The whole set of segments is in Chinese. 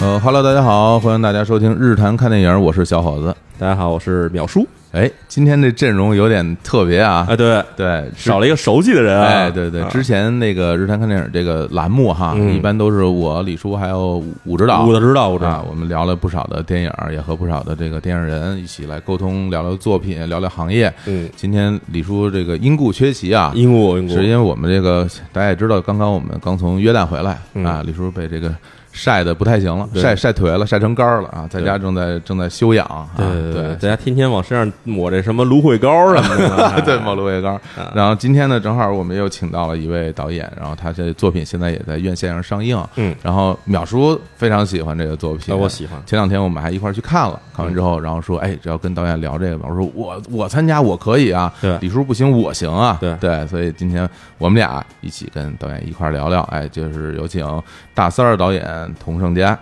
呃哈喽，大家好，欢迎大家收听《日坛看电影》，我是小伙子。大家好，我是淼叔。哎，今天这阵容有点特别啊，哎，对，对，之少了一个熟悉的人啊。哎，对对，啊之前那个《日坛看电影》这个栏目哈，嗯一般都是我李叔还有武指导，我知道，我知啊道，，我们聊了不少的电影儿，也和不少的这个电影人一起来沟通，聊聊作品，聊聊行业。嗯，今天李叔这个因故缺席啊，英国，英国是因为我们这个大家也知道，刚刚我们刚从约旦回来嗯啊，李叔被这个晒的不太行了，对晒晒腿了，晒成干儿了啊，在家正在正在休养啊，对对对，对，大家天天往身上抹这什么芦荟膏什么的 对，冒芦荟膏。啊然后今天呢，正好我们又请到了一位导演，然后他这作品现在也在院线上上映。嗯，然后淼叔非常喜欢这个作品，啊我喜欢嗯前两天我们还一块儿去看了，看完之后，然后说，哎，只要跟导演聊这个吧，我说我我参加我可以啊，对李叔不行我行啊，对对，所以今天我们俩一起跟导演一块儿聊聊，哎，就是有请大三儿导演童胜佳。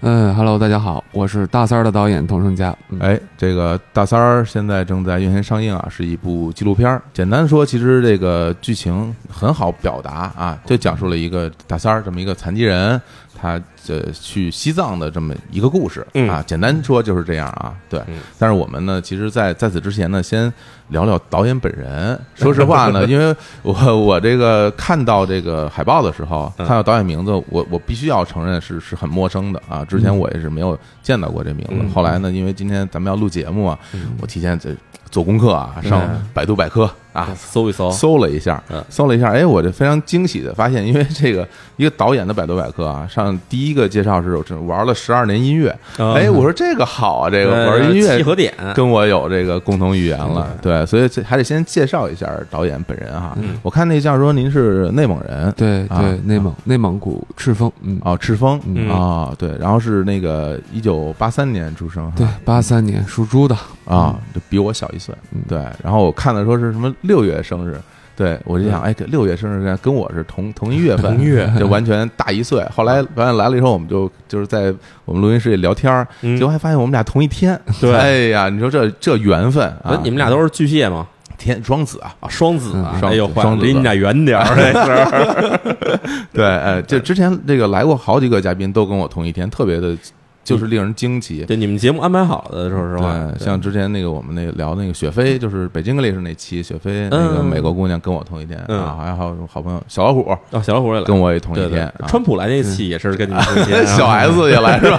嗯哈喽，大家好，我是大三儿的导演童胜佳。嗯，哎，这个大三儿现在正在院线上映啊，是一部纪录片儿。简单说，其实这个剧情很好表达嗯啊，就讲述了一个大三儿这么一个残疾人，他呃去西藏的这么一个故事嗯啊。简单说就是这样啊，对嗯。但是我们呢，其实在，在此之前呢，先聊聊导演本人。说实话 呢，因为我 我这个看到这个海报的时候，嗯看到导演名字，我我必须要承认是是很陌生的啊。之前我也是没有见到过这名字。嗯后来呢，因为今天咱们要录节目啊，我提前这做功课啊，上嗯百度百科啊，搜一搜，搜了一下嗯，搜了一下，哎，我这非常惊喜的发现，因为这个一个导演的百度百科啊，上第一个介绍是我这玩了十二年音乐，嗯哎，我说这个好啊，这个呃玩音乐契合点，跟我有这个共同语言了，嗯对，所以这还得先介绍一下导演本人哈。我看那像说您是内蒙人，对啊对，内蒙内蒙古赤峰，嗯，哦，赤峰嗯啊，对，然后是那个一九八三年出生哈，对，八三年属猪的，嗯啊，就比我小一岁，嗯对。然后我看的说是什么六月生日，对我就想，哎，六月生日跟我是同同一月份，嗯 同月嗯就完全大一 岁。后来导演来了以后，我们就就是在我们录音室里聊天儿，嗯结果还发现我们俩同一天。对哎呀，你说这这缘分哎啊！你们俩都是巨蟹吗？天双子啊，啊，双子啊嗯，双哎呦，子坏双了，子离你俩远点儿，这是。 对，嗯哎，这之前这个来过好几个嘉宾都跟我同一天，特别的，就是令人惊奇。嗯对，你们节目安排好的，说实话，对，对像之前那个我们那个聊那个雪飞，就是北京格烈士那期，雪飞那个嗯美国姑娘跟我同一天嗯啊，好像还有好朋友小老虎哦，小老虎也来，跟我也同一对对天，啊，川普来那期也是跟你们同一天啊， 小 S 也来是吧？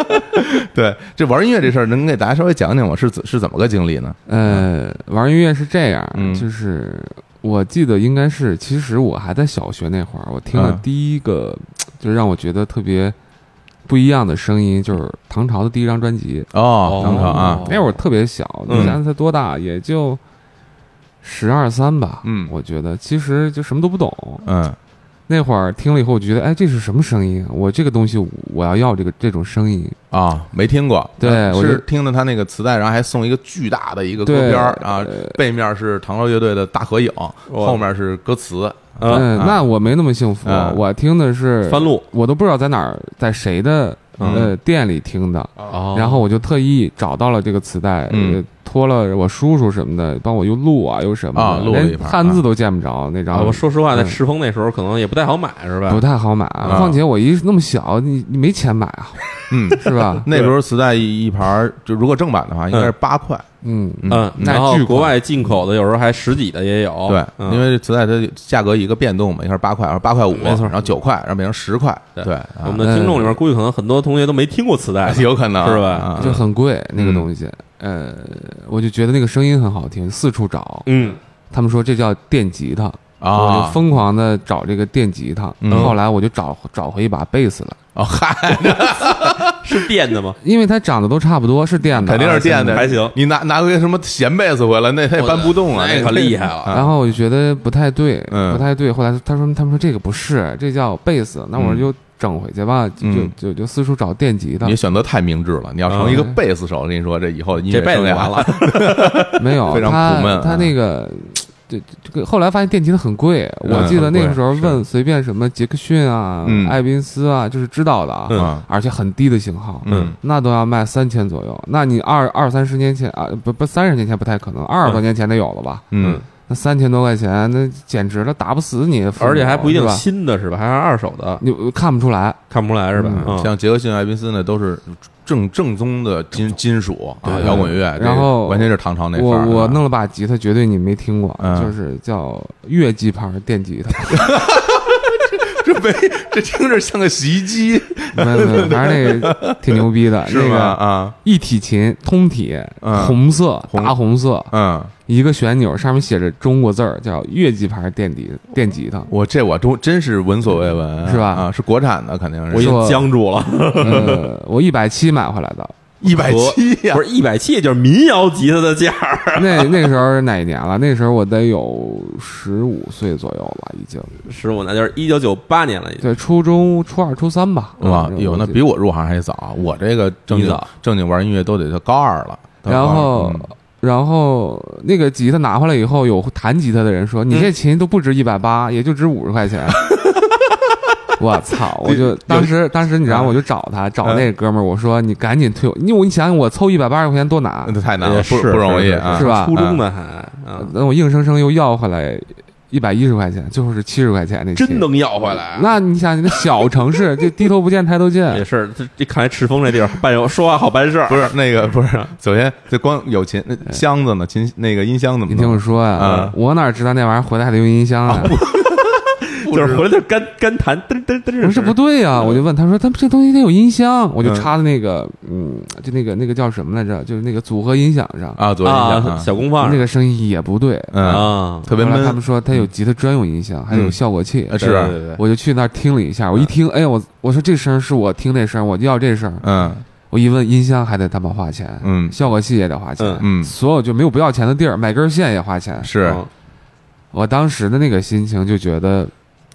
对，这玩音乐这事儿，能给大家稍微讲讲吗？是怎是怎么个经历呢？呃，玩音乐是这样，嗯就是我记得应该是，其实我还在小学那会儿，我听了嗯第一个，就让我觉得特别不一样的声音，就是唐朝的第一张专辑。哦哦，唐朝啊，那会儿特别小，嗯你想想才多大，也就十二三吧。嗯我觉得其实就什么都不懂。嗯那会儿听了以后，我觉得，哎，这是什么声音啊？我这个东西，我要要这个这种声音。啊，没听过，对我是就听的他那个磁带，然后还送一个巨大的一个歌对片儿呃啊，背面是唐朝乐队的大合影，哦后面是歌词，嗯，啊嗯，那我没那么幸福，嗯我听的是，翻录，我都不知道在哪儿，在谁的嗯呃店里听的。哦然后我就特意找到了这个磁带，嗯呃托了我叔叔什么的，帮我又录啊，又什么啊的，录了一连盘儿汉字都见不着那啊，张我。说实话，在嗯赤峰那时候可能也不太好买，啊是吧？不太好买，啊况且我一那么小，你你没钱买啊，嗯，？是吧那时候磁带一一盘儿，就如果正版的话，应该是八块。嗯，嗯，那然后巨国款外进口的有时候还十几的也有，对，嗯因为磁带它价格一个变动嘛，一开始八块，然后八块五，没错然后九块，然后变成十块。对对，我啊们的听众里面估计可能很多同学都没听过磁带， 有可能是吧啊就很贵那个嗯东西。呃，我就觉得那个声音很好听，四处找。嗯，他们说这叫电吉他，我就啊，疯狂的找这个电吉他。嗯后来我就找找回一把贝斯来，哦嗨， 是电的吗？因为它长得都差不多，是电的，啊肯定 是电的，还行你拿拿个什么弦贝斯回来，那他也搬不动啊，那个可厉害了。啊然后我就觉得不太对，嗯不太对。后来他说他们说这个不是，这叫贝斯。那我嗯就整回去吧，就嗯就就四处找电吉他你，选择太明智了，你要成为一个贝斯手，我跟你说，这以后音乐嗯这辈子生涯 完了，没有非常他苦闷啊他那个。这这个后来发现电吉他很贵，嗯我记得很那贵个时候是问随便什么杰克逊啊嗯、艾宾斯啊，就是知道的啊，嗯啊，而且很低的型号，嗯那都要卖三千左右。那你二二三十年前啊，不不，三十年前不太可能，二十多年前得有了吧？嗯嗯，那那三千多块钱，那简直了，打不死你，父母而且还不一是定吧新的是吧？还是二手的，你呃看不出来，看不出来是吧？嗯嗯像杰克逊、艾宾斯呢，都是正正宗的金金属啊，对摇滚乐，然后这完全是唐朝那范我儿。我啊弄了把吉他，绝对你没听过，嗯就是叫乐器牌电吉他， 这没这听着像个洗衣机，没有没有反正那个挺牛逼的， 是 那吗？个啊，一体琴通体，嗯红色红大红色，嗯，一个旋钮上面写着中国字儿，叫乐器牌电吉电吉 他。我这我都真是闻所未闻啊，是吧啊，是国产的，肯定我已是。经僵住 了，呃，我一百七买回来的，一百七啊呀不，是一百七，就是民谣吉他的价儿。 那那个时候是哪一年了？那时候我得有十五岁左右了，已经十五，那就是一九九八年了，已经。对初中、初二、初三吧。哇，嗯有那比。我入行还早，啊我这个正你经早正经玩音乐都得到高二了。到然高二后嗯，然后那个吉他拿回来以后，有弹吉他的人说：“你这琴都不值一百八，也就值五十块钱。” 我操！我就当时，当时你知道，我就找他，找那哥们儿，我说：“你赶紧退我，因为我你想想，我凑一百八十块钱多拿，那太难了，也不是不容易是啊，啊是吧初中的还啊，那我硬生生又要回来一百一十块钱，最后是七十块钱那琴真能要回啊来。啊那你想，那小城市就低头不见抬头 见也，是，这这看来赤峰这地儿办说话好办事儿，不是那个不是，首先这光有琴那箱子呢，琴那个音箱怎么哎你弄？听我说呀、啊我哪知道那玩意儿回来还得用音箱啊？就是回来就干干弹，噔噔噔，不是不对呀、嗯我就问他说，他们这东西得有音箱，我就插在那个嗯，就那个那个叫什么来着？就是那个组合音响上，啊，左音箱啊，啊小功放那个声音也不对。嗯，啊，特别后来他闷们，说他有吉他专用音箱，还有嗯效果器。呃是对对对对我就去那儿听了一下，我一听，哎呀，我我说这声儿是我听这声儿，我就要这声儿。嗯我一问，音箱还得他妈花钱，嗯效果器也得花钱，嗯嗯所有就没有不要钱的地儿，买根线也花钱。是，嗯我当时的那个心情就觉得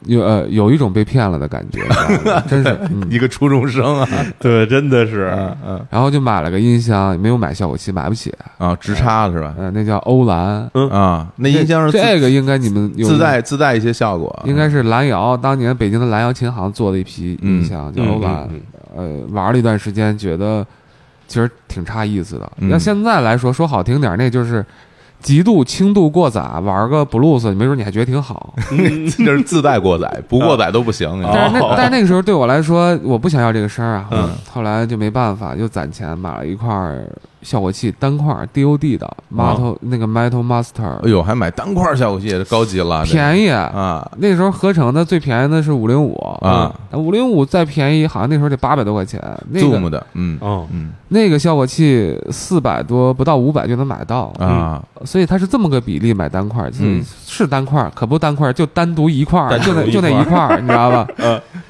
有呃有一种被骗了的感觉，你知 道吗真是。嗯一个初中生啊，对，真的是嗯嗯然后就买了个音箱，没有买效果器，买不起，啊，直插是吧？呃，那叫欧蓝。啊，那音箱是这自这个应该你们有自，带自带一些效果， 应该是蓝瑶当年北京的蓝瑶琴行做的一批音箱，叫嗯欧蓝。嗯呃，玩了一段时间，觉得其实挺差意思的。嗯那现在来说，说好听点儿，那就是极度轻度过载，玩个 blues，没准你还觉得挺好。嗯这是自带过嗯载，不过载都不行。你知道吗但是那、但是那个时候对我来说，我不想要这个声儿啊。嗯后来就没办法，就攒钱买了一块儿效果器单块儿 DOD 的 Metal、那个 Metal Master，、哦哎呦，还买单块效果器，这高级了，这便宜。啊那时候合成的最便宜的是五零五嗯啊，五零五再便宜好像那时候得八百多块钱。那个，Zoom 的，嗯哦，嗯那个效果器四百多不到五百就能买到，啊，所以它是这么个比例买单块儿，嗯是单块儿，可不单块儿，就单独一块儿，单独就那一就那一块儿，你知道吧？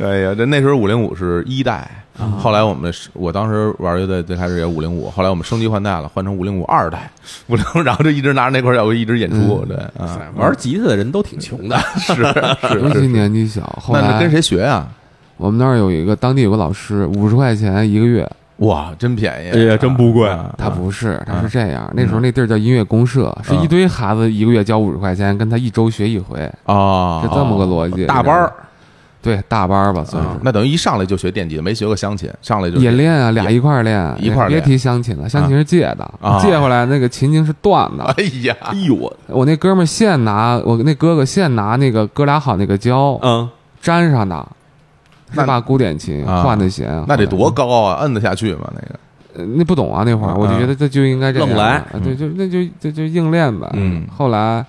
哎呀，这那时候五零五是一代，嗯后来我们是我当时玩乐队最开始也五零五，后来我们升级换代了，换成五零五二 代，五零，然后就一直拿着那块效果器一直演嗯出，对啊，哎玩吉他的人都挺穷的，是尤 是其是，年纪小，后那那跟来谁学啊？我们那儿有一个当地有个老师，五十块钱一个月，哇，真便宜，哎呀真不贵啊嗯他不是，他是这样，那时候那地儿叫音乐公社，是一堆孩子一个月交五十块钱，跟他一周学一回，哦，是这么个逻辑。大班儿，对大班儿吧，算啊是。那等于一上来就学电吉，没学过钢琴，上来就也练啊，俩一块儿练，一块儿别练提湘琴了，湘琴是借的啊，借回来那个琴颈是断的，哎呀哎，呦我，我那哥们儿现拿我那哥哥现拿那个哥俩好那个胶嗯，粘上的，啊那是把古典琴啊换的弦，那得多高啊，摁得下去吗？那个，呃那不懂啊那会啊儿，我就觉得这就应该这样愣来嗯啊对，就那就就就硬练呗。嗯后来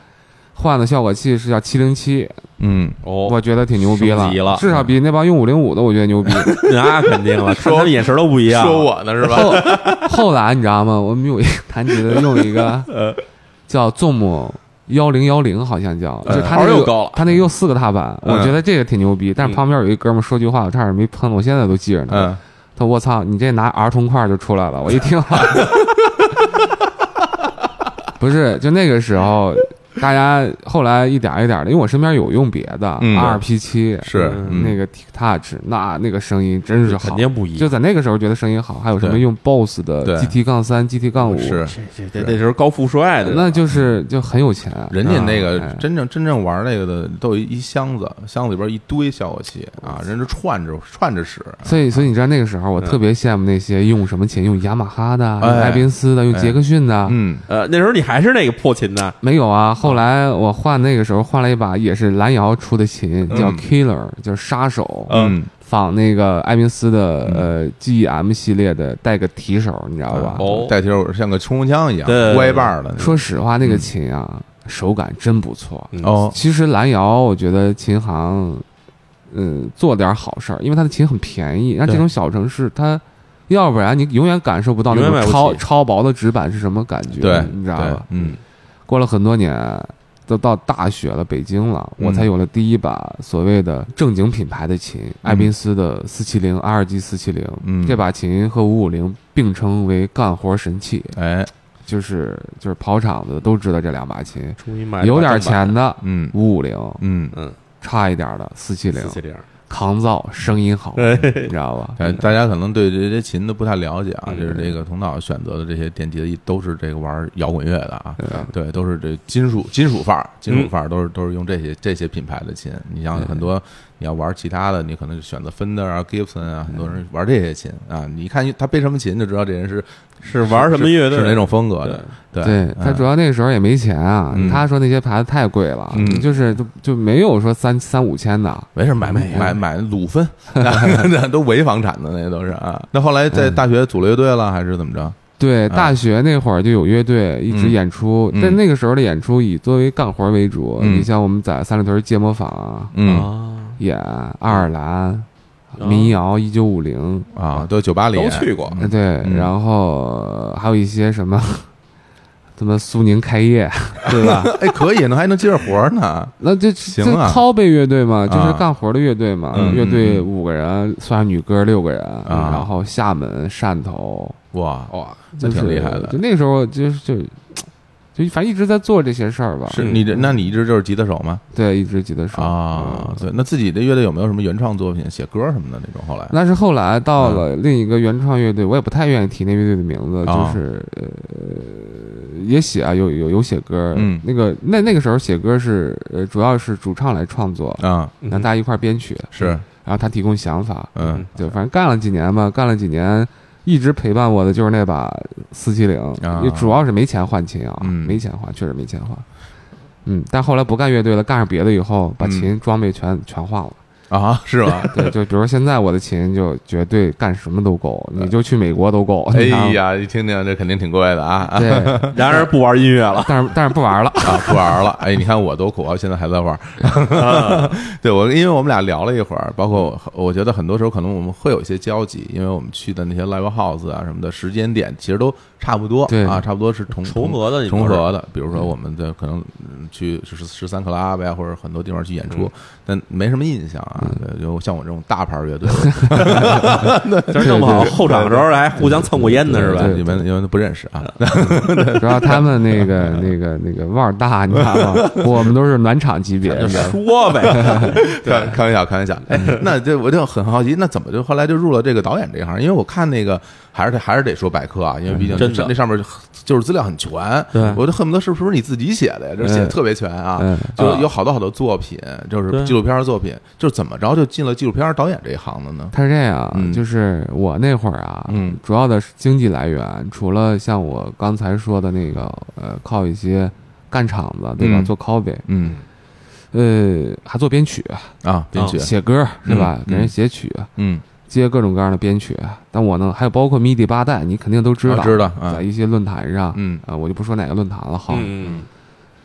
换的效果器是叫七零七，嗯，哦，我觉得挺牛逼升级了嗯至少比那帮用五零五的我觉 得牛逼。那肯定 了，看他们眼神都不一样。说我呢是吧？后后来你知道吗？我们有一个弹吉的用 一个嗯叫 Zoom 幺零幺零，好像叫，就嗯是它那头个儿又有高了它那个有四个踏板，嗯我觉得这个挺牛逼。但是旁边有一哥们说句话，我差点没喷，我现在都记着呢。 嗯，他说我操，你这拿儿童块儿就出来了，我一听， 不是，就那个时候。大家后来一点儿一点的，因为我身边有用别的嗯 R P 七，是嗯那个 Touch，那那个声音真是好，肯定不一就样。在那个时候觉得声音好，还有什么对用 BOSS 的对 GT 杠三、GT 杠五，是这这这时候高富帅的，那就是就很有钱。人家那个哎真正真正玩那个的，都有一一箱子，箱子里边一堆效果器啊，人是串着串着使，所以所以你知道那个时候我特别羡慕那些用什么琴，用雅马哈的、用嗯哎艾宾斯的、用杰克逊的，啊嗯，呃，那时候你还是那个破琴呢，没有啊。后后来我换那个时候换了一把也是蓝瑶出的琴，叫嗯 Killer，、就是杀手，啊嗯，仿那个艾宾斯的嗯呃 GEM 系列的，带个提手，你知道吧？哦带铁手像个冲锋枪一样对歪把儿的那种，说实话，那个琴啊，手感真不错。嗯哦，其实蓝瑶，我觉得琴行，嗯，做点好事儿，因为它的琴很便宜。那这对种小城市，它要不然你永远感受不到那永远买不种超起超薄的纸板是什么感觉，对你知道对吧，？嗯，过了很多年，都到大学了，北京了，嗯我才有了第一把所谓的正经品牌的琴，艾宾斯的四七零 R G 四七零。嗯这把琴和五五零并称为干活神器，哎，就是就是跑场子都知道这两把琴，终于买了有点正版钱的嗯五五零，嗯，嗯，差一点的四七零四，七零，抗造，声音好，你知道吧？哎大家可能对这些琴都不太了解啊，嗯就是这个童导选择的这些电吉他都是这个玩摇滚乐的啊，嗯对，都是这金属金属范儿，金属范儿都是都是用这些这些品牌的琴。你像对很多你要玩其他的，你可能就选择 Fender 啊、Gibson 啊，很多人玩这些琴啊。你一看他背什么琴，就知道这人是是玩什么乐队？是哪种风格的。对嗯对他主要要那个时候也没钱啊，嗯他说那些牌子太贵了，嗯就是就就没有说三三五千的，没事买没有买买鲁芬，那 都违房产的那都是啊。那后来在大学组了乐队了，还是怎么着？对，啊大学那会儿就有乐队一直嗯演出，嗯但那个时候的演出以作为干活为主。嗯你像我们在三里屯街模坊啊，嗯啊，演爱尔兰、哦民谣一九五零，啊，都酒吧里都去过嗯对，嗯然后还有一些什么。 什么苏宁开业， 对吧？哎，可以呢，还能接着活儿呢。那就行就啊 cowboy 乐队嘛，就是啊干活的乐队嘛。嗯乐嗯队嗯五个人，算上女歌六个人，啊然后厦门、汕头，哇，哦哇，那就是挺厉害的就那时候就是就就反正一直在做这些事儿吧。是你这？那你一直就是吉他手吗？对，一直记得手啊嗯，对，那自己的乐队有没有什么原创作品、写歌什么的那种？后来，那是后来到了另一个原创乐队，我也不太愿意提那乐队的名字，就嗯啊是呃也写啊，有有有写歌，嗯那个那那个时候写歌是呃主要是主唱来创作，啊，然后大家一块儿编曲，是，然后他提供想法，嗯就反正干了几年吧，干了几年。一直陪伴我的就是那把四七零啊，也主要是没钱换琴啊，嗯没钱换，确实没钱换。嗯，但后来不干乐队了，干上别的以后，把嗯琴装备全全换了。啊，是吧？对， 就比如现在我的琴就绝对干什么都够，你就去美国都够。呃哎你知道吗，呀，一听听这肯定挺贵的啊啊对，然而不玩音乐了，但是但是不玩了。啊！不玩了，哎，你看我多苦啊，现在还在玩。啊 对我，因为我们俩聊了一会儿，包括我我觉得很多时候可能我们会有一些交集，因为我们去的那些 live house 啊什么的时间点其实都差不多对啊，差不多是重重合的，你重们都是合的，比如说我们的可能嗯去十十三克拉呗，或者很多地方去演出嗯，但没什么印象啊。对就像我这种大牌 乐队，就是弄不好对对后场的时候还互相蹭过烟呢，是吧对？你们你们都不认识啊，主要他们 那个那个那个腕儿大，你知道吗？我们都是暖场级别就的。说呗， 开开玩笑，开玩 笑。哎，那这我就很好奇，那怎么就后来就入了这个导演这一行？因为我看那个还是得还是得说百科啊，因为毕竟嗯真这的那上面就是资料很全，对我就恨不得是不是你自己写的呀？这写的嗯特别全啊，嗯就哎啊有好多好多作品，就是对纪录片作品，就是怎么着就进了纪录片导演这一行的呢？他是这样，啊嗯就是我那会儿啊，嗯主要的经济来源除了像我刚才说的那个，呃，靠一些干场子，对吧？嗯做 copy，嗯呃，还做编曲，啊，编哦曲，写歌是吧？嗯给人写曲，嗯，接各种各样的编曲。啊但我呢，还有包括 MIDI 八代，你肯定都知哦道，啊知道啊在一些论坛上，嗯啊、我就不说哪个论坛了哈，嗯，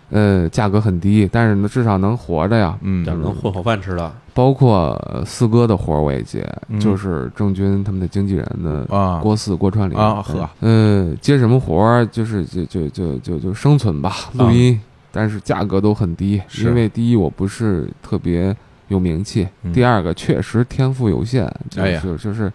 呃，价格很低，但是呢，至少能活着呀。嗯这样能混口饭吃了，包括呃四哥的活儿我也接，嗯就是郑钧他们的经纪人的啊，郭四、郭川林啊呵，嗯呃，接什么活儿就是就就就就就生存吧，录音，但是价格都很低，啊是因为第一我不是特别有名气，嗯第二个确实天赋有限，就哎呀是就是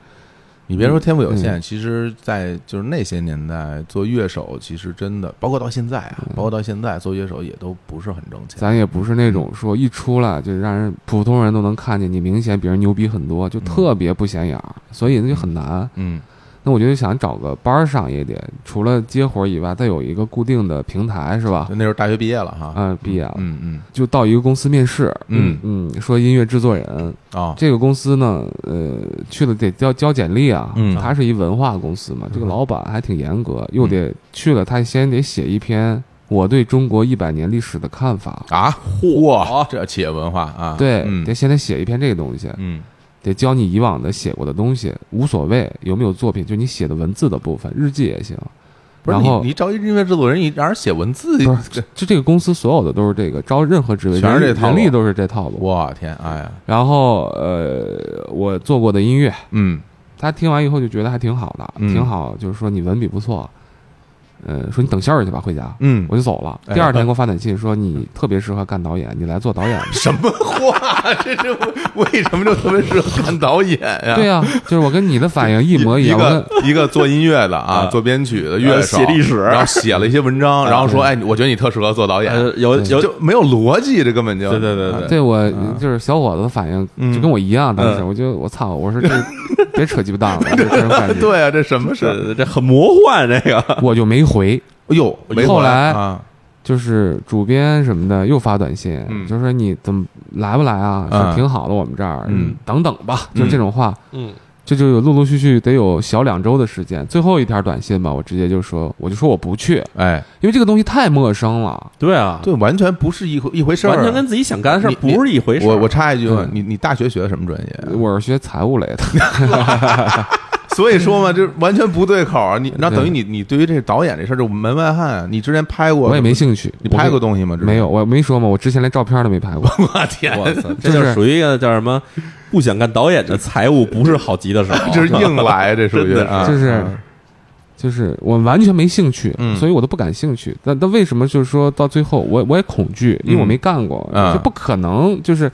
你别说天赋有限，其实，在就是那些年代做乐手，其实真的，包括到现在啊，包括到现在做乐手也都不是很挣钱。咱也不是那种说一出来就让人普通人都能看见你明显比人牛逼很多，就特别不显眼儿，所以那就很难。嗯那我就想找个班儿上也得，除了接活儿以外，再有一个固定的平台是吧就？那时候大学毕业了哈，嗯，毕业了嗯嗯就到一个公司面试，嗯嗯，说音乐制作人，哦，这个公司呢，呃，去了得交交简历啊，嗯他是一文化公司嘛，这个老板还挺严格，又得去了他先得写一篇我对中国一百年历史的看法。啊，嚯，这企业文化啊，对，嗯得先得写一篇这个东西，嗯得教你以往的写过的东西，无所谓有没有作品，就你写的文字的部分，日记也行。不是然你后你招一音乐制作人，你让人写文字，不是这就这个公司所有的都是这个，招任何职位全是人这套路啊人力都是这套路。我天，哎呀，然后呃，我做过的音乐，嗯他听完以后就觉得还挺好的，嗯挺好，就是说你文笔不错，呃，说你等消息去吧，回家。嗯，我就走了。哎第二天给我发短信说你特别适合干导演，你来做导 演吧。什么话？ 这是为什么就特别适合干导演 呀？对啊，就是我跟你的反应一模一样。啊我呃跟个一个做音乐的啊，啊做编曲的乐手，写历史然后写了一些文章，然后说，对哎，我觉得你特适合做导演，呃，有有就没有逻辑，这根本就对对对啊 对对我嗯就是小伙子的反嗯应就跟我一样，当时嗯我就我操，我说这 别扯鸡巴蛋了，就这种感觉。对啊，这什么事儿？这这很魔幻，这个我就没回，哎呦，没后回来啊，就是主编什么的又发短信，嗯就说你怎么来不来啊？嗯说挺好的，我们这儿，嗯等等吧，就这种话。嗯这就有陆陆续续得有小两周的时间，最后一条短信吧，我直接就说，我就说我不去，哎，因为这个东西太陌生了。对啊，对，完全不是一回一回事儿，完全跟自己想干的事儿你不是一回事儿。我我插一句吧嗯，你你大学学的什么专业？啊我是学财务类的，所以说嘛，这完全不对口儿。啊你那对等于你你对于这导演这事儿就门外汉。啊你之前拍过，我也没兴趣。你拍过东西吗？没有，我没说嘛，我之前连照片都没拍过。这是，我天， 我 操，就这是就是属于一个叫什么？不想干导演的财务不是好吉的手 ，这是硬来，这属于真的是啊就是就是我完全没兴趣，嗯所以我都不感兴趣。但但为什么就是说到最后，我我也恐惧，因为我没干过，嗯就不可能就是。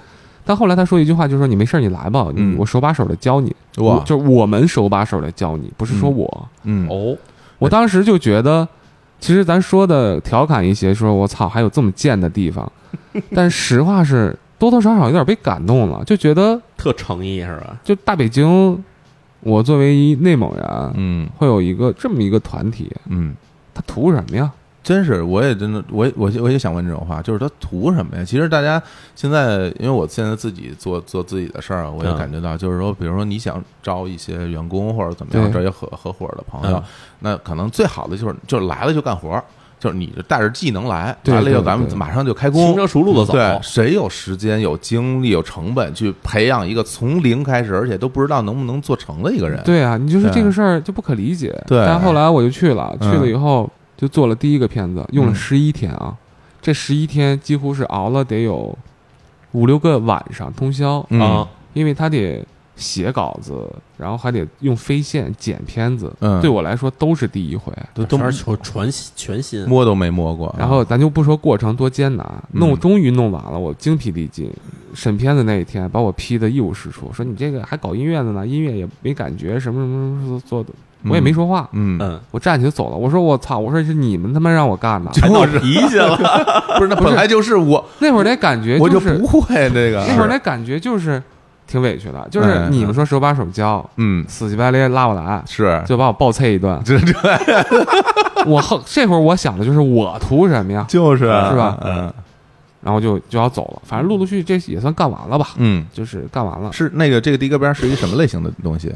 但后来他说一句话，就是说你没事儿你来吧，嗯你我手把手的教你，哇我，就是我们手把手的教你，不是说我。嗯， 哦，我当时就觉得，其实咱说的调侃一些，说我操还有这么贱的地 方，但实话是多多少少有点被感动了，就觉得特诚意是吧？就大北京，我作为一内蒙人，嗯会有一个这么一个团体，嗯。他图什么呀？真是，我也真的，我也我也我也想问这种话，就是他图什么呀？其实大家现在，因为我现在自己做做自己的事儿，我也嗯感觉到，就是说，比如说你想招一些员工或者怎么样，对招一些合合伙的朋友嗯，那可能最好的就是就是来了就干活儿，就是你就带着技能来，对来了以后对咱们对马上就开轻工。车熟路的走，对，谁有时间、有精力、有成本去培养一个从零开始，而且都不知道能不能做成的一个人？对啊，你就是对这个事儿就不可理解。对但后来我就去了，去嗯了以后就做了第一个片子，用了嗯十一天啊，这十一天几乎是熬了得有五六个晚上通宵，嗯啊，因为他得写稿子，然后还得用飞线剪片子，嗯对我来说都是第一回。都都全是全全全新，摸都没摸过。啊然后咱就不说过程多艰难，嗯弄终于弄完了，我精疲力尽。审片子那一天，把我批的一无是处，说你这个还搞音乐的呢，音乐也没感觉，什么什么什么做的，我也没说话。嗯，嗯，嗯，我站起来走了，我说我操，我说是你们他妈让我干的。还闹脾 气了，不是，那不本是来就是我，那会儿那感觉，我就是不会这个。那会儿那感觉就是挺委屈的，就哎哎是你们说手把手教，嗯，死乞白赖拉我来，是，就把我暴啐一顿。这这我后这会儿我想的就是我图什么呀？就是是是吧嗯然后就就要走了，反正陆陆续续这也算干完了吧，嗯，就是干完了，是那个这个第一个边是一个什么类型的东西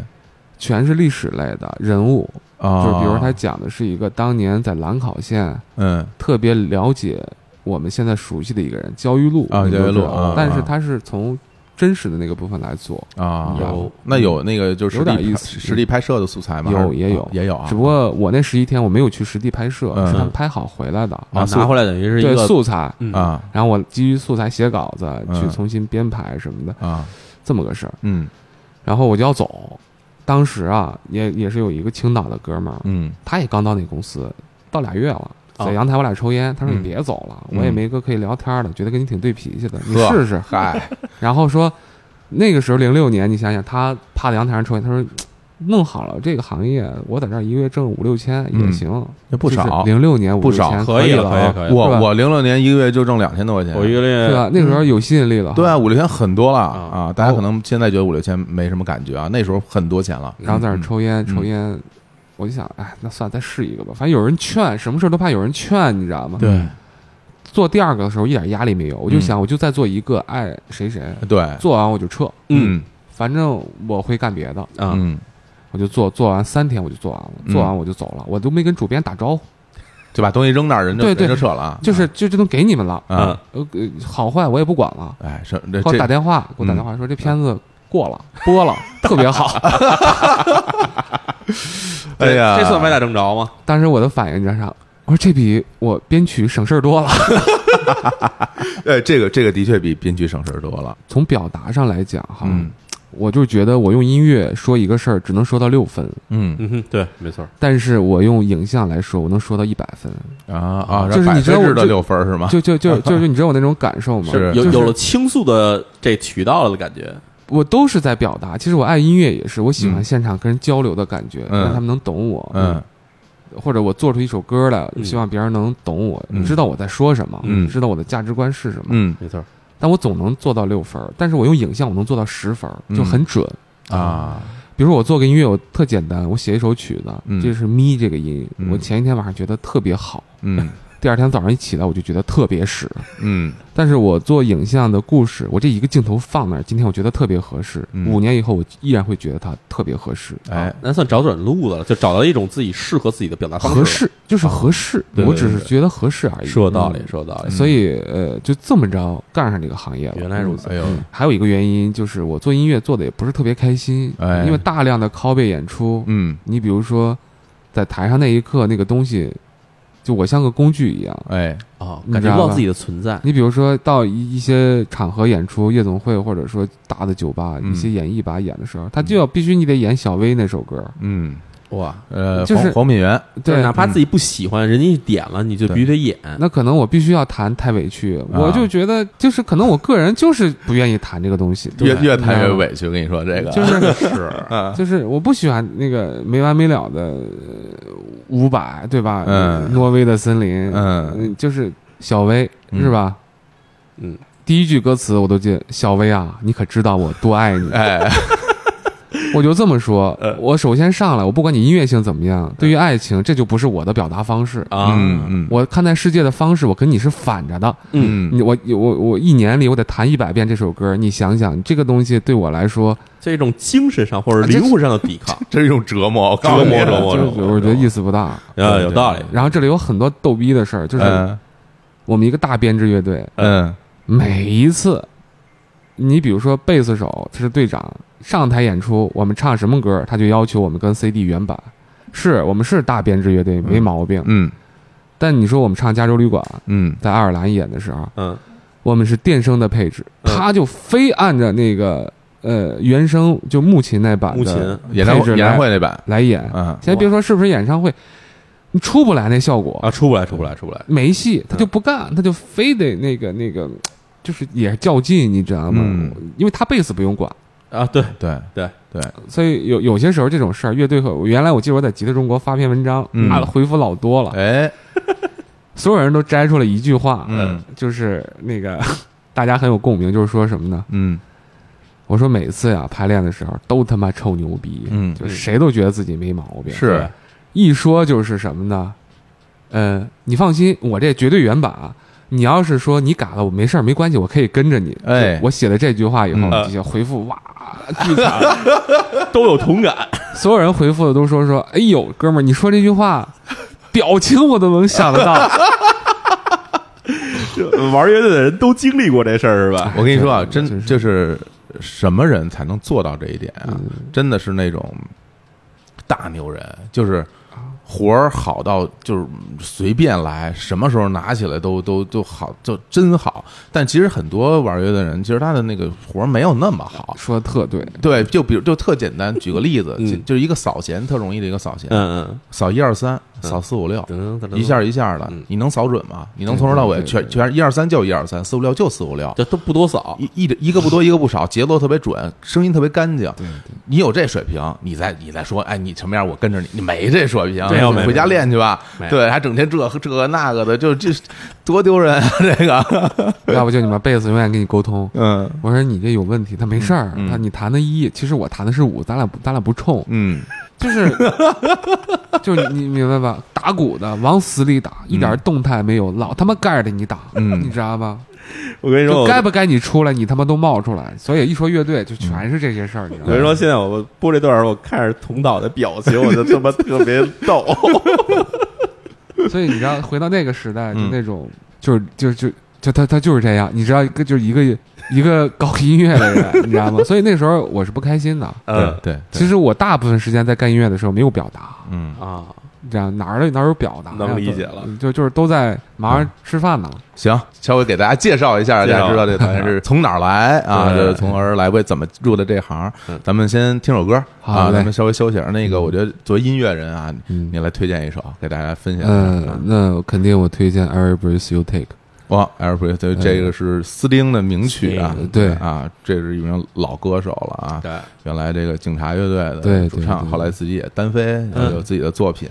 全是历史类的人物，啊？就是比如他讲的是一个当年在兰考县嗯特别了解我们现在熟悉的一个人焦裕禄啊你们焦都知道裕禄啊但是啊他是从真实的那个部分来做，啊，有那有那个就是实有点地意拍思实地拍摄的素材吗？有还是也有也有啊，只不过我那十一天我没有去实地拍摄，嗯是他们拍好回来的，啊啊，拿回来等于是一对个素材，嗯啊然后我基于素材写稿子，去嗯重新编排什么的，啊这么个事儿。嗯然后我就要走。当时啊，也也是有一个青岛的哥们儿，嗯他也刚到那公司，到俩月了，啊在阳台我俩抽烟，他说哦嗯你别走了，嗯我也没个可以聊天的，觉得跟你挺对脾气的，你呵试试。嗨然后说那个时候零六年，你想想他趴在阳台上抽烟，他说嗯弄好了这个行业，我在这儿一个月挣五六千也嗯行，那不少。零六年五不六少千可以以了，可以，啊，可以了，是我吧我零六年一个月就挣两千多块钱，我一个对月吧？那时候有吸引力了，对啊，。五六千很多了啊啊！大哦家可能现在觉得五六千没什么感觉啊，那时候很多钱了。然后在那儿嗯抽烟，抽嗯烟，我就想，哎，那算了，再试一个吧。反正有人劝，什么事儿都怕有人劝，你知道吗？对做第二个的时候一点压力没有，嗯我就想我就再做一个爱谁谁，对，做完我就撤，嗯反正我会干别的，啊，嗯我就做，做完三天我就做完了，嗯做完我就走了，我都没跟主编打招呼，就把东西扔那儿，人就对对人就撤了啊，就是就就都给你们了，啊，嗯呃，呃好坏我也不管了。哎，是这嗯给我打这电话，给我打电话说这片子过了，播了，特别好。哎呀这算歪打正着吗？当时我的反应你知道啥？我说这比我编曲省事儿多了。哎，这个这个的确比编剧省事儿多了，从表达上来讲哈，嗯我就觉得我用音乐说一个事儿只能说到六分，嗯嗯哼，对，没错，但是我用影像来说，我能说到一百分。啊啊，嗯就是百你知道分制我的就六分儿是吗？就 就就就是你知道我那种感受吗？是有就是有了倾诉的这渠道了的感觉，我都是在表达。其实我爱音乐也是，我喜欢嗯现场跟人交流的感觉，嗯让他们能懂我。嗯，或者我做出一首歌来，嗯希望别人能懂我，嗯知道我在说什么，嗯知道我的价值观是什么。嗯没错，但我总能做到六分儿，但是我用影像我能做到十分儿，嗯就很准。啊，比如说我做个音乐，我特简单，我写一首曲子，嗯就是咪这个音，嗯我前一天晚上觉得特别好，嗯第二天早上一起来我就觉得特别屎。嗯但是我做影像的故事，我这一个镜头放那儿，今天我觉得特别合适，嗯五年以后我依然会觉得它特别合适。哎，那算找准路子了，就找到一种自己适合自己的表达方式，哎合适就是合适，对对我只是觉得合适而已。说有道嗯理，说有道理，所以呃，就这么着干上这个行业了。嗯原来如此哎呦，还有一个原因就是我做音乐做的也不是特别开心，哎因为大量的 copy 演出，嗯，你比如说在台上那一刻那个东西，就我像个工具一样。哎，啊，嗯你感知觉道不到吧自己的存在，你比如说到一一些场合演出，夜总会或者说大的酒吧，嗯一些演艺吧演的时候，他就要必须你得演小薇那首歌，嗯，哇，呃，就是黄黄敏源，就是对嗯哪。怕自己不喜欢，人家点了，你就必须得演，那可能我必须要弹太委屈，啊我就觉得就是可能我个人就是不愿意弹这个东西，越对越谈越委屈，跟你说这个，就是是啊，就是我不喜欢那个没完没了的五百，对吧？嗯挪威的森林，嗯嗯，就是小薇嗯是吧？嗯，第一句歌词我都记得，小薇啊，你可知道我多爱你？哎， 我就这么说呃，我首先上来，我不管你音乐性怎么呃样，对于爱情，这就不是我的表达方式。啊，嗯嗯我看待世界的方式，我跟你是反着的。嗯你我我我一年里我得弹一百遍这首歌，你想想，这个东西对我来说，这种精神上或啊者灵魂上的抵 抗，真是一种折磨，我告诉折你磨折磨就是折磨我觉得意思不大。啊，有道理，然后这里有很多逗逼的事儿，就是嗯我们一个大编制乐队，嗯每一次，你比如说贝斯手他是队长，上台演出我们唱什么歌，他就要求我们跟 CD 原版，是我们是大编制乐队没毛病，嗯但你说我们唱《加州旅馆》嗯，在爱尔兰演的时候，嗯，我们是电声的配置，嗯他就非按着那个呃原声就木琴那版木琴的演唱配置会演来唱会那版，来演，嗯先别说是不是演唱会，你出不来那效果啊，出不来，出不来，出不来，没戏，他就不干，他就非得那个那个，就是也较劲，你知道吗？嗯因为他贝斯不用管，啊，对，对对对，所以有有些时候这种事儿，乐队和原来我记得我在《吉他中国》发篇文章，嗯啊，回复老多了，哎，所有人都摘出了一句话，嗯就是那个 大家很有共鸣，就是说什么呢？嗯我说每次呀排练的时候都他妈臭牛逼，嗯，就是谁都觉得自己没毛病，是一说就是什么呢？呃，你放心，我这绝对原版啊。你要是说你改了，我没事儿，没关系，我可以跟着你。哎我写了这句话以后，嗯底下回复哇，巨惨， 都有同感，所有人回复的都说说，哎呦，哥们儿，你说这句话，表情我都能想得到。 玩乐队的人都经历过这事儿是吧？我跟你说啊，真真就是什么人才能做到这一点啊？真的是那种大牛人，就是活儿好到就是随便来，什么时候拿起来都都都好，就真好。但其实很多玩乐的人，其实他的那个活儿没有那么好。说的特对，对，就比如就特简单，举个例子，嗯就就是一个扫弦特容易的一个扫弦，嗯扫一二三，扫四五六，嗯，噔噔噔噔一下一下的嗯，你能扫准吗？你能从头到尾对对全全一二三就一二三，四五六就四五六，这都不多扫，一一一个不多，一个不少，节奏特别准，声音特别干净。你有这水平，你再你再说，哎，你什么样，我跟着你。你没这水平，没有没有回家练去吧没。有对，还整天这这个那个的，就这多丢人啊！这个，要不就你们贝斯永远跟你沟通。嗯我说你这有问题，他没事儿，嗯嗯他你弹的一，其实我弹的是五，咱俩不咱俩不冲，嗯就是 就是你你明白吧？打鼓的往死里打，一点动态没有，老他妈盖着你打，嗯你知道吧？我跟你说，就我该不该你出来，你他妈都冒出来。所以一说乐队，就全是这些事儿，你知道我跟你吗？说，现在我 播这段儿，我看着童导的表情，我就他妈特别逗。所以你知道，回到那个时代，就嗯那种，就是就是就就他他就是这样，你知道，就是一个一个搞音乐的人，你知道吗？所以那时候我是不开心的。嗯对，对其实我大部分时间在干音乐的时候没有表达，嗯，啊，你知道哪儿的哪儿有表达呀，能理都解了，就就是都在忙嗯着吃饭呢。行，稍微给大家介绍一下，介大绍家知道这导演是从哪儿来啊，对就是从何而来为怎么入的这行嗯。咱们先听首歌好啊，嘞咱们稍微休息一下。那个，我觉得作为音乐人啊，嗯你来推荐一首给大家分享一下啊嗯，。那我肯定我推荐《Every Breath You Take》。哇 a i r b r e a t h 这个是斯汀的名曲啊嗯，对啊，这是一名老歌手了啊，对，原来这个警察乐队的对主唱，对对嗯后来自己也单飞，然后有自己的作品。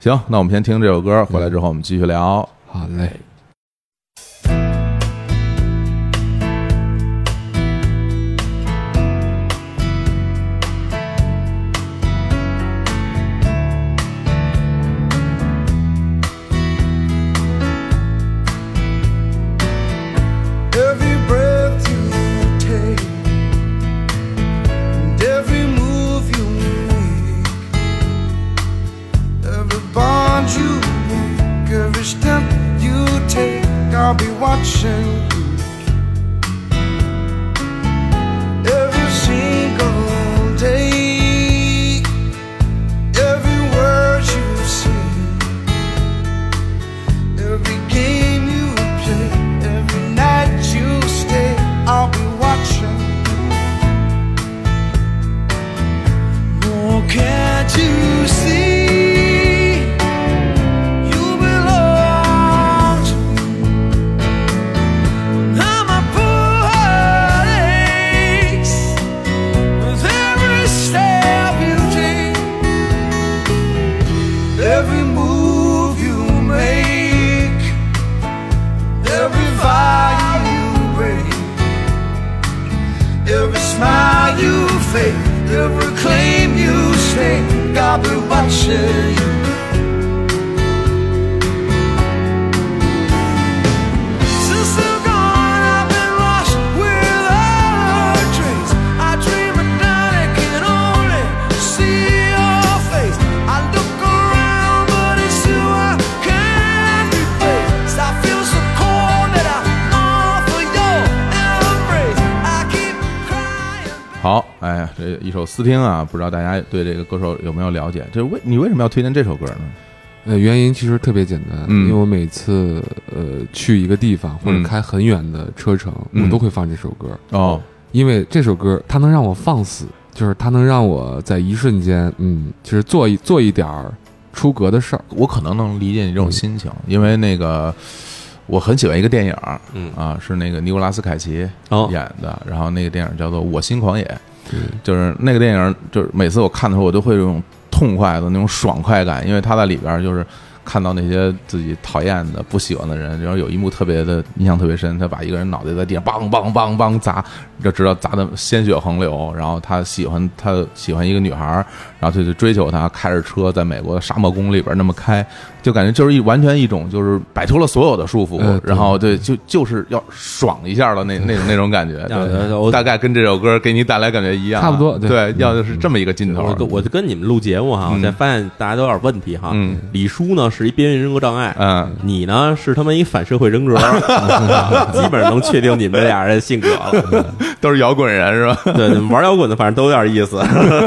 行，那我们先听这首歌，回来之后我们继续聊。好哎嘞。 Every breath you take and every move you make, every bond you make, every step you take, I'll be watching you. Every single day, every word you say. Every game you play, every night you stay, I'll be watching. Oh, can't you see? You belong to me. Now my heart aches with every step you take. Every move you make, every vow you break, every smile you fake, every claim you say, God be watching you. Since they're gone, I've been lost without a trace. I dream at night and can only see your face. I look around, but it's you I can't replace. I feel so cold that I long for your embrace. I keep crying. 好，哎呀，这一首斯汀啊，不知道大家对这个歌手有没有了解？这为你为什么要推荐这首歌呢？呃，原因其实特别简单，嗯因为我每次呃去一个地方或者开很远的车程，嗯我都会放这首歌，哦，因为这首歌它能让我放肆，就是它能让我在一瞬间，嗯，就是做一做一点儿出格的事儿。我可能能理解你这嗯种心情，因为那个我很喜欢一个电影儿，嗯啊，是那个尼古拉斯凯奇哦演的，然后那个电影叫做《我心狂野》，嗯就是那个电影，就是每次我看的时候，我都会有一种痛快的那种爽快感，因为他在里边儿就是。看到那些自己讨厌的、不喜欢的人，然后有一幕特别的印象特别深，他把一个人脑袋在地上梆梆梆梆砸，就知道砸的鲜血横流。然后他喜欢他喜欢一个女孩儿，然后他就追求她，开着车在美国的沙漠公路里边那么开，就感觉就是一完全一种就是摆脱了所有的束缚，呃对然后对就就是要爽一下的那那种那种感觉。要对要我大概跟这首歌给你带来感觉一样啊，差不多对嗯对，要的是这么一个劲头我。跟我就跟你们录节目哈，嗯我才发现大家都有点问题哈。嗯李叔呢是一边缘人格障碍，嗯，你呢是他妈一反社会人格，基本上能确定你们俩人的性格了。都是摇滚人是吧？对，你们玩摇滚的反正都有点意思。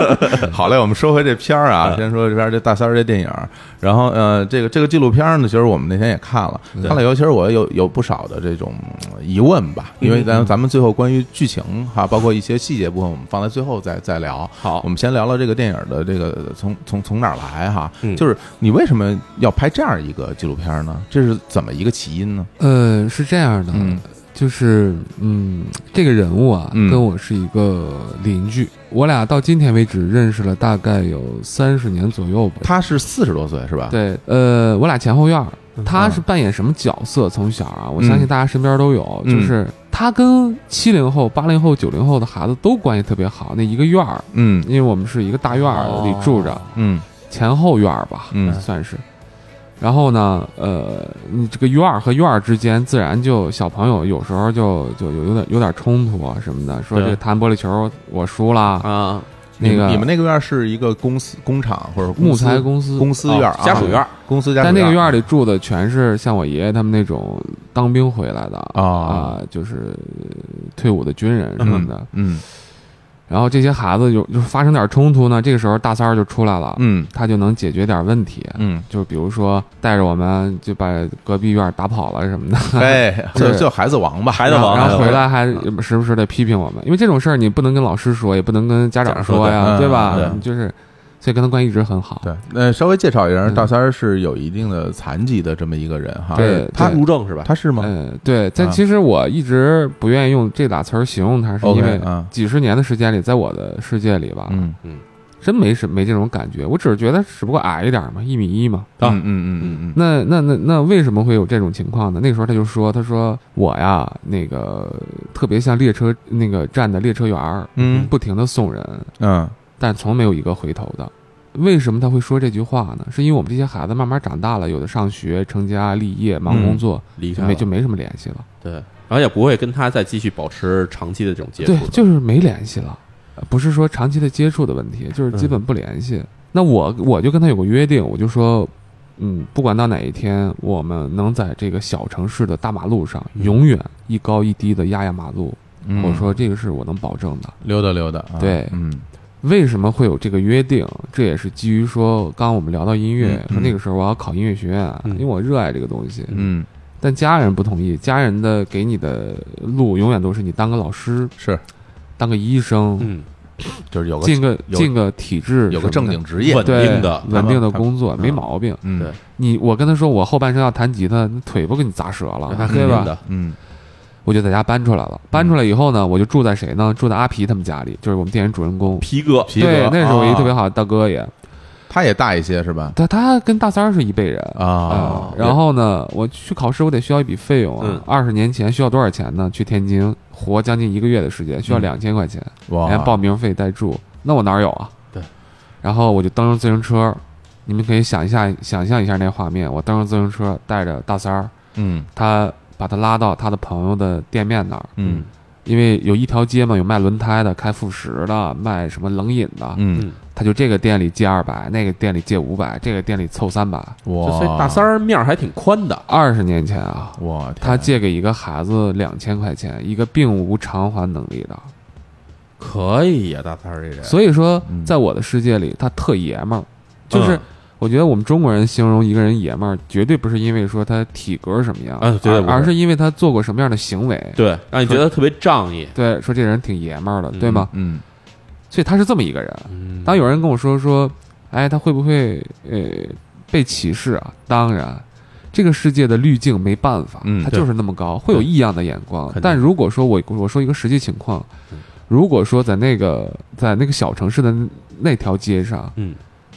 好嘞，我们说回这片儿啊，先说这边儿这大三儿这电影儿，然后呃，这个这个纪录片儿呢，其实我们那天也看了，看了以后，其实我有有不少的这种嗯疑问吧，因为咱咱们最后关于剧情哈，包括一些细节部分，我们放在最后再再聊。好我们先聊聊这个电影的这个从从从哪儿来哈嗯，就是你为什么要拍这样一个纪录片儿呢？这是怎么一个起因呢？呃，是这样的，嗯就是嗯，这个人物啊，嗯跟我是一个邻居，我俩到今天为止认识了大概有三十年左右吧。他是四十多岁是吧？对，呃，我俩前后院儿，他嗯是扮演什么角色？从小啊，我嗯相信大家身边都有，嗯就是他跟七零后、八零后、九零后的孩子都关系特别好，那一个院儿，嗯因为我们是一个大院儿里住着，嗯前后院儿吧，嗯算是。然后呢，呃，你这个院儿和院儿之间，自然就小朋友有时候就就有有点有点冲突啊什么的，说对这弹玻璃球我输了，啊，你那个们你们那个院儿是一个公司工厂或者木材公公司司公司院儿啊哦家属院儿，公司家属但院儿，那个院儿里住的全是像我爷爷他们那种当兵回来的啊啊、就是退伍的军人什么的。嗯然后这些孩子有就发生点冲突呢，这个时候大三儿就出来了，嗯他就能解决点问题。嗯，就比如说带着我们就把隔壁院儿打跑了什么的， 哎，嗯对就就孩子王吧，孩子王然孩子后王回来还嗯时不时的批评我们，因为这种事儿你不能跟老师说，也不能跟家长说家长呀，说对对吧？嗯对你就是，所以跟他关系一直很好。对，那稍微介绍一下，嗯大三儿是有一定的残疾的这么一个人哈，对他对入政是吧？他是吗？嗯，对，但啊其实我一直不愿意用这俩词儿形容他，是 OK，因为啊几十年的时间里，在我的世界里吧，嗯真没什没这种感觉。我只是觉得，只不过矮一点嘛，一米一嘛。嗯嗯嗯嗯嗯，那那那那为什么会有这种情况呢？那个时候他就说，他说我呀，那个特别像列车那个站的列车员儿，嗯不停的送人，嗯但从没有一个回头的。为什么他会说这句话呢？是因为我们这些孩子慢慢长大了，有的上学、成家立业、忙工作，离就开嗯没了就没什么联系了。对，然后也不会跟他再继续保持长期的这种接触对了。，就是没联系了，呃不是说长期的接触的问题，就是嗯基本不联系。那我我就跟他有个约定，我就说，嗯，不管到哪一天，我们能在这个小城市的大马路上，嗯永远一高一低的压压马路。嗯，我说这个是我能保证的。溜达溜达，啊对嗯为什么会有这个约定？这也是基于说，刚刚我们聊到音乐，嗯说那个时候我要考音乐学院，嗯因为我热爱这个东西。嗯但家人不同意，家人的给你的路永远都是你当个老师，是，当个医生，嗯，就是有个嗯进个有进个体制，有个正经职业稳，对定的他稳们定的他们工作，没嗯毛病。嗯对你我跟他说，我后半生要弹吉他，那腿都给你砸折了那，肯对定吧？的，嗯我就在家搬出来了。搬出来以后呢，我就住在谁呢？住在阿皮他们家里，就是我们电影主人公。皮哥皮对哥，那是我一个特别啊，好的大哥也，他也大一些是吧？他他跟大三儿是一辈人啊啊，然后呢，我去考试，我得需要一笔费用啊嗯。二十年前需要多少钱呢？去天津活将近一个月的时间，需要嗯两千块钱，连哇，报名费带住，那我哪儿有啊？对。然后我就蹬上自行车，你们可以想一下，想象一下那画面，我蹬上自行车，带着大三儿，嗯他把他拉到他的朋友的店面那儿，嗯因为有一条街嘛，有卖轮胎的，开副食的，卖什么冷饮的，嗯，他就这个店里借二百，那个店里借五百，这个店里凑三百。就哇所以，大三儿面儿还挺宽的，二十年前啊，哇，天他借给一个孩子两千块钱，一个并无偿还能力的。可以呀，大三儿这人所以说嗯，在我的世界里，他特爷们儿，就是嗯我觉得我们中国人形容一个人爷们儿，绝对不是因为说他体格什么样，啊绝对不而是而是因为他做过什么样的行为。对，让你觉得特别仗义。对，说这人挺爷们儿的，对吗？嗯所以他是这么一个人。嗯当有人跟我说说，哎，他会不会呃被歧视啊？当然，这个世界的滤镜没办法，嗯它就是那么高，会有异样的眼光肯。定但如果说我我说一个实际情况，如果说在那个在那个小城市的那条街上，嗯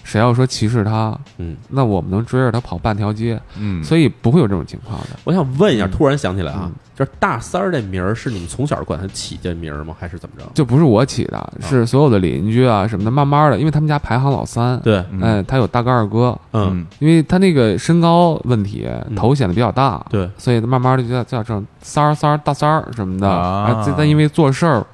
谁要说歧视他，嗯，那我们能追着他跑半条街，嗯，所以不会有这种情况的。我想问一下，嗯突然想起来啊嗯，就是大三儿这名儿是你们从小管他起这名儿吗？还是怎么着？就不是我起哦的，是所有的邻居啊什么的，慢慢的，因为他们家排行老三，对，嗯哎，他有大哥二哥，嗯，嗯因为他那个身高问题，头显得比较大，对，所以慢慢的就叫叫成三儿三儿大三儿什么的啊这但因为做事儿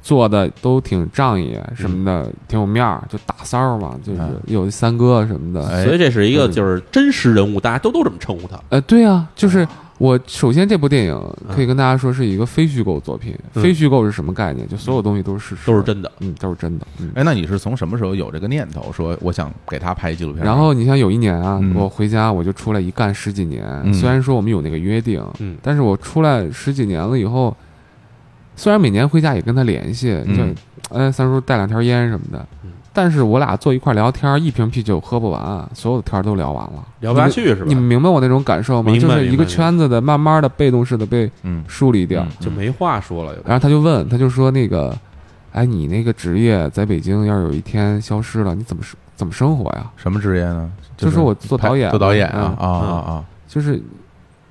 做的都挺仗义什么嗯的，挺有面儿，就大三儿嘛，就是哎有三哥什么的。哎所以这是一个嗯就是真实人物，大家都都这么称呼他。呃，对啊，就是哎我首先这部电影可以跟大家说是一个非虚构作品，嗯非虚构是什么概念？就所有东西都是事实，都是，真的，嗯，都是真的，嗯。哎，那你是从什么时候有这个念头，说我想给他拍纪哎录片？然后你像有一年啊，嗯我回家我就出来一干十几年，嗯虽然说我们有那个约定，嗯但是我出来十几年了以后，虽然每年回家也跟他联系，嗯就哎三叔带两条烟什么的嗯，但是我俩坐一块儿聊天儿，一瓶啤酒喝不完，所有的天儿都聊完了，聊不下去是吧你们。你们明白我那种感受吗？明白就是一明个白圈子的，慢慢的被动式的被嗯，梳理掉。嗯就没话说了，有点然后他就问，他就说那个，哎，你那个职业在北京要是有一天消失了，你怎么生怎么生活呀？什么职业呢？就是说我做拍导演，做导演啊嗯啊啊啊！就是，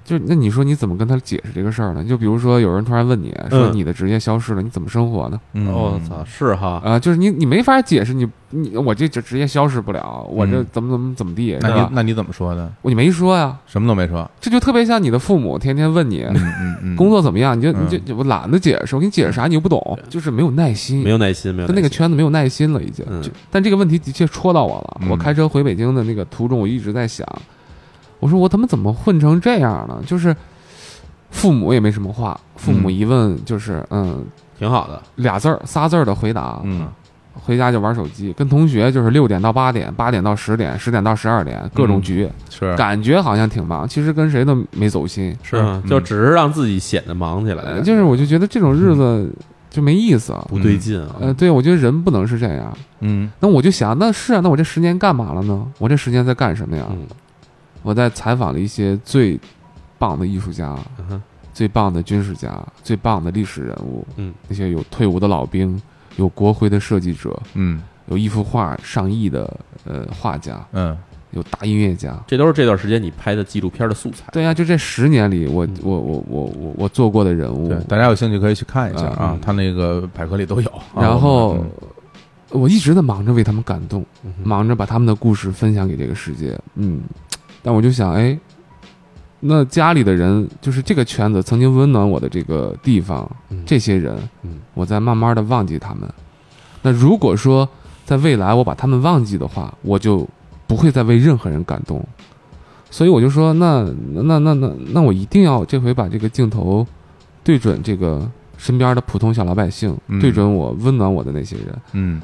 就是那你说你怎么跟他解释这个事儿呢？就比如说有人突然问你说嗯你的职业消失了，你怎么生活呢？嗯哦我操，，是哈，哎啊、就是你你没法解释，你你我这就直接消失不了，我这嗯怎么怎么怎么地，那是你吧？那你怎么说的？我就没说呀，什么都没说。这就特别像你的父母天天问你嗯嗯嗯，工作怎么样，你就你嗯就就我懒得解释，我给你解释啥你又不懂，就是没有耐心，没有耐心，没有跟那个耐心，圈子没有耐心了已经。嗯就但这个问题的确戳到我了。嗯我开车回北京的那个途中，我一直在想，我说我他妈怎么混成这样呢？就是父母也没什么话，父母一问就是嗯挺好的，俩字儿仨字儿的回答，嗯回家就玩手机，跟同学就是六点到八点，八点到十点，十点到十二点，各种局，是感觉好像挺忙，其实跟谁都没走心。是嗯就只是让自己显得忙起来呃了，就是我就觉得这种日子就没意思。不对劲啊。呃，对，我觉得人不能是这样。嗯那我就想，那是啊，那我这十年干嘛了呢？我这十年在干什么呀？嗯我在采访了一些最棒的艺术家、嗯哼最棒的军事家、最棒的历史人物，嗯，那些有退伍的老兵、有国徽的设计者、嗯有一幅画上亿的呃画家、嗯有大音乐家。这都是这段时间你拍的纪录片的素材。对啊呀、就这十年里我，嗯我我我我我做过的人物对，，大家有兴趣可以去看一下啊嗯，他那个百科里都有。哦啊然后嗯我一直在忙着为他们感动，嗯哼忙着把他们的故事分享给这个世界。嗯，但我就想，哎，那家里的人，就是这个圈子曾经温暖我的这个地方，嗯这些人，嗯我在慢慢的忘记他们。那如果说在未来我把他们忘记的话，我就不会再为任何人感动。所以我就说，那那那那那我一定要这回把这个镜头对准这个身边的普通小老百姓，嗯对准我温暖我的那些人。嗯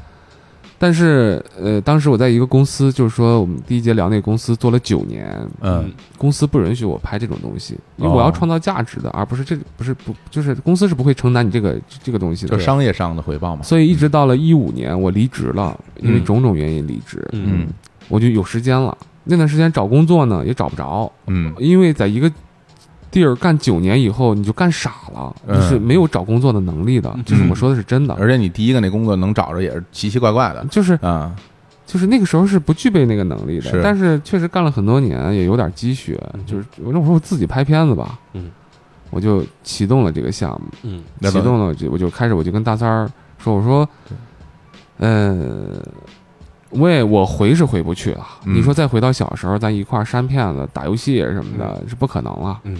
但是呃，当时我在一个公司，就是说我们第一节聊那个公司做了九年，嗯公司不允许我拍这种东西，因为我哦要创造价值的，而不是这不是不就是公司是不会承担你这个这个东西就的。商业上的回报嘛。所以一直到了一五年，我离职了，因为嗯种种原因离职，嗯嗯我就有时间了。那段时间找工作呢也找不着，嗯因为在一个地儿干九年以后，你就干傻了，嗯就是没有找工作的能力的。这是嗯我说的是真的，啊而且你第一个那工作能找着也是奇奇怪怪的就是啊，就是那个时候是不具备那个能力的，是但是确实干了很多年，也有点积雪。嗯就是我那我说我自己拍片子吧，嗯，我就启动了这个项目，嗯那启怎么动了就我就开始我就跟大三儿说，我说，呃，喂，我回是回不去了。嗯你说再回到小时候，咱一块儿删片子、打游戏什么的，是不可能了。嗯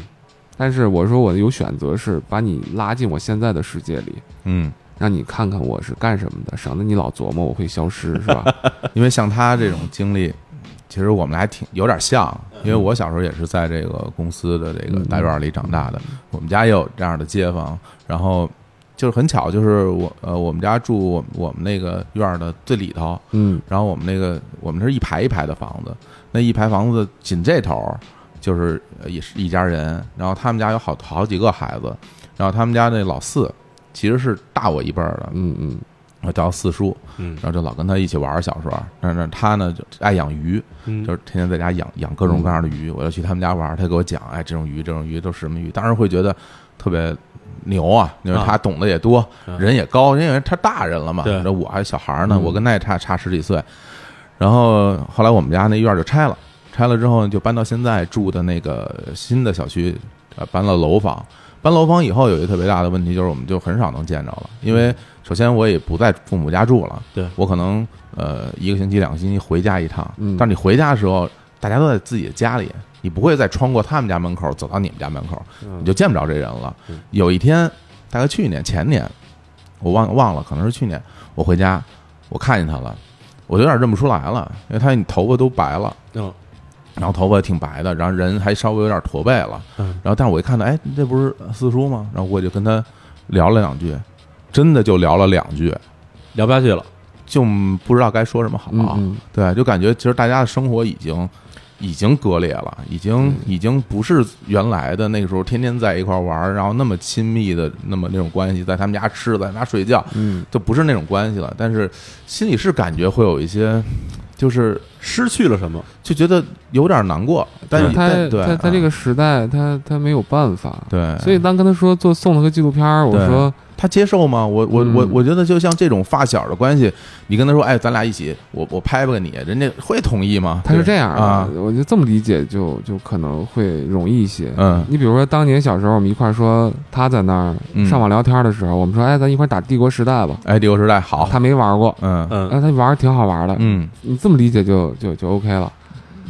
但是我说我有选择，是把你拉进我现在的世界里。嗯，让你看看我是干什么的，省得你老琢磨我会消失，是 吧？因为像他这种经历，其实我们还挺有点像，因为我小时候也是在这个公司的这嗯个大院里长大的，我们家也有这样的街坊，然后就是很巧，就是我呃我们家住我们我们那个院儿的最里头，嗯，然后我们那个我们是一排一排的房子，那一排房子紧这头儿就是呃也是一家人，然后他们家有好好几个孩子，然后他们家那老四其实是大我一辈儿的，嗯嗯我叫四叔，嗯然后就老跟他一起玩儿。小时候，但是他呢就爱养鱼，嗯，就是天天在家养养各种各样的鱼。我要去他们家玩儿，他给我讲，哎，这种鱼，这种鱼都是什么鱼？当时会觉得特别牛啊，因为啊他懂得也多，嗯人也高，因为他大人了嘛。对这我还小孩儿呢，嗯我跟他也差差十几岁。然后后来我们家那院儿就拆了，拆了之后就搬到现在住的那个新的小区，呃，搬了楼房。搬楼房以后有一个特别大的问题，就是我们就很少能见着了，因为首先我也不在父母家住了，嗯对我可能呃一个星期、两个星期回家一趟，嗯但是你回家的时候，大家都在自己的家里，你不会再穿过他们家门口走到你们家门口，嗯你就见不着这人了。有一天，大概去年、前年，我忘忘了，可能是去年，我回家，我看见他了，我有点认不出来了，因为他头发都白了。嗯然后头发挺白的，然后人还稍微有点驼背了，嗯然后但我一看他，哎，这不是四叔吗？然后我就跟他聊了两句，真的就聊了两句，聊不下去了，就不知道该说什么好，啊嗯嗯，对，就感觉其实大家的生活已经已经割裂了，已嗯经已经不是原来的那个时候天天在一块玩儿，然后那么亲密的那么那种关系，在他们家吃，在他们家睡觉，嗯，就不是那种关系了。但是心里是感觉会有一些，就是失去了什么？就觉得有点难过，但但是是他对他他这嗯个时代，他他没有办法。对，所以当跟他说做送了个纪录片儿，我对说他接受吗？我我嗯我我觉得就像这种发小的关系，你跟他说，哎，咱俩一起，我我拍拍你，人家会同意吗？他是这样啊，的，我就这么理解就就可能会容易一些。嗯你比如说当年小时候我们一块儿说他在那嗯儿上网聊天的时候，我们说哎咱一块儿打帝国时代吧，哎，帝国时代好，他呃没玩过，嗯嗯那他玩儿挺好玩的，嗯，你这么理解就就就 OK 了。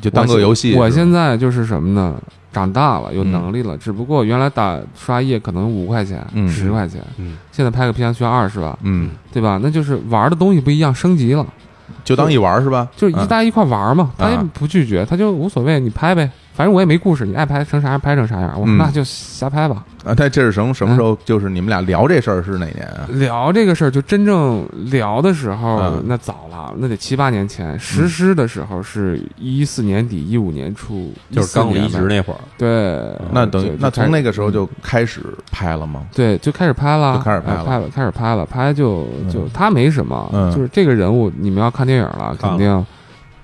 就当个我现游戏。我是吧现在就是什么呢？长大了，有嗯能力了，只不过原来打刷夜可能五块钱、嗯十块钱，嗯现在拍个片需要二十万，嗯，对吧？那就是玩的东西不一样，升级了，就当一玩儿是吧？就是一嗯大家一块玩嘛，他也啊不拒绝，他就无所谓，你拍呗，反正我也没故事，你爱拍成啥样拍成啥样，我嗯那就瞎拍吧。啊，他这是什么什么时候？就是你们俩聊这事儿是哪年啊？聊这个事儿，就真正聊的时候嗯，那早了，那得七八年前，实施的时候是一四年底一五年初，就是刚14离年职吧那会儿，嗯对，那等于就那就开始从那个时候就开始拍了吗？对，就开始拍了，就开始拍了啊拍了，开始拍了，拍就嗯就他没什么，嗯就是这个人物，你们要看电影了，看了肯定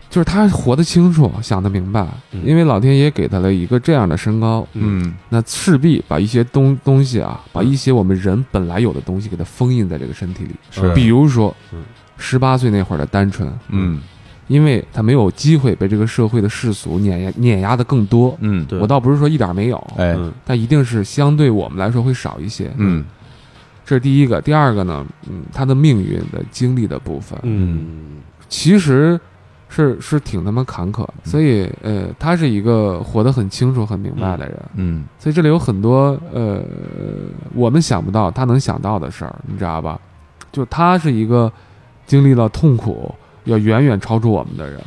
就是他活得清楚，想得明白，嗯因为老天爷给他了一个这样的身高，嗯那势必把一些东东西啊，把一些我们人本来有的东西给他封印在这个身体里，是比如说嗯，十八岁那会儿的单纯，嗯因为他没有机会被这个社会的世俗碾压碾压的更多。嗯，对我倒不是说一点儿没有，哎嗯但一定是相对我们来说会少一些。嗯这是第一个。第二个呢，嗯，他的命运的经历的部分，嗯其实是是挺他妈坎嗯坷的。所以，呃，他是一个活得很清楚、很明白的人。嗯所以这里有很多呃，我们想不到他能想到的事儿，你知道吧？就他是一个经历了痛苦，要远远超出我们的人，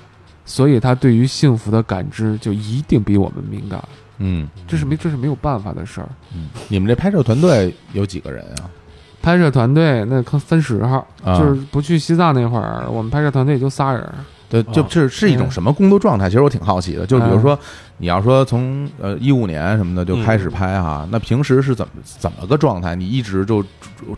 所以他对于幸福的感知就一定比我们敏感。嗯，这是没这是没有办法的事儿。你们这拍摄团队有几个人啊？拍摄团队那可分时候，啊就是不去西藏那会儿，我们拍摄团队也就仨人。对，就啊这是一种什么工作状态？其实我挺好奇的，就是比如说，你要说从呃一五年什么的就开始拍哈，那平时是怎么怎么个状态？你一直就住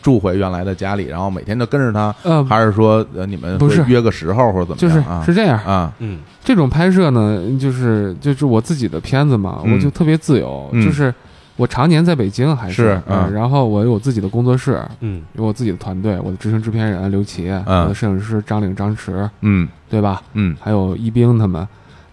住回原来的家里，然后每天都跟着他，呃，还是说呃你们不是会约个时候或者怎就么是样啊？是这样。啊，嗯这种拍摄呢，就是就是我自己的片子嘛，嗯我就特别自由，嗯就是我常年在北京还是呃嗯然后我有我自己的工作室，嗯有我自己的团队，我的执行制片人刘琦，嗯我的摄影师张岭、张弛，嗯对吧？嗯还有一冰他们。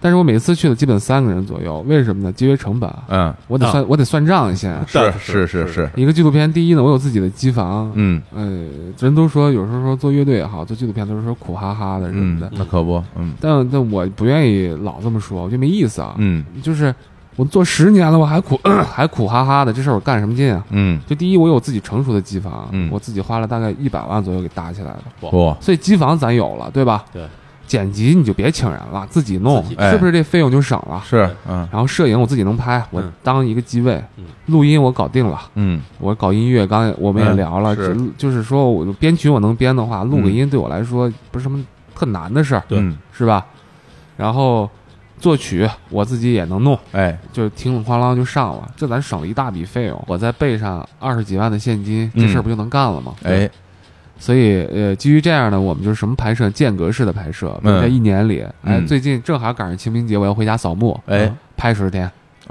但是我每次去的基本三个人左右，为什么呢？节约成本，嗯，我得算、我得算账先。 是是是是是，一个纪录片，第一呢，我有自己的机房，嗯呃，人都说有时候说做乐队也好，做纪录片都是说苦哈哈的什么的，嗯，那可不，嗯但但我不愿意老这么说，我觉得没意思啊。嗯就是我做十年了，我还苦 还苦哈哈的，这事儿我干什么劲啊？嗯，就第一，我有自己成熟的机房，嗯我自己花了大概一百万左右给搭起来的，不，所以机房咱有了，对吧？对，剪辑你就别请人了，自己弄，自己哎是不是这费用就省了？是，嗯然后摄影我自己能拍，我嗯当一个机位，嗯录音我搞定了，嗯我搞音乐，刚才我们也聊了，嗯是只就是说我编曲我能编的话，录个嗯音对我来说不是什么特难的事儿，对嗯是吧？然后作曲我自己也能弄，哎，就听了哐啷就上了，这咱省了一大笔费用。我再备上二十几万的现金，嗯这事儿不就能干了吗？哎，所以呃，基于这样呢，我们就是什么拍摄，间隔式的拍摄，比如嗯在一年里，哎，嗯最近正好赶上清明节，我要回家扫墓，哎，拍十天。哦哦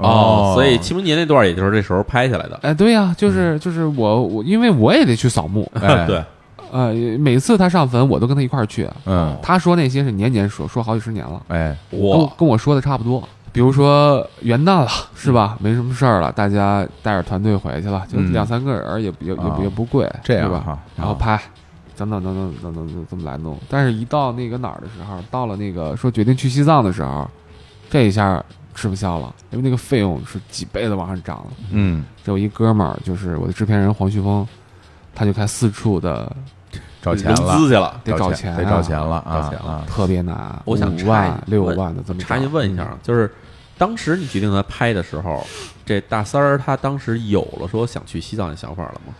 所以清明节那段也就是这时候拍下来的，哎，对呀、就是就是我我，因为我也得去扫墓，哎， 对，呃，每次他上坟，我都跟他一块儿去。嗯，他说那些是年年说，说好几十年了，哎，跟我哇，跟我说的差不多。比如说元旦了，是吧？没什么事儿了，大家带着团队回去了，就嗯两三个人儿，也不也也啊不也不贵，这样对吧？哈，啊然后拍，等等等等等等等这么来弄。但是，一到那个哪儿的时候，到了那个说决定去西藏的时候，这一下吃不消了，因为那个费用是几倍的往上涨了。嗯，这有一哥们儿，就是我的制片人黄旭峰，他就开始四处的找钱融了，资去了。得找钱啊，得找钱了啊，找钱了啊特别难，我想五插一万六问万的这么嗯插一涨问一下，啊，就是当时你决定他拍的时候，这大三儿他当时有了说想去西藏的想法了吗？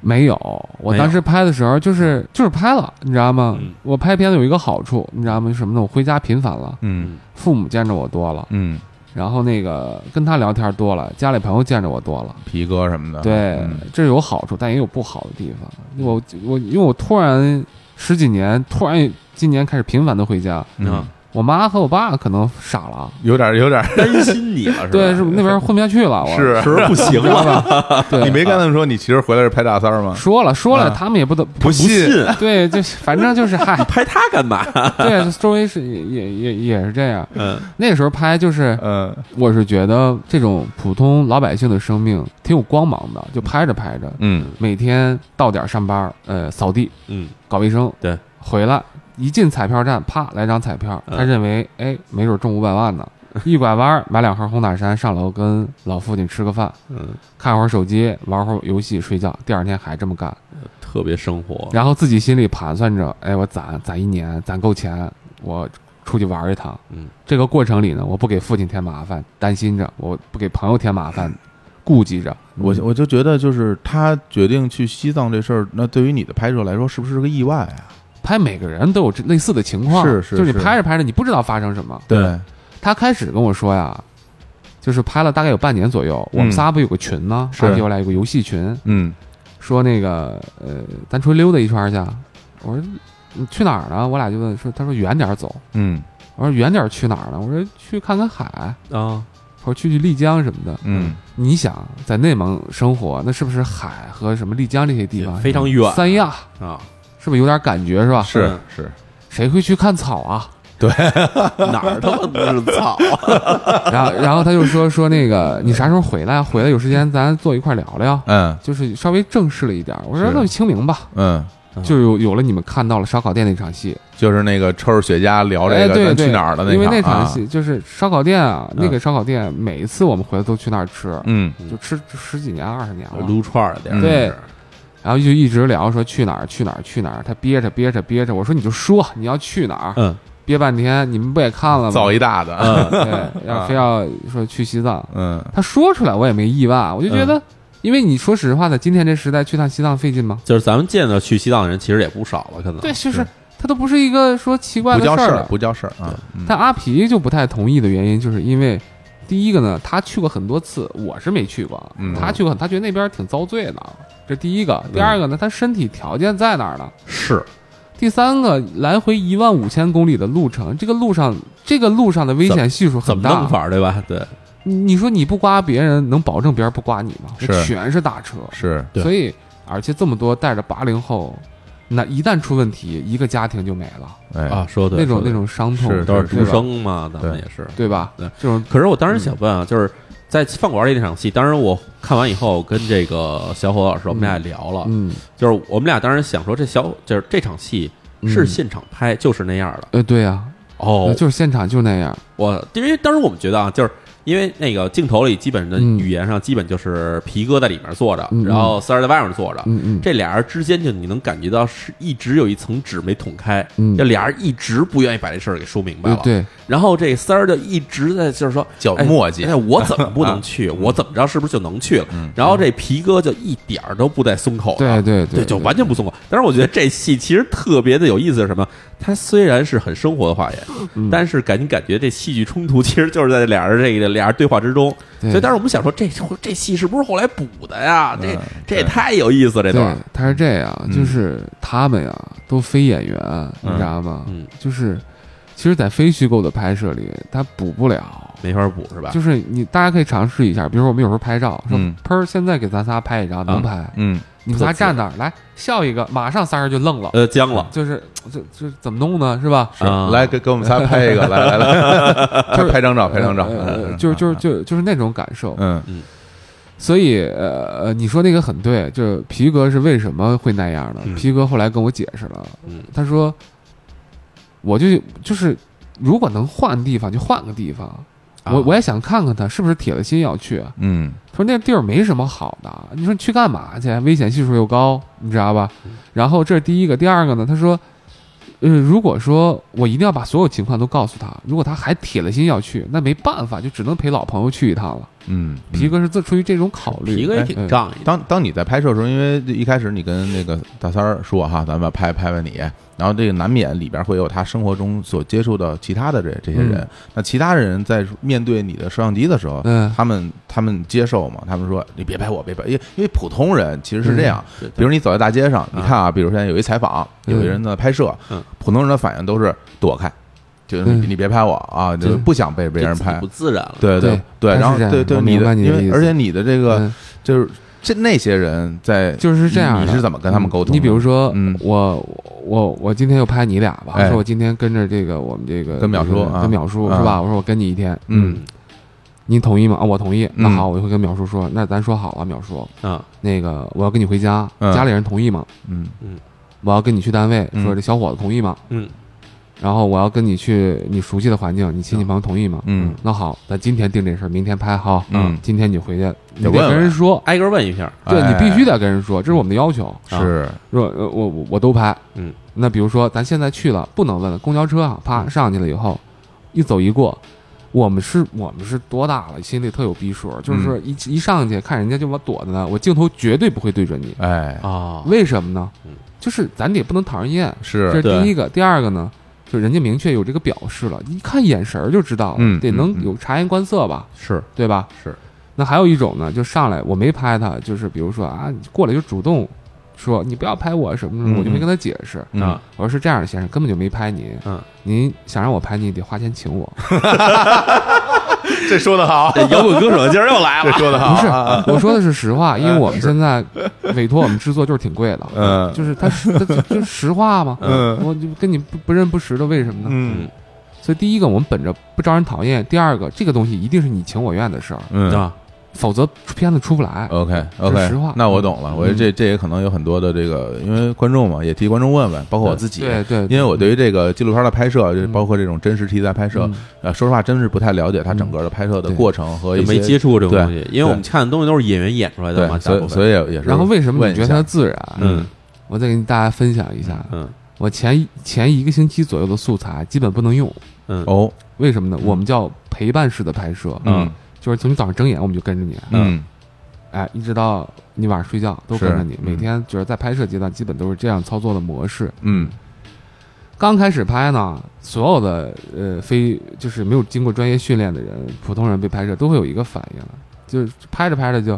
没有，我没有当时拍的时候就是就是拍了，你知道吗？嗯我拍片子有一个好处，你知道吗？什么呢？我回家频繁了，嗯父母见着我多了，嗯，然后那个跟他聊天多了，家里朋友见着我多了。皮哥什么的，啊对，嗯这是有好处，但也有不好的地方。我我因为我突然十几年，突然今年开始频繁的回家，嗯啊我妈和我爸可能傻了，有点有点担心你了，是吧？对，是那边混不下去了，我是是不是不行知道了？ 吧？对，你没跟他们说你其实回来是拍大三儿吗？说了说了，啊他们也不懂，不信 ，信，对，就是反正就是嗨 拍他干嘛？对，周围是也也也也是这样。嗯那个时候拍就是，嗯我是觉得这种普通老百姓的生命挺有光芒的，就拍着拍着，嗯每天到点儿上班儿，呃，扫地、嗯搞卫生，对，回来一进彩票站，啪来张彩票，嗯他认为哎，没准中五百万呢，一拐弯儿买两盒红塔山，上楼跟老父亲吃个饭，嗯，看会儿手机，玩会儿游戏，睡觉，第二天还这么干，特别生哦活，然后自己心里盘算着，哎，我攒攒一年，攒够钱，我出去玩一趟。嗯，这个过程里呢，我不给父亲添麻烦，担心着；我不给朋友添麻 烦，顾忌着。我我就觉得就是他决定去西藏这事儿，那对于你的拍摄来说是不是个意外啊？拍每个人都有这类似的情况，是是就是你是拍着拍着，你不知道发生什么。对，他开始跟我说呀，就是拍了大概有半年左右，嗯我们仨不有个群吗？是阿弟我俩有个游戏群，嗯说那个呃，咱出去溜达一圈儿去。啊我说你去哪儿呢？我俩就问说，他说远点儿走。嗯我说远点儿去哪儿呢？我说去看看海。啊，或者去去丽江什么的。嗯，你想在内蒙生活，那是不是海和什么丽江这些地方非常远三亚啊，是不是有点感觉是吧？是是，谁会去看草啊？哪儿他妈不是草？啊然后然后他就说说那个你啥时候回来？啊回来有时间咱坐一块儿聊聊，嗯就是稍微正式了一点儿。我说是那就清明吧。嗯，嗯就有有了你们看到了烧烤店那场戏，就是那个抽着雪茄聊哎哦这个对咱对，去哪儿了因为那那场啊，戏就是烧烤店啊，嗯那个烧烤店每一次我们回来都去那儿吃，嗯就吃就十几年二十年了，撸串儿的嗯哦对，然后就一直聊说去哪儿去哪儿去哪儿，他憋着憋着憋着，我说你就说你要去哪儿， 嗯憋半天，你们不也看了吗造？一大的，嗯，对，要啊非要说去西藏，嗯他说出来我也没意外，我就觉得，因为你说实话，在今天这时代去趟西藏费劲吗？就是咱们见到去西藏的人其实也不少了，可能对，就是是他都不是一个说奇怪嗯不的叫儿事儿，了。不叫事儿啊，嗯但阿皮就不太同意的原因，就是因为第一个呢，他去过很多次，我是没去过，嗯他去过，他觉得那边挺遭罪的，这第一个。第二个呢，他身体条件在那儿呢。是第三个，来回一万五千公里的路程，这个路上这个路上的危险系怎数很么大。弄法儿对吧？对，你你说你不刮别人，能保证别人不刮你吗？是这全是大车，是对所以而且这么多带着八零后，那一旦出问题，一个家庭就没了，哎啊，说的那种那种伤痛是都是对独吧生嘛，咱们对也是。对吧？对这种可是我当时想问啊，就是在饭馆里那场戏，当然我看完以后跟这个小伙老师我们俩也聊了，嗯就是我们俩当时想说这小就是这场戏是现场拍，就是那样的呃对呀、哦，嗯就是现场就那样，我因为当时我们觉得啊，就是因为那个镜头里基本的嗯语言上，基本就是皮哥在里面坐着，嗯嗯然后三儿在外面坐着，嗯嗯，这俩人之间就你能感觉到是一直有一层纸没捅开，嗯这俩人一直不愿意把这事儿给说明白呃了。，对然后这三儿就一直在就是说叫哎墨迹嗯哎，我怎么不 能去？我怎么着是不是就能去了？然后这皮哥就一点儿都不带松口的。对对对，哦就完全不松口。但是我觉得这戏其实特别的有意思是什么？它虽然是很生活的化嗯演，但是感感觉这戏剧冲突其实就是在俩人这个俩人对话之中。对所以当时我们想说，这这戏是不是后来补的呀？这嗯这也太有意思了，这段对儿，嗯他是这样，就是他们呀都非演员，你知道吗？嗯，就是其实，在非虚构的拍摄里，他补不了。啊没法补是吧？就是你，大家可以尝试一下，比如说我们有时候拍照，说嗯喷儿，现在给咱仨拍一张，能拍？嗯你们仨站那儿来笑一个，马上仨人就愣了，呃，僵了，就是这这怎么弄呢？是吧？是啊来给给我们仨拍一个，来来来， 就是拍张照，拍张照，呃呃嗯就是就是就就是那种感受。嗯所以呃呃，你说那个很对，就是皮哥是为什么会那样的？嗯皮哥后来跟我解释了，嗯他说，我就就是如果能换地方就换个地方，啊我我也想看看他是不是铁了心要去。嗯他说那地儿没什么好的，你说你去干嘛去？危险系数又高，你知道吧？嗯然后这是第一个，第二个呢？他说，呃，如果说我一定要把所有情况都告诉他，如果他还铁了心要去，那没办法，就只能陪老朋友去一趟了。嗯，皮哥是自出于这种考虑，皮哥也哎挺仗义的，当当你在拍摄的时候，因为一开始你跟那个大三儿说哈，咱们拍拍拍你，然后这个难免里边会有他生活中所接触到其他的这这些人，那其他人在面对你的摄像机的时候，嗯他们他们接受嘛？他们说你别拍我，别拍，因为因为普通人其实嗯是这样，对对比如你走在大街嗯上，你看啊，比如现在有一采访，有一人在拍摄嗯，普通人的反应都是躲开。就是对你你别拍我啊，就嗯对不想被别人拍不，自然了。对对对，他是然后这样对我对你明白的，你的因意为思而且你的这个嗯就是这那些人在就是这样的。你是怎么跟他们沟通的？你比如说，嗯我我我今天又拍你俩吧，哎说我今天跟着这个我们这个跟淼叔啊嗯跟淼叔啊是吧？我说我跟你一天，嗯，您同意吗？啊，我同意。那嗯好，我就会跟淼叔说，那咱说好了，淼叔，啊，那个我要跟你回家，嗯家里人同意吗？嗯我要跟你去单位，嗯说这小伙子同意吗？嗯，然后我要跟你去你熟悉的环境，你亲戚朋友同意吗？嗯那好，咱今天定这事儿，明天拍好。嗯今天你就回去，你得得问问跟人说，挨个儿问一下，对你哎嗯必须得跟人说，这是我们的要求。啊是说呃我我我都拍，嗯，那比如说咱现在去了，不能问了，公交车啊，嗯啪上去了以后，一走一过，我们是我们是多大了，心里特有逼数，嗯就是说一、一上去看人家就往躲着呢，我镜头绝对不会对准你，哎啊，为什么呢嗯？就是咱得不能讨人厌，这是是对第一个，第二个呢，就人家明确有这个表示了，一看眼神儿就知道了，嗯得嗯能嗯有察言观色吧，是对吧？是。那还有一种呢，就上来我没拍他，就是比如说啊，你过来就主动说你不要拍我什么什嗯么，我就嗯没跟他解释。嗯啊，我说是这样的，先生，根本就没拍您。嗯，您想让我拍你，得花钱请我。这说的 好，这摇滚歌手今儿又来这了，说的好，不是， 我说的是实话，因为我们现在委托我们制作就是挺贵的，嗯就是他是他就就是实话嘛。嗯我就跟你不不认不识的，为什么呢？嗯所以第一个，我们本着不招人讨厌；第二个，这个东西一定是你情我愿的事儿，嗯。啊，否则片子出不来。 OK 这 OK，是实话嗯那我懂了。我觉得这这也可能有很多的这个，因为观众嘛，也替观众问问，包括我自己，对对，因为我对于这个纪录片的拍摄，就是嗯包括这种真实题材拍摄嗯，呃，说实话，真是不太了解它整个的拍摄的对过程和就一没些接触过这种对东西，因为我们看的东西都是演员演出来的嘛，对，所以所以以也也是。然后为什么你觉得它他？自然？嗯我再给大家分享一下，嗯我前一前一个星期左右的素材基本不能用，嗯哦，为什么呢？我们叫陪伴式的拍摄，嗯就是从你早上睁眼我们就跟着你，嗯哎，一直到你晚上睡觉都跟着你是，嗯每天就是在拍摄阶段基本都是这样操作的模式。嗯刚开始拍呢，所有的呃非就是没有经过专业训练的人，普通人被拍摄都会有一个反应，就是拍着拍着就，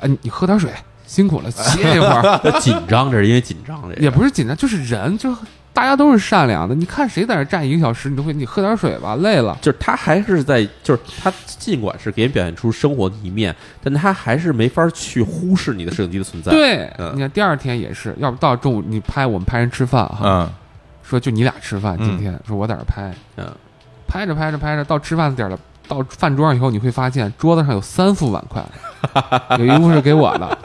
哎，你你喝点水，辛苦了，歇一会儿。这紧张，这是因为紧张，这也不是紧张，就是人，就是大家都是善良的。你看谁在那儿站一个小时，你都会，你喝点水吧，累了。就是他还是在，就是他尽管是给你表现出生活的一面，但他还是没法去忽视你的摄影机的存在。对，嗯你看第二天也是，要不到中午你拍我们拍人吃饭哈，嗯说就你俩吃饭，嗯今天、说我在这儿拍，嗯，拍着拍着拍着到吃饭的点儿了，到饭桌上以后你会发现桌子上有三副碗筷，有一副是给我的，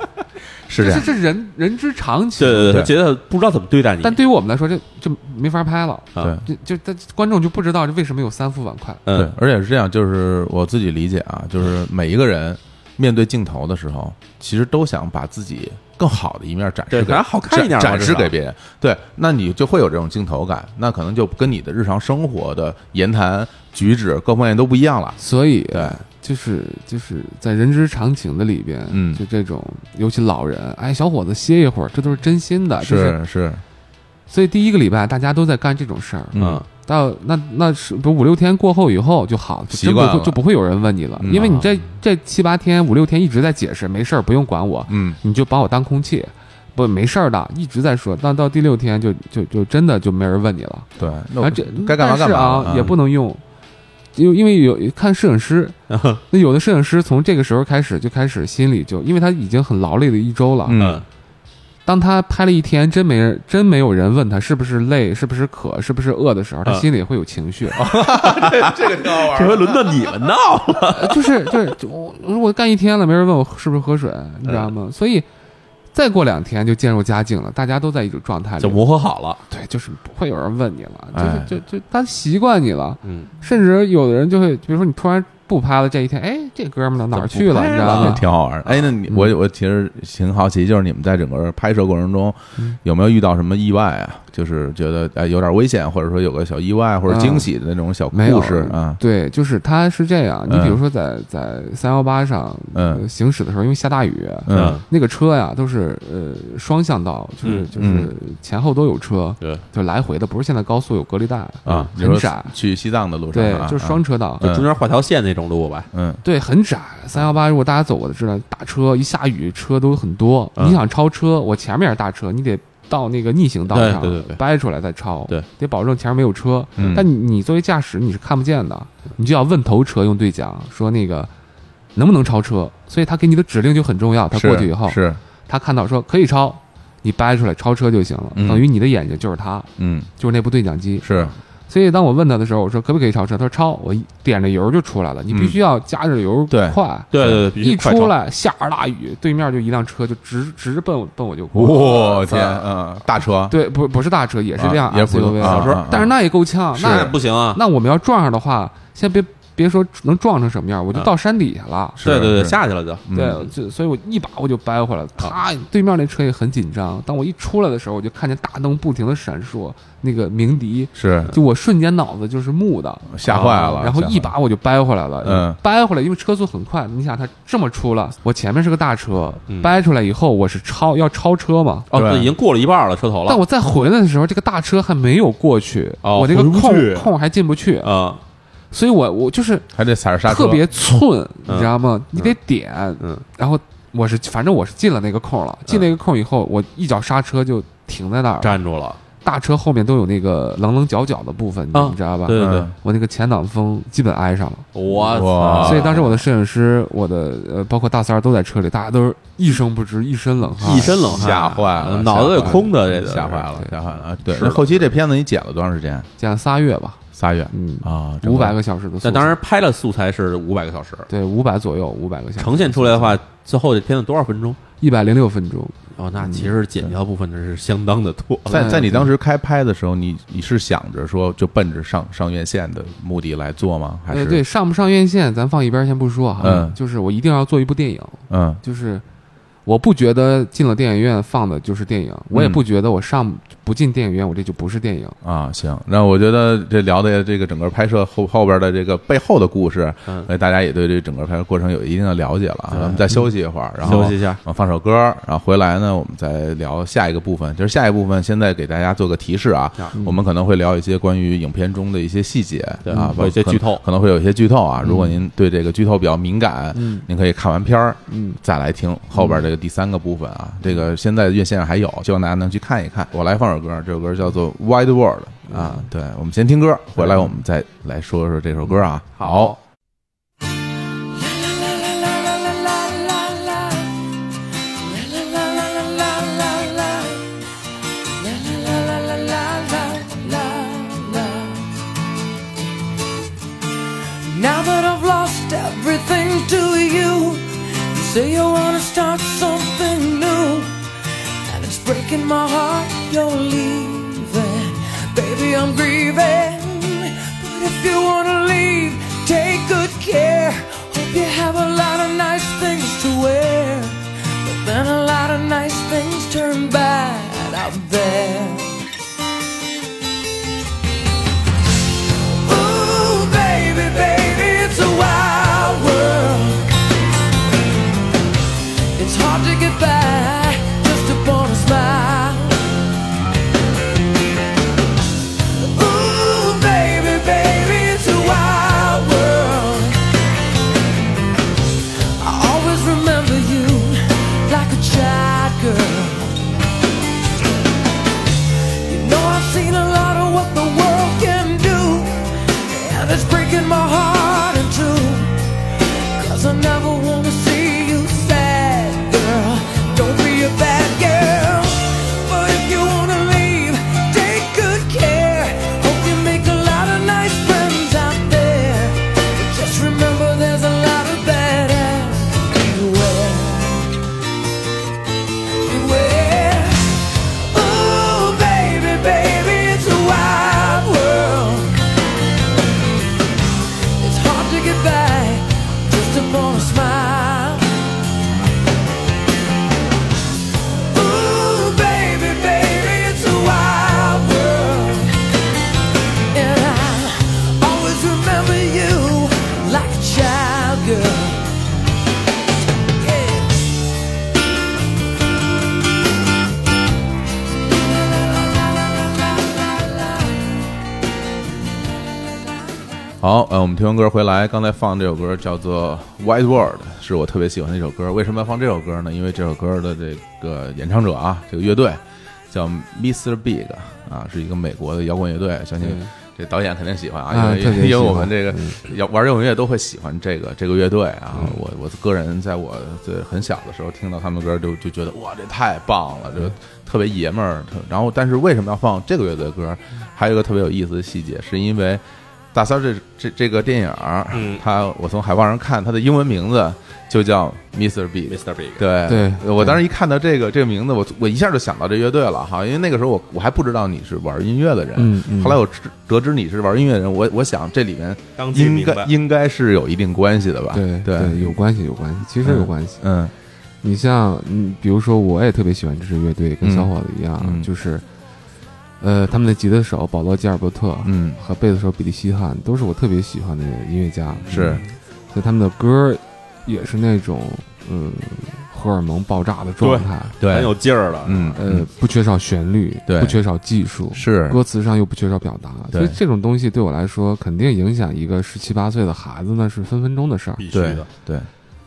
是这这样是。这人人之常情。对对对对，他觉得不知道怎么对待你，但对于我们来说，这这没法拍了，啊对这就这观众就不知道这为什么有三副碗筷。对嗯，而且是这样，就是我自己理解啊，就是每一个人面对镜头的时候，其实都想把自己更好的一面展示对，给可能哦好看一点嘛，展展示至少 给别人。对，那你就会有这种镜头感，那可能就跟你的日常生活的言谈举止各方面都不一样了。所以哎对就是就是在人之常情的里边，嗯就这种，尤其老人，哎，小伙子歇一会儿，这都是真心的，啊就是。是是，所以第一个礼拜大家都在干这种事儿，啊嗯嗯，到那那是不五六天过后以后就好，就习真不惯会了就不会有人问你了，嗯因为你这这七八天五六天一直在解释，没事儿不用管我，嗯你就把我当空气。不，没事儿的，一直在说。到到第六天就就就真的就没人问你了。对，那然我啊后这该干嘛干但是嘛嗯啊，了也不能用，因为因为有看摄影师，那有的摄影师从这个时候开始就开始心里就，因为他已经很劳累了一周了。嗯嗯当他拍了一天，真没人，真没有人问他是不是累，是不是渴，是不是饿的时候，他嗯心里会有 情绪，这回轮到你们闹 了，呃就是就是就我我干一天了，没人问我是不是喝水，你知道嗯吗？所以再过两天就渐入佳境了，大家都在一种状态里就，磨合好了，对，就是不会有人问你了，哎就是就就他习惯你了，嗯，甚至有的人就会，比如说你突然不拍了，这一天，哎，这哥们儿哪儿去怎么不了？拍你知道了也吗？挺好 玩的。哎，那嗯你我我其实挺好奇，就是你们在整个拍摄过程中嗯有没有遇到什么意外啊？就是觉得哎有点危险，或者说有个小意外或者嗯惊喜的那种小没有故事啊？对，就是他是这样。你嗯比如说在在三幺八上嗯呃行驶的时候，因为下大雨，嗯那个车呀都是呃双向道，就是嗯就是前后都有车，对，就来回的，不是现在高速有隔离带啊，你很说窄，去西藏的路上对啊，就是双车道。就中间画条线那种路吧，嗯对，很窄。三幺八，如果大家走过的知道，大车一下雨车都很多，嗯你想超车，我前面也是大车，你得到那个逆行道上对对对对掰出来再超，对，得保证前面没有车。嗯但你你作为驾驶你是看不见的，你就要问头车用对讲说那个能不能超车，所以他给你的指令就很重要。他过去以后，是，他看到说可以超，你掰出来超车就行了，嗯等于你的眼睛就是他，嗯，就是那部对讲机。是，所以当我问他的时候，我说可不可以超车，他说超，我一点着油就出来了，你必须要加着油对快。对对对，必须一快超出来下着大雨，对面就一辆车就直直奔我奔我就过。我天，嗯，大车，对，不不是大车，也是啊辆也是普通 SUV，、小车啊但是那也够呛。是那那不行啊，那我们要撞上的话，先别别说能撞成什么样，我就啊嗯到山底下了。是对对对，是嗯下去了就。对，就所以我一把我就掰回来了。咔，对面那车也很紧张。当我一出来的时候，我就看见大灯不停的闪烁，那个鸣笛，是嗯就我瞬间脑子就是木的，啊吓坏了，然后吓坏一了把我就掰回来了，嗯掰回来，因为车速很快，你想它这么出了，我前面是个大车，嗯掰出来以后我是超要超车嘛，哦，对对已经过了一半了，车头了。但我再回来的时候，这个大车还没有过去，哦我这个回不空去空还进不去，啊，所以我我就是还得踩着刹车，特别寸，嗯你知道吗？你得点，嗯，然后我是反正我是进了那个空了，进那个空以后，我一脚刹车就停在那儿，站住了。大车后面都有那个棱棱角角的部分，啊你知道吧？对对对嗯，我那个前挡风基本挨上了。我哇操！所以当时我的摄影师，我的呃，包括大三儿都在车里，大家都是一声不吱，一身冷汗，一身冷汗，吓坏了，啊脑子吓也坏了空的，这个吓坏了，吓坏了。啊对，是那后期这片子你剪了多长时间？减了仨月吧，仨月嗯，啊，整五个百个小时的速度。但当然拍了素材是五百个小时，对，五百左右，五百个小时呈现出来的嗯话，最后这片子多少分钟？一百零六分钟，哦，嗯那其实剪掉部分的是相当的多。在在你当时嗯开拍的时候，你你是想着说就奔着上上院线的目的来做吗？还呃对是呃对，上不上院线咱放一边先不说哈，嗯就是我一定要做一部电影，嗯就是我不觉得进了电影院放的就是电影，嗯我也不觉得我上不进电影院我这就不是电影，啊行，那我觉得这聊的这个整个拍摄后后边的这个背后的故事，嗯呃，大家也对这整个拍摄过程有一定的了解了啊。对嗯咱们再休息一会儿，然后休息一下，啊，放首歌，然后回来呢，我们再聊下一个部分。就是下一部分，现在给大家做个提示啊啊，我们可能会聊一些关于影片中的一些细节对啊，会有一些可剧透嗯可能会有一些剧透啊。如果您对这个剧透比较敏感，嗯您可以看完片儿嗯，再来听后边这个第三个部分啊。嗯这个现在院线上还有，希望大家能去看一看。我来放首歌，这首歌叫做《Wide World》啊。嗯对，我们先听歌，回来我们再来说说这首歌啊。好， Now that I've lost everything to you, you say you wanna start something new, and it's breaking my heart you're leaving. Baby, I'm grieving, but if you wanna leave, take good care. Hope you have a lot of nice things to wear, but then a lot of nice things turn bad out there. Ooh, baby, baby, it's a wild world. It's hard to get by just upon a smile. Ooh, baby, baby, it's a wild world. I always remember you like a child girl. You know I've seen a lot of what the world can do, and it's breaking my heart in two. Cause I never wanna see you sad, girl. Don't be a bad girl. But if you wanna leave, take good care. Hope you make a lot of nice friends out there. But just remember there's a lot of bad out everywhere. Beware. Ooh, baby, baby, it's a wild world. It's hard to get by just upon a smile. Ooh, baby, baby, it's a wild world. And I always remember you like a child girl. Yeah. 好，呃，我们听完歌回来，刚才放这首歌叫做《Wide World》，是我特别喜欢的一首歌。为什么要放这首歌呢？因为这首歌的这个演唱者啊，这个乐队叫 Mr. Big 啊，是一个美国的摇滚乐队，相信嗯这导演肯定喜欢啊啊，因特为 别因喜为欢嗯我们这个摇玩摇滚乐都会喜欢这个这个乐队啊。我我个人在我这很小的时候听到他们的歌就就觉得哇，这太棒了，嗯就特别爷们儿。特然后，但是为什么要放这个乐队的歌？还有一个特别有意思的细节，是因为。大三这这这个电影儿，嗯它我从海报上看，它的英文名字就叫 Mr. B， ，Mr. Big，对对我对当时一看到这个这个名字，我我一下就想到这乐队了哈，因为那个时候我我还不知道你是玩音乐的人，嗯嗯后来我知得知你是玩音乐的人，我我想这里面当即应明该白，应该是有一定关系的吧？对对，有关系有关系，其实有关系。嗯你像，嗯，比如说，我也特别喜欢这支乐队，跟嗯小伙子一样，嗯就是，呃，他们的吉他手保罗·吉尔伯特，嗯和贝斯手比利·希汉都是我特别喜欢的音乐家，是嗯所以他们的歌也是那种，嗯，荷尔蒙爆炸的状态，很对，有劲儿了，嗯呃，不缺少旋律，对不缺少技术，是歌词上又不缺少表达，所对以这种东西对我来说，肯定影响一个十七八岁的孩子那是分分钟的事儿。必须对的，对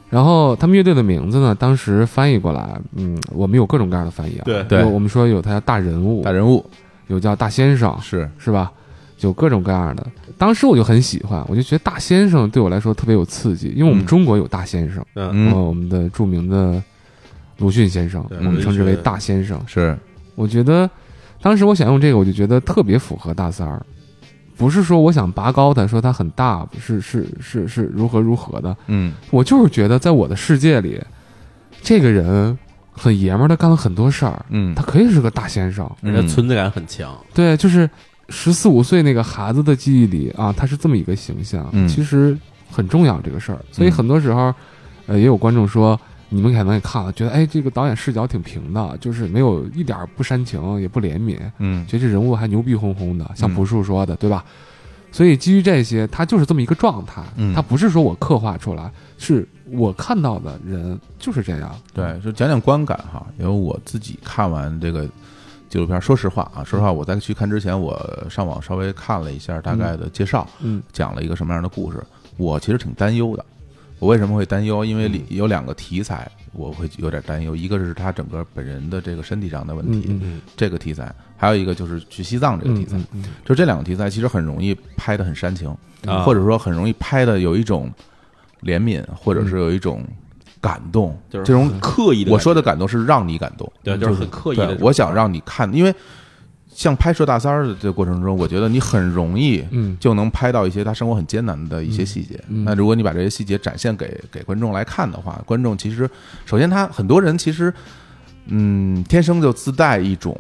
然后他们乐队的名字呢，当时翻译过来，嗯，我们有各种各样的翻译啊，对对有我们说有他叫大人物，大人物有叫大先生，是是吧？有各种各样的。当时我就很喜欢，我就觉得大先生对我来说特别有刺激，因为我们嗯中国有大先生，嗯，然嗯后我们的著名的鲁迅先生，对我们称之鲁为迅大先生。是我觉得当时我想用这个，我就觉得特别符合大三儿。不是说我想拔高他，说他很大，是是是是如何如何的，嗯我就是觉得在我的世界里，这个人很爷们儿，他干了很多事儿，嗯他可以是个大先生，人家嗯存在感很强，对，就是十四五岁那个孩子的记忆里啊，他是这么一个形象，嗯其实很重要这个事儿。所以很多时候，呃，也有观众说，你们可能也看了，觉得哎，这个导演视角挺平的，就是没有一点儿不煽情，也不怜悯，嗯觉得这人物还牛逼哄哄的，像嗯朴树说的，对吧？所以基于这些，他就是这么一个状态，嗯他不是说我刻画出来，是我看到的人就是这样。对，就讲讲观感哈，因为我自己看完这个纪录片，说实话啊，说实话，我在去看之前，我上网稍微看了一下大概的介绍，嗯讲了一个什么样的故事，我其实挺担忧的。我为什么会担忧？因为里嗯有两个题材，我会有点担忧，一个是他整个本人的这个身体上的问嗯题，嗯这个题材；还有一个就是去西藏这个嗯题材。嗯嗯就这两个题材，其实很容易拍的很煽情，啊嗯或者说很容易拍的有一种怜悯，或者是嗯有一种感动，就是这种很刻意的，我说的感动是让你感动，对，就是很刻意的对这，种，我想让你看，因为像拍摄大三儿的这个过程中，我觉得你很容易嗯就能拍到一些他生活很艰难的一些细节。嗯嗯那如果你把这些细节展现给给观众来看的话，观众其实首先他很多人其实嗯天生就自带一种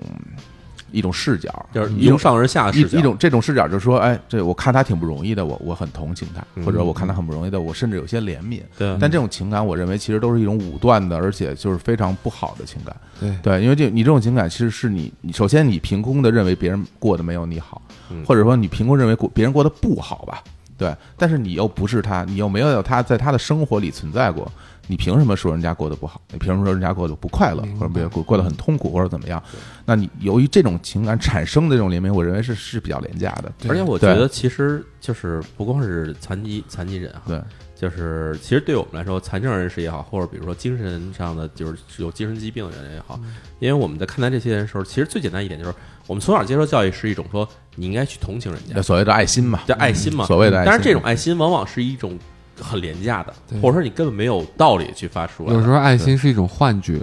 一种视角，就是嗯一种由上而下的一视角，一种这种视角，就是说，哎，这我看他挺不容易的，我我很同情他，嗯或者我看他很不容易的，我甚至有些怜悯。对但这种情感，我认为其实都是一种武断的，而且就是非常不好的情感。对对，因为这你这种情感，其实是你，你首先你凭空的认为别人过得没有你好，嗯或者说你凭空认为过别人过得不好吧？对，但是你又不是他，你又没有他在他的生活里存在过，你凭什么说人家过得不好？你凭什么说人家过得不快乐，或者别过过得很痛苦，或者怎么样？那你由于这种情感产生的这种怜悯，我认为是是比较廉价的。而且我觉对得，其实就是不光是残疾残疾人哈，对，就是其实对我们来说，残障人士也好，或者比如说精神上的就是有精神疾病的人也好，嗯因为我们在看待这些人的时候，其实最简单一点就是，我们从小接受教育是一种说你应该去同情人那家，所谓的爱心嘛，叫爱心嘛。嗯所谓的爱心。但是这种爱心往往是一种很廉价的对，或者说你根本没有道理去发出来的。有时候爱心是一种幻觉，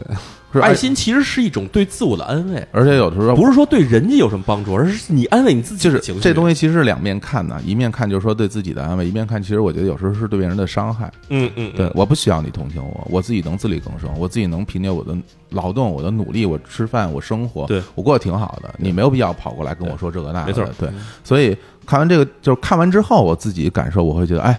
是爱，心其实是一种对自我的安慰，而且有呃的时候不是说对人家有什么帮助，而是你安慰你自己就的是情绪。这东西其实是两面看的，一面看就是说对自己的安慰，一面看其实我觉得有时候是对别人的伤害。嗯，嗯嗯，对，我不需要你同情我，我自己能自力更生，我自己能凭借我的劳动、我的努力、我吃饭、我生活，对我过得挺好的，你没有必要跑过来跟我对说这个那个没的。错对，所以看完这个，就是看完之后，我自己感受，我会觉得，哎，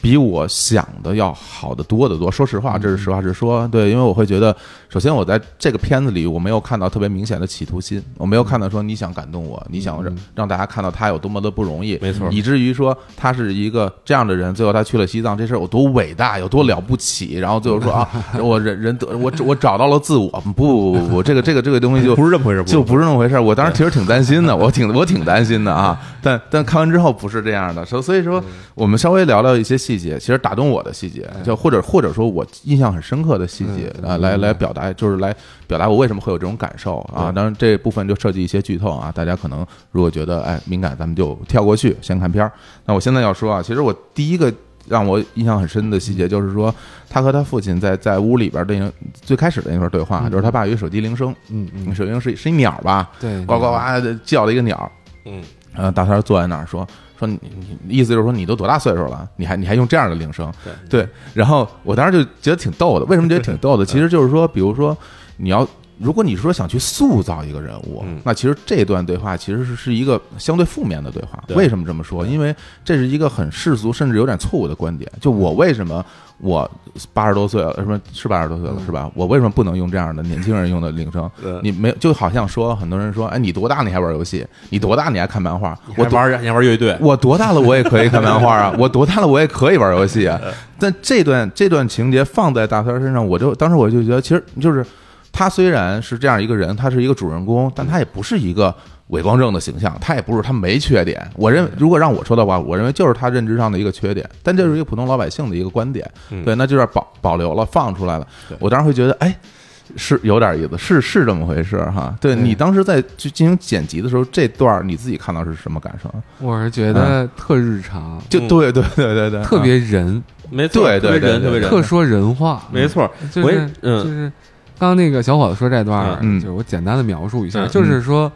比我想的要好得多得多。说实嗯话，这是实话实说。对，因为我会觉得，首先我在这个片子里，我没有看到特别明显的企图心，我没有看到说你想感动我，你想让让大家看到他有多么的不容易，嗯没错以至于说他是一个这样的人，最后他去了西藏，这事儿有多伟大，有多了不起，然后最后说 啊，我人人得我我找到了自我，不不不不，这个这个这个东西就 不是这么回事，不是就不是那么回事儿。我当时其实挺担心的，我嗯挺我挺担心的啊。但但看完之后不是这样的，所所以说我们稍微聊聊一些细细节，其实打动我的细节，哎就或者或者说我印象很深刻的细节嗯啊，来来表达，就是来表达我为什么会有这种感受啊。当然这部分就涉及一些剧透啊，大家可能如果觉得哎敏感，咱们就跳过去，先看片儿。那我现在要说啊，其实我第一个让我印象很深的嗯细节就是说，他和他父亲在在屋里边的那最开始的那段对话，啊就是他爸有一手机铃声，嗯嗯，手机铃是是一鸟吧，对，呱呱呱地叫了一个鸟，嗯，呃，大三儿坐在那儿说说你你意思就是说你都多大岁数了，你还你还用这样的铃声？对对，然后我当时就觉得挺逗的。为什么觉得挺逗 的？其实就是说，比如说你要。如果你说想去塑造一个人物，嗯那其实这段对话其实是是一个相对负面的对话。对为什么这么说？因为这是一个很世俗甚至有点错误的观点。就我为什么我八十多岁了，什么是八十多岁了、是吧？我为什么不能用这样的年轻人用的铃声？嗯 对你没有就好像说很多人说，哎，你多大你还玩游戏？你多大你还看漫画？我我多玩人家玩乐队，我多大了我也可以看漫画啊，我 多大了我也可以玩游戏啊。但这段这段情节放在大三儿身上，我就当时我就觉得，其实就是他虽然是这样一个人，他是一个主人公，但他也不是一个伪光正的形象，他也不是他没缺点。我认为如果让我说的话，我认为就是他认知上的一个缺点，但这是一个普通老百姓的一个观点，对，那就是保保留了放出来了。我当时会觉得，哎。是有点意思，是是这么回事哈。对你当时在去进行剪辑的时候，这段儿你自己看到是什么感受？啊我是觉嗯得特日常，就嗯对对对对对，特别嗯人，没错，对对特别人对特对别人，特说人话，没错，就我也是就嗯是刚刚那个小伙子说这段儿，嗯就是我简单的描述一下，嗯就是说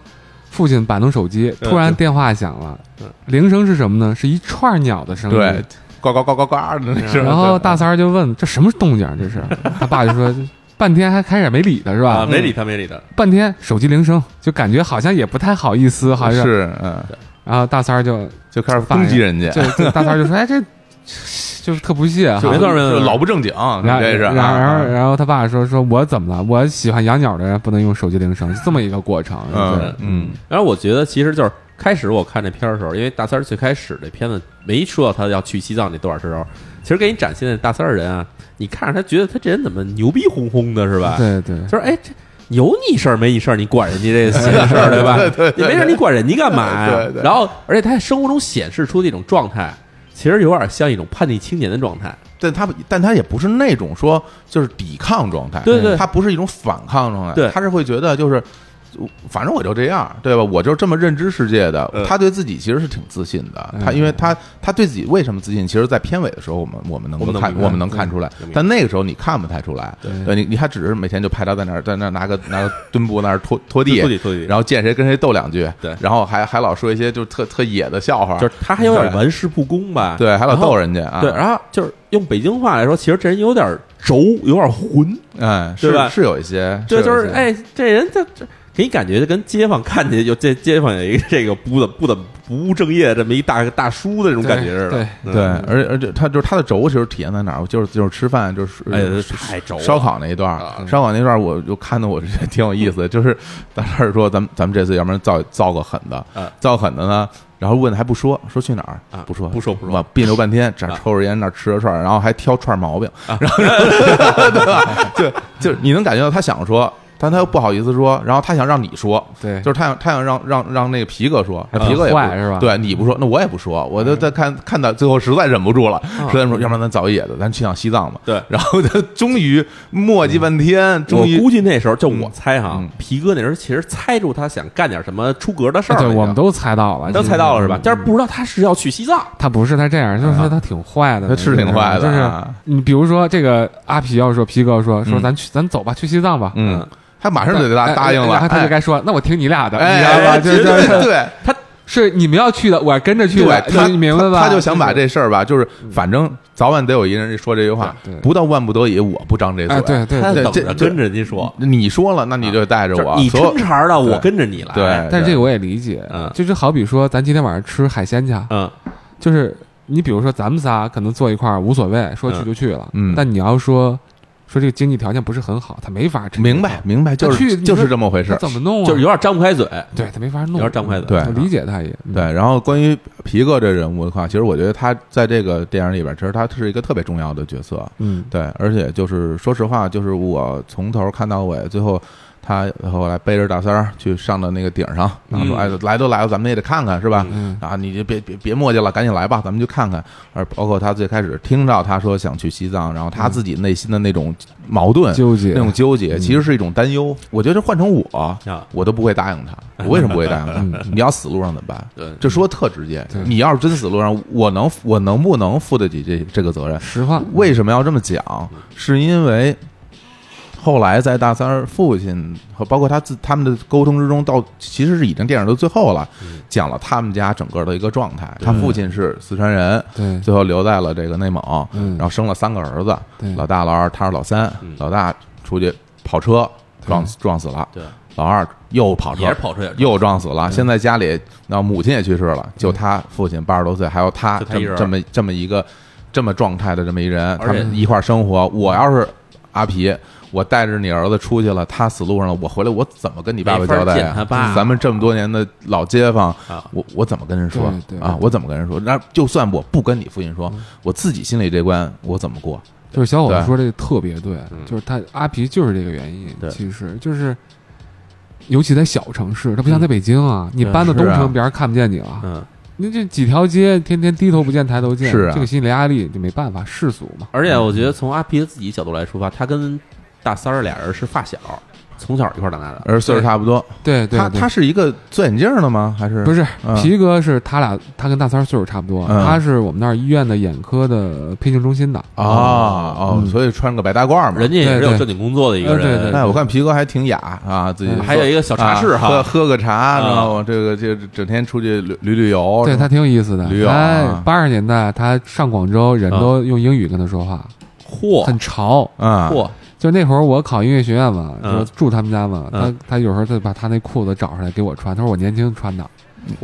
父亲摆弄手机，嗯突然电话响了嗯，铃声是什么呢？是一串鸟的声音。嗯对，呱呱呱呱呱的那声儿。然后对大三儿就问：“这什么动静儿？啊 这是？”他爸就说：“半天还开始没理他是吧？嗯啊，没理他，没理他，半天手机铃声，就感觉好像也不太好意思，好像。是嗯，然后大三儿就就开始攻击人家，就就大三儿就说：‘哎，这 就是特不屑哈。’啊就没错没错就老不正经，你然后，这是啊。然后，然后，啊然后他爸说：“说我怎么了？我喜欢养鸟的人不能用手机铃声，是这么一个过程。嗯对嗯，然后我觉得其实就是开始我看这片儿的时候，因为大三儿最开始这片子没说到他要去西藏那段儿的时候，其实给你展现的大三儿人啊，你看着他觉得他这人怎么牛逼哄哄的，是吧？对对，就是哎这。有你事儿没你事儿，你管人家 这闲事儿对吧？你没事儿你管人家干嘛呀对？对然后，而且他在生活中显示出的一种状态，其实有点像一种叛逆青年的状态。但他但他也不是那种说就是抵抗状态，对对他不是一种反抗状态，对他是会觉得就是。反正我就这样，对吧？我就这么认知世界的。嗯他对自己其实是挺自信的。他因为他他对自己为什么自信？其实，在片尾的时候，我们我们能我够们能看，明白我们能看出来明白。但那个时候你看不太出来。呃对对，你你还只是每天就拍他在那儿在那儿拿个拿个墩布那儿拖拖地，拖地拖地然后见谁跟谁斗两句。对然后还还老说一些就特特野的笑话，就是他还有点对玩世不恭吧？啊对，还老然后逗人家啊。对，然后就是用北京话来说，其实这人有点轴，有点混，哎，对吧是是有一些，对，就有一是些，哎，这人这这给你感觉就跟街坊看见有这街坊有一个这 个不怎不怎不务正业这么一大大叔的这种感觉似的，对嗯对，，而且而且他就是他的轴其实体现在哪儿？就是就是吃饭，就是哎呀，太轴了，烧烤那一段儿啊，烧烤那一段儿我就看的我是觉得挺有意思的，就是当时说咱们咱们这次要不然造造个狠的啊，造狠的呢，然后问还不说，说去哪儿啊？不说不说不说哇别扭半天，这儿啊抽着烟那儿吃着串儿，然后还挑串儿毛病，然 后 对吧？就就是你能感觉到他想说。但他又不好意思说，然后他想让你说，对就是他想他想让让让那个皮哥说，皮哥也不坏是吧嗯对，你不说，那我也不说，我就在看看到最后实在忍不住了，实在说，要不然咱找一野的，咱去趟西藏吧。对 然后他终于磨叽半天，嗯我终于估计那时候就我猜哈嗯，皮哥那时候其实猜出他想干点什么出格的事儿哎对，来着，我们都猜到了，都猜到嗯了是吧？但是是不知道他是要去西藏，他不是他这样，就是说他挺坏啊的，他是挺坏的就是啊你比如说这个阿皮要说皮哥说说嗯咱去咱走吧，去西藏吧，嗯，他马上就给哎答答应了然后，他就哎该说那我听你俩的，你知道吧？哎，就绝就对是对。是你们要去的，我跟着去的，对，他你明白吧？嗯他就想把这事儿吧，就是反正早晚得有一人说这句话对对，不到万不得已，我不张这哎嘴。对对他对等这着这跟着人家说，啊你说了，那你就带着就是我。你所有抻茬儿的，我对跟着你来，对哎但是这个我也理解嗯，就是好比说咱今天晚上吃海鲜去，啊嗯，就是你比如说咱们仨可能坐一块儿无所谓，说去就去了，嗯但你要说说这个经济条件不是很好，他没法吃，明白，明白，就啊他去是你就说是这么回事他儿。怎么弄啊？就是有点张不开嘴，对他没法有弄，点张不开嘴，对我理解他也嗯对，然后关于皮克这人物的话，其实我觉得他在这个电影里边，其实他是一个特别重要的角色。嗯对，而且就是说实话，就是我从头看到尾，最后他后来背着大三儿去上到那个顶上，然后说：“哎，来都来了，咱们也得看看，是吧？啊，你就别别别磨叽了，赶紧来吧，咱们就看看。”而包括他最开始听到他说想去西藏，然后他自己内心的那种矛盾、纠结那种纠结，其实是一种担忧。我觉得换成我啊，我都不会答应他。我为什么不会答应他？你要死路上怎么办？对这说特直接。你要是真死路上，我能我能不能负得起这这个责任？实话，为什么要这么讲？是因为后来在大三儿父亲和包括他自他们的沟通之中，到其实是已经电影的最后了，讲了他们家整个的一个状态。他父亲是四川人，对最后留在了这个内蒙，嗯然后生了三个儿子对，嗯老大、老二，他是老三，老大出去跑车撞撞死了，对，老二又跑车，也是跑车也嗯撞又撞死了。现在家里，那母亲也去世了，就他父亲八十多岁，还有他就他这一么人这么这么一个这么状态的这么一人，而他且们一块儿生活。我要是阿皮，我带着你儿子出去了，他死路上了，我回来我怎么跟你爸爸没法交代见他呀爸？咱们这么多年的老街坊啊，我我怎么跟人说对对啊？我怎么跟人说？那就算我不跟你父亲说，嗯我自己心里这关我怎么过？就是小伙对嗯子说这个特别对，就是他阿皮就是这个原因对，其实就是。尤其在小城市，他不像在北京啊，你对搬到嗯是东啊城别人看不见你了，嗯，你这几条街天天低头不见抬头见，是啊这个心理压力就没办法，世俗嘛。而且我觉得从阿皮自己角度来出发，他跟大三儿俩人是发小，从小一块儿长大的。呃而岁数差不多，对对他对他是一个做眼镜的吗？还是不是嗯皮哥是他俩，他跟大三儿岁数差不多，嗯他是我们那儿医院的眼科的配镜中心的啊哦，所以穿个白大褂嘛。嗯人家也是对对有正经工作的一个嗯对人，对哎，我看皮哥还挺雅啊，自己嗯做还有一个小茶室哈啊喝喝个茶，然后这个这个整天出去旅旅旅游，对他挺有意思的驴友。啊他八十年代他上广州，人都用英语跟他说话，嚯很潮。啊，嚯，就那会儿我考音乐学院嘛，嗯就住他们家嘛，他嗯他有时候他把他那裤子找出来给我穿，他说我年轻穿的。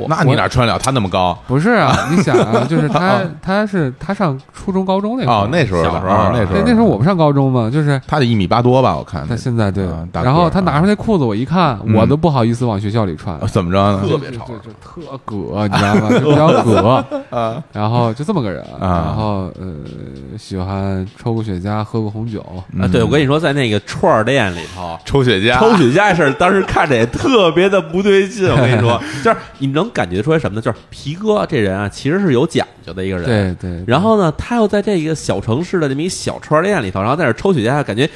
那你哪穿了他那么高？不是啊， 你想啊，就是 他他是他上初中高中那会儿哦，那时候的小时候啊那那时候对那时候我们上高中嘛，就是他得一米八多吧，我看他现在对啊，大个儿然后他拿出那裤子我一看，嗯我都不好意思往学校里穿啊，怎么着特呢？别潮就就就特葛，你知道吗？就 比较葛，啊 然后就这么个人，啊然后呃，喜欢抽过雪茄，喝过红酒，啊！对，我跟你说，在那个串儿店里头，啊抽雪茄，抽雪茄的事儿，当时看着也特别的不对劲。我跟你 说，就是你能感觉出来什么呢？就是皮哥这人啊，其实是有讲究的一个人。对对，然后呢，他又在这个小城市的这么一小串儿店里头，然后在那儿抽雪茄，感觉，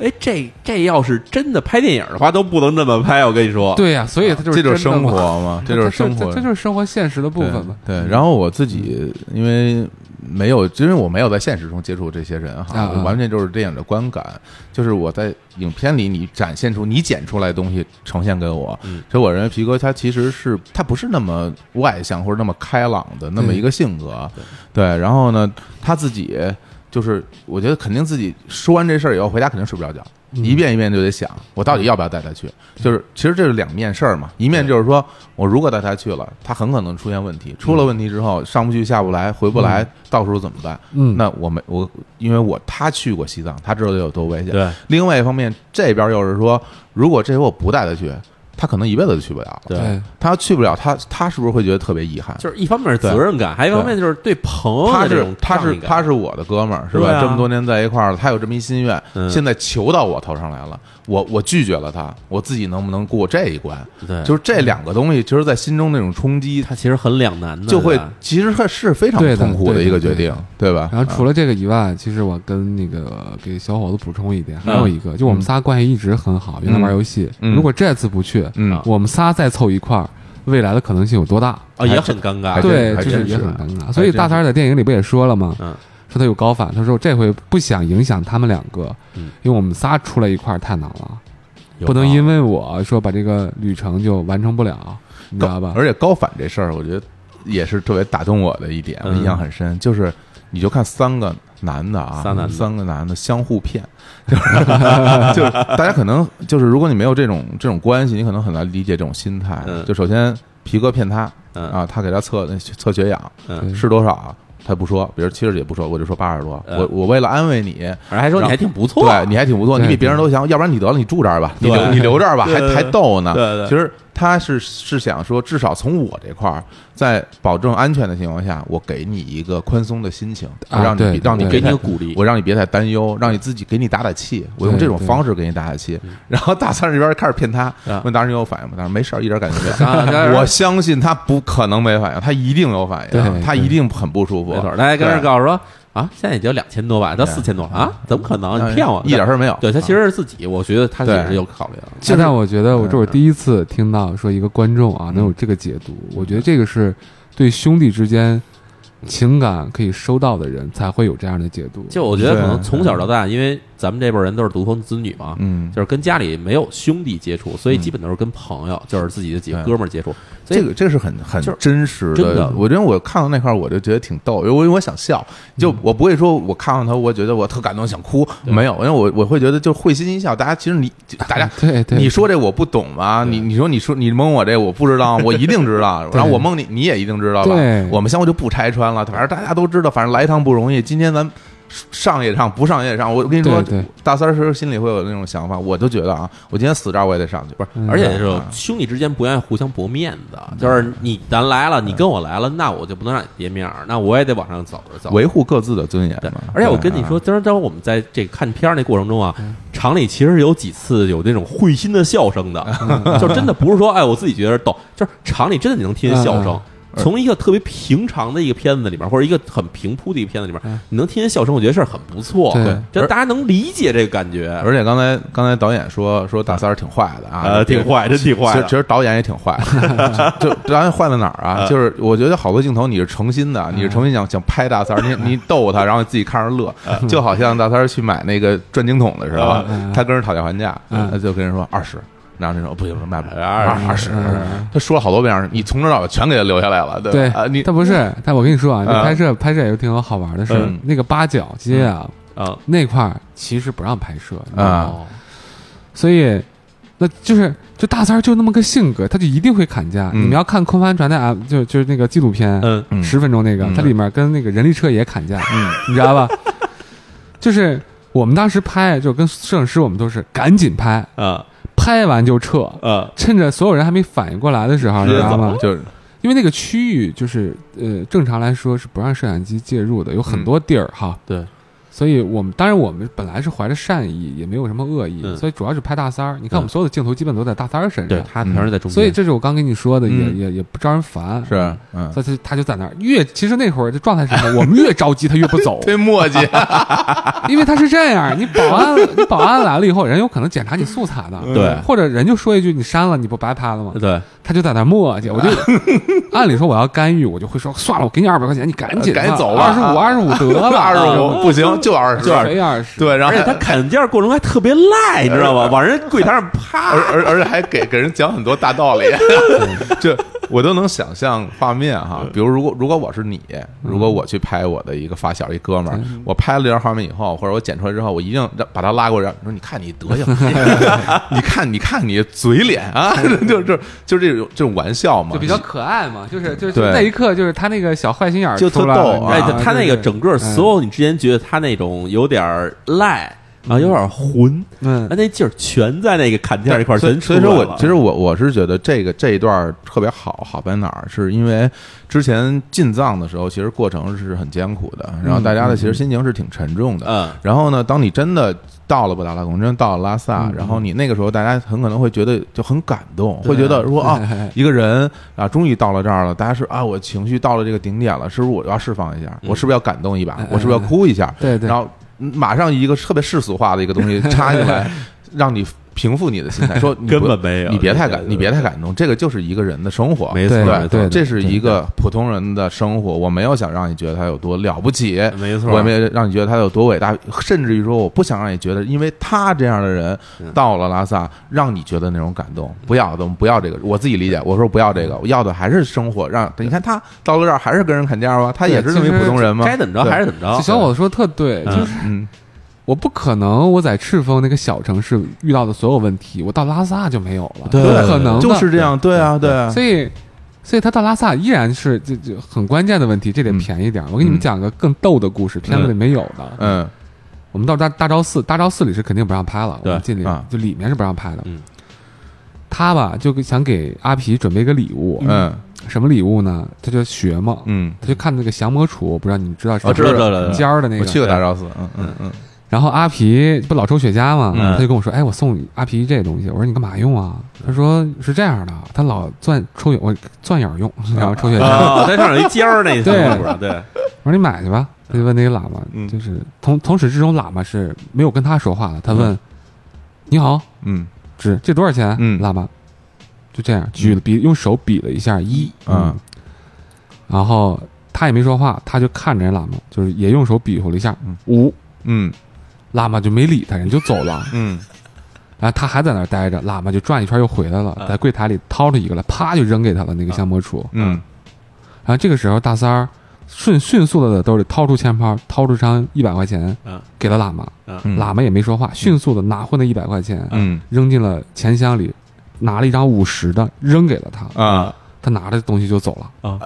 哎，这这要是真的拍电影的话，都不能这么拍。我跟你说，对呀，所以他就是啊这就是真的生嘛活， 嘛，这就是生活，这就是生活现实的部对分嘛。嗯对，然后我自己因为没有，因为我没有在现实中接触这些人哈，啊我完全就是电影的观感，就是我在影片里你展现出你剪出来的东西呈现给我，嗯所以我认为皮哥他其实是他不是那么外向或者那么开朗的那么一个性格，对，然后呢他自己。就是我觉得肯定自己说完这事儿以后回家肯定睡不着觉，嗯一遍一遍就得想我到底要不要带他去。就是其实这是两面事儿嘛，一面就是说我如果带他去了，他很可能出现问嗯题，出了问题之后上不去下不来回不来，到时候怎么办？嗯那我们我因为我他去过西藏，他知道有多危险。对，另外一方面这边又是说，如果这回我不带他去，他可能一辈子都去不了了。对对他要去不了，他他是不是会觉得特别遗憾？就是一方面是责任感，还有一方面就是对朋友他的这是种他是仗义感他是我的哥们儿，是吧？对啊这么多年在一块儿了，他有这么一心愿，嗯现在求到我头上来了，我我拒绝了他，我自己能不能过这一关？对就是这两个东西，其实，在心中那种冲击，他其实很两难的，就会对吧其实它是非常对的痛苦的一个对决的定，对吧？然后除啊了这个以外，其实我跟那个给小伙子补充一点，还有一个，就我们仨关系一直很好，原来玩游戏。嗯如果这次不去，嗯我们仨再凑一块儿，未来的可能性有多大？啊也很尴还尬，真对，还就真是也是啊很尴还尬。所以真大是三儿在电影里不也说了吗？嗯说他有高反，他说我这回不想影响他们两个，嗯因为我们仨出来一块儿太难了，有不能道理因为我说把这个旅程就完成不了，你知高道吧？啊而且高反这事儿，我觉得也是特别打动我的一点，我嗯印象很深，就是你就看三个男的啊，三男的三个男的相互骗，就是 就是大家可能就是如果你没有这种这种关系，你可能很难理解这种心态。嗯就首先皮哥骗他嗯啊，他给他测测血氧嗯是多少，啊他不说，比如七十几不说，我就说八十多，嗯我我为了安慰你，而还说你还挺不错，对，你还挺不错，对你比别人都强，要不然你得了，你住这儿吧，你 对留你留这儿吧，对还对还逗呢。对对其实他是是想说，至少从我这块儿，在保证安全的情况下，我给你一个宽松的心情，啊让对你让你我别给你太个鼓励我让你别太担忧，让你自己给你打打气。我用对这种对方式给你打打气。然后大三这边开始骗他嗯啊，问大师你有反应吗？大师没事儿，一点感觉没啊 当然有。我相信他不可能没反应，他一定有反对应，啊他对一定很不舒服。没错，大家跟对嗯人告诉说啊，现在也就两千多吧，到四千多了啊，怎么可能？你骗我，哎一点事儿没嗯有。对他其实是自己，我觉得他也是有考虑的。现在我觉得，我这是我嗯第一次听到说一个观众啊能有这个解读，我觉得这个是对兄弟之间情感可以收到的人才会有这样的解读。就我觉得可能对从小到大，因为咱们这辈儿人都是独生子女嘛，嗯就是跟家里没有兄弟接触，所以基本都是跟朋友，就是自己的几个哥们儿接触。所以嗯这个这个是很很就是真实的，真的我觉得我看到那块儿我就觉得挺逗，因为我因为我想笑，就嗯我不会说我看到他，我觉得我特感动想哭，没有，因为我我会觉得就会心一笑。大家其实你大 家嗯对对你说这我不懂吧？你你说你说你蒙我这我不知道，我一定知 道。然后我蒙你，你也一定知道吧对？我们相互就不拆穿了，反正大家都知道，反正来一趟不容易，今天咱。上也上，不上也上。我跟你说，对对大三儿时候心里会有那种想法，我就觉得啊，我今天死这儿我也得上去，不是而且是兄弟之间不愿意互相驳面子，嗯就是你咱来了，你跟我来了，那我就不能让你跌面儿，那我也得往上走着走。维护各自的尊严对嘛。，而且我对跟你啊说，当当我们在这个看片儿那过程中啊，嗯厂里其实有几次有那种会心的笑声的，嗯就真的不是说哎我自己觉得逗，就是厂里真的你能听见笑声嗯。从一个特别平常的一个片子里面，或者一个很平铺的一个片子里面嗯，你能听见笑声，我觉得是很不错。对就大家能理解这个感觉，而且刚才刚才导演说说大三儿挺坏的啊，呃，挺坏，真挺坏其实其的。实导演也挺坏的，就就导演坏在哪儿啊？就是我觉得好多镜头你是诚心的，你是诚心想想拍大三儿，你你逗他，然后自己看着乐，就好像大三儿去买那个转经筒的时候，他跟人讨价还价，他就跟人说二十。然后人说哦不行，卖不了20二十。他说了好多遍，二十你从头到尾全给他留下来了，对对吧啊，你他不是，但我跟你说啊，啊那拍摄拍摄也是挺有好玩的事儿嗯。那个八角街啊啊那块儿其实不让拍摄，你知道吗啊，哦所以那就是就大三儿就那么个性格，他就一定会砍价。嗯你们要看空帆船的啊，就就是那个纪录片，嗯嗯十分钟那个，嗯它里面跟那个人力车也砍价，嗯你知道吧？就是我们当时拍，就跟摄影师我们都是赶紧拍，啊拍完就撤，啊趁着所有人还没反应过来的时候，你直接知道走吗了，？就是因为那个区域就是呃，正常来说是不让摄像机介入的，有很多地儿哈。对，所以我们当然我们本来是怀着善意，也没有什么恶意，嗯所以主要是拍大三儿。你看嗯我们所有的镜头基本都在大三儿身对啊上，他平时在中间，所以这是我刚跟你说的，也嗯也也不招人烦。是嗯，所以他就在那儿越，其实那会儿的状态是 什么？我们越着急，他越不走，忒墨迹，因为他是这样，你保 安你保安来了以后，人有可能检查你素材的，对或者人就说一句你删了，你不白拍了吗？对他就在那儿磨叽，我就按理说我要干预，我就会说算了，我给你二百块钱，你赶紧 赶紧走吧二十五二十五得了，二十五不行，就二十，非二十，对，然后呃而且他砍价过程还特别赖，你知道吗？往人柜台上 而啪，而而且还给给人讲很多大道 理，啊这我都能想象画面哈。比如，如果如果我是你，如果我去拍我的一个发小一哥们儿，我拍了这段画面以后，或者我剪出来之后，我一定让把他拉过来，说你看你德行， 你看你看你嘴脸啊， 就就就这种这种玩笑嘛，就比较可爱嘛，就是就是对那一刻，就是他那个小坏心眼儿就特出来了逗你知道啊哎，吗他他那个对整个所有你之前觉得他那种有点儿赖。啊，有点儿混，嗯他那劲儿全在那个砍价这块儿所以全所以说我其实实我我是觉得这个这一段儿特别好，好在哪儿？是因为之前进藏的时候，其实过程是很艰苦的，然后大家的其实心情是挺沉重的。嗯然后呢，当你真的到了布达拉宫，真的到了拉嗯萨，然后你那个时候，大家很可能会觉得就很感动，会觉得说 啊，一个人啊，终于到了这儿了，大家是啊，我情绪到了这个顶点了，是不是我要释放一下？嗯我是不是要感动一把？我是不是要哭一下？对对然后嗯马上一个特别世俗化的一个东西插进 来，让你平复你的心态，说你不根本没有你别太对感对，对你别太感动，这个就是一个人的生活，没错对没错对这是一个普通人的生活，我没有想让你觉得他有多了不起，没错我也没有让你觉得他有多伟大，甚至于说我不想让你觉得，因为他这样的人到了拉萨，让你觉得那种感动，不要的，我们不要这个，我自己理解，我说不要这个，我要的还是生活，让你看他到了这儿还是跟人砍价吧，他也是这么一对其普实通人吗？该怎么着对还是怎么着。这小伙子说得特对，就是哦嗯，我不可能我在赤峰那个小城市遇到的所有问题，我到拉萨就没有了，对不可能的就是这样，对啊，对啊，所以，所以他到拉萨依然是这这很关键的问题，这得便宜点儿。我给你们讲个更逗的故事，片子里没有的。嗯我们到大大昭寺，大昭寺里是肯定不让拍了，我对们进里啊就里面是不让拍的嗯。他吧就想给阿皮准备个礼物，嗯什么礼物呢？他就学嘛，嗯，他就看那个降魔杵，不知道你知道是哦知道不是知道知道尖儿的那我个，去过大昭寺，嗯嗯嗯，然后阿皮不老抽雪茄嘛，嗯他就跟我说：“哎，我送你阿皮这东西。”我说：“你干嘛用啊？”他说：“是这样的，他老钻抽眼，我钻眼儿用，然后抽雪茄。啊，在上有一尖儿那一层，对是不是？对，我说：“你买去吧。”他就问那个喇嘛，嗯就是从从始至终喇嘛是没有跟他说嗯话的。他问：“你好，嗯纸这多少钱？”嗯喇嘛就这样嗯举了比用手比了一下一，啊嗯，然后他也没说话，他就看着人喇嘛，就是也用手比划了一下嗯五，嗯喇嘛就没理他，人就走 了。嗯然后他还在那儿待着，喇嘛就转一圈又回来了，嗯在柜台里掏出一个来，啪就扔给他了那个降魔杵。嗯然后这个时候大三儿迅迅速的在兜里掏出钱包，掏出张一百块钱嗯给了喇嘛，嗯，喇嘛也没说话，迅速的拿回那一百块钱，嗯扔进了钱箱里，拿了一张五十的扔给了他，啊他拿着东西就走了。 啊，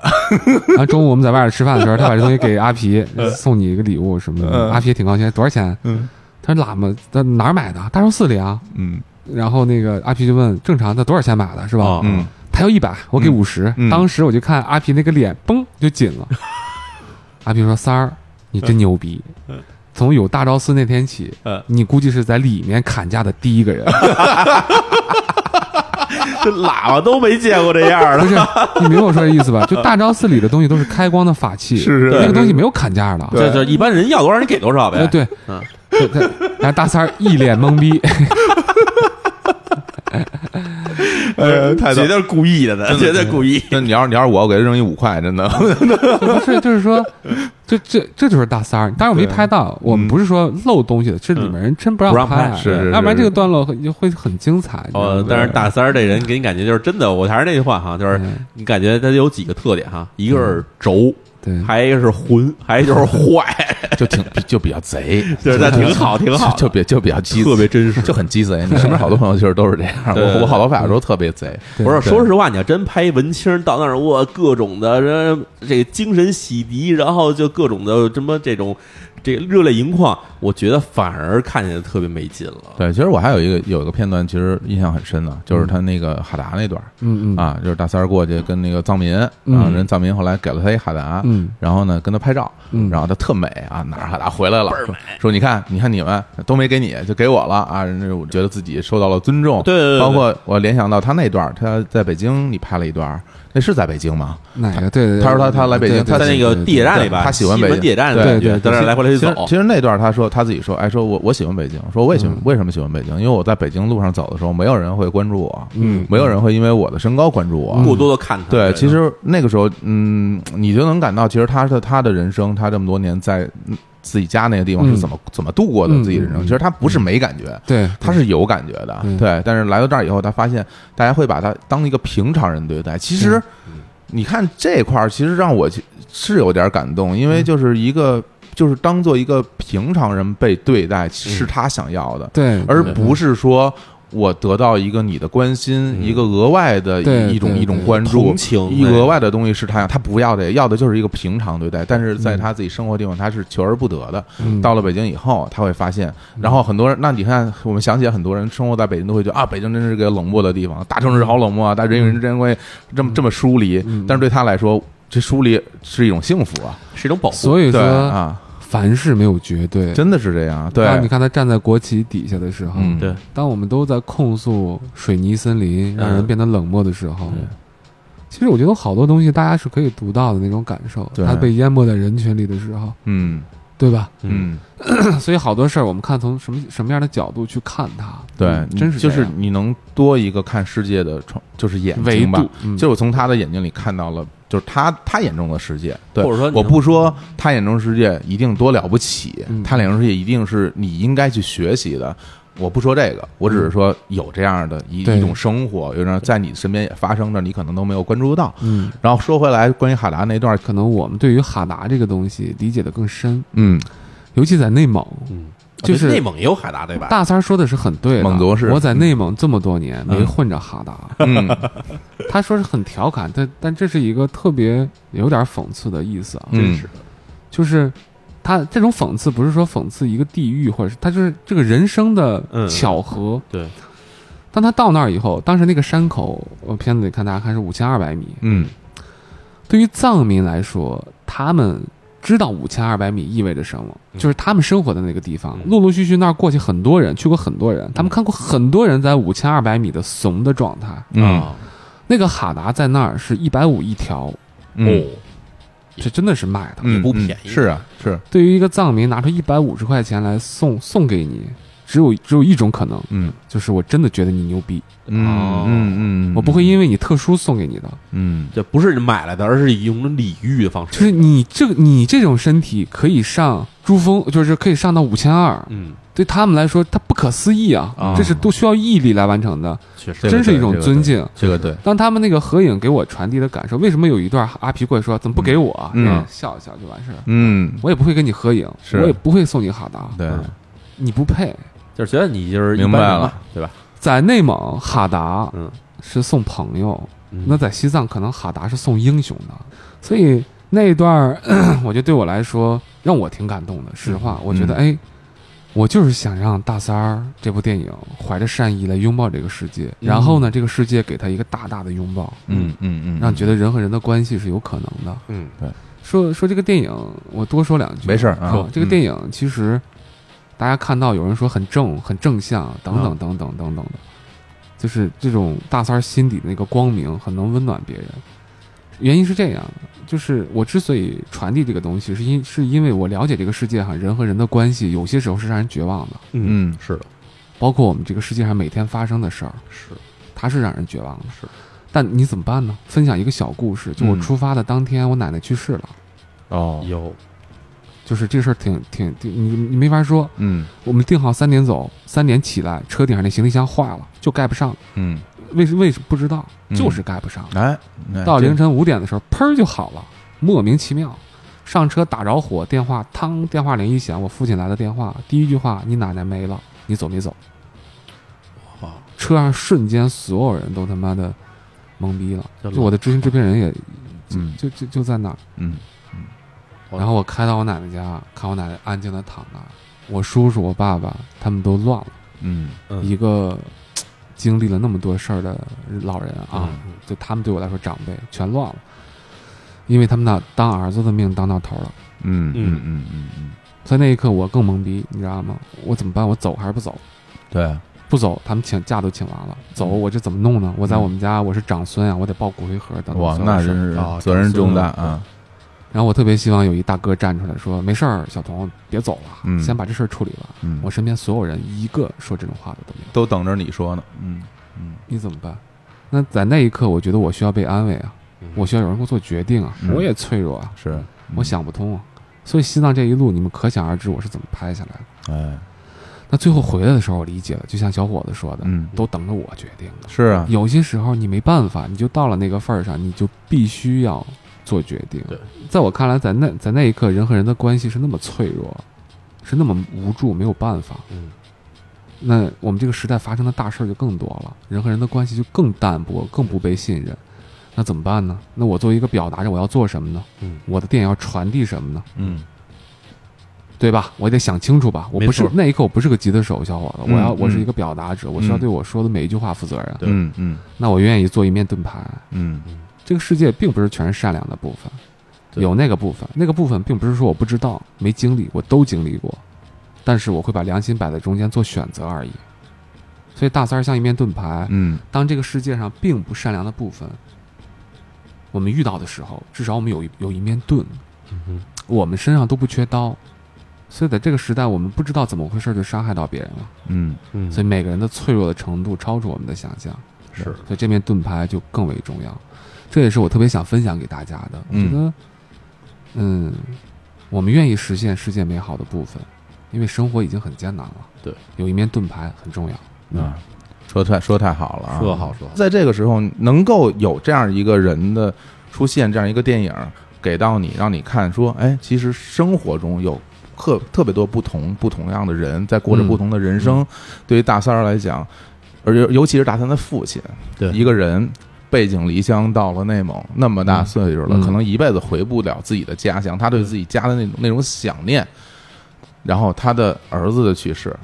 然后中午我们在外边吃饭的时候，他把这东西给 阿皮，送你一个礼物什么的，嗯阿皮也挺高兴，多少钱？嗯他说喇嘛在哪儿买的？大昭寺里啊。嗯然后那个阿皮就问：“正常的多少钱买的？是吧？”哦嗯他要一百，我给五十、嗯当时我就看阿皮那个脸，嘣就紧了。阿皮说：“三儿，你真牛逼！嗯从有大昭寺那天起，嗯你估计是在里面砍价的第一个人。 这喇嘛都没见过这样不的，是，你明白我说的意思吧？就大昭寺里的东西都是开光的法器，是是那是个东西没有砍价的。对这这一般人要多少你给多少呗。呃对，嗯对对然后大三儿一脸懵 逼，呃，太绝对是故意的，绝对故意。 那你要是你要是我，我给他扔一五块，真的。不是，就是说，这这这就是大三儿。当然我没拍到，我们嗯不是说漏东西的，是里面人真不让不让拍是是是哦要不然这个段落会会很精彩。你知道吗呃，但是大三儿这人给你感觉就是真的，我还是那句话哈，就是嗯你感觉他有几个特点哈，一个是轴，对还有一个是混，还有一个就是坏， 就挺就比较贼， 就是那挺好，挺好的，就比就比较鸡，特别 真实。就很鸡贼。你身边好多朋友就是都是这样，对我我好多发小都特别贼，对不是，说实话，你要真拍文青到那儿，哇，各种的呃这个精神洗涤，然后就各种的什么这种这个热泪盈眶，我觉得反而看起来特别没劲了。对，其实我还有一个有一个片段，其实印象很深的，就是他那个哈达那段儿嗯嗯啊，就是大三儿过去跟那个藏民啊，嗯人藏民后来给了他一哈达，嗯然后呢跟他拍照，嗯然后他特美啊，拿着哈达回来了，说说你看你看你们都没给你，就给我了啊，人家我觉得自己受到了尊重，对对对对包括我联想到他那段儿，他在北京你拍了一段儿，那是在北京吗？哪个？对对，对他说他他来北京对对他在对那个对地铁站里吧，他喜欢西北门京地铁站的对感觉对对在那儿来回来去其实走嗯其。实那段他说他自己说，哎，说我我喜欢北京，说我也喜欢、为什么喜欢北京？因为我在北京路上走的时候，没有人会关注我，嗯没有人会因为我的身高关注我。过多的看他，嗯对，其实那个时候，嗯，你就能感到，其实他的他的人生，他这么多年在嗯自己家那个地方嗯是怎么、怎么度过的嗯自己人生。嗯其实他不是没感觉，对，他是有感觉的，嗯对。但是来到这儿以后，他发现大家会把他当一个平常人对待。其实，嗯你看这块儿，其实让我是有点感动，嗯因为就是一个，就是当做一个平常人被对待，是他想要的，对，而嗯对不是说。我得到一个你的关心，嗯一个额外的对一一种对一种对关注同，情一哎额外的东西是他要，他不要的，要的就是一个平常对待。但是在他自己生活地方，他是求而不得的。嗯到了北京以后，他会发现，然后很多人，那你看，我们想起来很多人生活在北京都会觉得啊，北京真是个冷漠的地方，大城市好冷漠啊，但人与人之间会这么这么疏离。嗯但是对他来说，这疏离是一种幸福啊，是一种保护。所以对说啊，凡事没有绝对。真的是这样。当你对，看他站在国旗底下的时候，嗯，对，当我们都在控诉水泥森林让嗯人变得冷漠的时候，其实我觉得好多东西大家是可以读到的那种感受。对他被淹没在人群里的时候，嗯对吧？嗯， 所以好多事儿我们看从什么什么样的角度去看它，对嗯，真是就这是样你能多一个看世界的窗，就是眼维睛吧度，，嗯就是我从他的眼睛里看到了，就是他他眼中的世界。对，或者说你我不说他眼中世界一定多了不起，嗯他眼中世界一定是你应该去学习的。我不说这个，我只是说有这样的一、嗯对一种生活，有人在你身边也发生着，你可能都没有关注到。嗯，然后说回来，关于海达那段，可能我们对于哈达这个东西理解的更深，嗯尤其在内蒙，嗯，啊就我觉得内是蒙也有海达对吧？大三儿说的是很对的，蒙族是我在内蒙这么多年没嗯混着哈达，嗯他说是很调侃，但但这是一个特别有点讽刺的意思啊，嗯真是的，就是他这种讽刺不是说讽刺一个地域，或者是他就是这个人生的嗯巧合，对，他当他到那儿以后，当时那个山口，我片子里看大家看是五千二百米。 嗯对于藏民来说，他们知道五千二百米意味着什么，就是他们生活的那个地方，嗯陆陆续续那儿过去很多人，去过很多人，他们看过很多人在五千二百米的怂的状态。嗯啊那个哈达在那儿是一百五一条，哦嗯，哦这真的是卖的。嗯不嗯便宜是啊是，对于一个藏民拿出一百五十块钱来送送给你，只有只有一种可能，嗯就是我真的觉得你牛逼，嗯哦嗯嗯，我不会因为你特殊送给你的，嗯这不是买来的，而是以用礼遇的方就式。是你这个你这种身体可以上珠峰，就是可以上到五千二，嗯，对他们来说，它不可思议啊！啊这是都需要毅力来完成的，确实这个真是一对种这个尊对敬。这个对，当他们那个合影给我传递的感受，为什么有一段啊阿皮过来说怎么不给我啊？嗯那笑一笑就完事儿。嗯我也不会跟你合影，是我也不会送你哈达，对，你不配。就是觉得你就是一般明白人了嘛，对吧？在内蒙，哈达嗯，是送朋友，嗯那在西藏可能哈达是送英雄的，所以那一段儿， 我觉得对我来说让我挺感动的。实嗯话，我觉得哎，我就是想让《大三儿》这部电影怀着善意来拥抱这个世界，嗯然后呢，这个世界给他一个大大的拥抱，嗯嗯嗯，让你觉得人和人的关系是有可能的。嗯，说说这个电影，我多说两句，没事儿说啊，这个电影其实，大家看到有人说很正、很正向，等等嗯等等等等的，就是这种大三儿心底的那个光明，很能温暖别人。原因是这样的，就是我之所以传递这个东西，是因是因为我了解这个世界上人和人的关系，有些时候是让人绝望的，嗯是的，包括我们这个世界上每天发生的事儿，是它是让人绝望的。是，但你怎么办呢？分享一个小故事，就我嗯出发的当天，我奶奶去世了，哦，有就是这事儿挺挺挺，你你没法说，嗯我们定好三点走，三点起来，车顶上那行李箱坏了，就盖不上。嗯，为什为什么不知道？嗯就是盖不上。哎，哎到这凌晨五点的时候，砰儿就好了，莫名其妙。上车打着火，电话嘡，电话铃一响，我父亲来的电话，第一句话：“你奶奶没了，你走没走哇？”车上瞬间所有人都他妈的懵逼了，就就我的知行制片人也嗯就就就在那儿。嗯哦然后我开到我奶奶家，看我奶奶安静的躺那儿，我叔叔、我爸爸他们都乱了。嗯嗯一个嘖经历了那么多事儿的老人啊，嗯就他们对我来说长辈全乱了，因为他们那当儿子的命当到头了，嗯嗯嗯嗯嗯，所以那一刻我更懵逼，你知道吗？我怎么办？我走还是不走？对，不走，他们请假都请完了，走嗯我这怎么弄呢？我在我们家我是长孙啊，我得抱骨灰盒等等哇，所有那事真儿。是啊责任长孙重大了啊，然后我特别希望有一大哥站出来说：“没事儿，小童，别走了，嗯先把这事儿处理完。嗯，我身边所有人一个说这种话的都没有，都等着你说呢，嗯嗯你怎么办？那在那一刻，我觉得我需要被安慰啊，我需要有人给我做决定啊，嗯我也脆弱啊，是，我想不通啊。所以西藏这一路，你们可想而知我是怎么拍下来的。哎，那最后回来的时候，我理解了，就像小伙子说的，嗯都等着我决定的。是啊，有些时候你没办法，你就到了那个份儿上，你就必须要做决定对。在我看来，在那在那一刻，人和人的关系是那么脆弱，是那么无助，没有办法。嗯那我们这个时代发生的大事儿就更多了，人和人的关系就更淡薄，嗯更不被信任。那怎么办呢？那我作为一个表达者，我要做什么呢？嗯我的电影要传递什么呢？嗯对吧？我得想清楚吧。我没不是错那一刻，我不是个急的手，小伙子。嗯我要，我是嗯一个表达者，我需要嗯对我说的每一句话负责任。对嗯嗯那我愿意做一面盾牌。嗯这个世界并不是全是善良的部分，对有那个部分，那个部分并不是说我不知道、没经历，我都经历过，但是我会把良心摆在中间做选择而已。所以大三儿像一面盾牌，嗯当这个世界上并不善良的部分，我们遇到的时候，至少我们有一有一面盾，嗯我们身上都不缺刀，所以在这个时代，我们不知道怎么回事就伤害到别人了，嗯，嗯所以每个人的脆弱的程度超出我们的想象，是所以这面盾牌就更为重要。这也是我特别想分享给大家的，我觉得，嗯，我们愿意实现世界美好的部分，因为生活已经很艰难了，对，有一面盾牌很重要。啊，说太说太好了啊，说得好说得好在这个时候能够有这样一个人的出现，这样一个电影给到你，让你看说，哎，其实生活中有。特特别多不同不同样的人在过着嗯不同的人生，对于大三儿来讲，而尤尤其是大三的父亲，对一个人背井离乡到了内蒙，那么大岁数了，嗯可能一辈子回不了自己的家乡，他对自己家的那种那种想念，然后他的儿子的去世，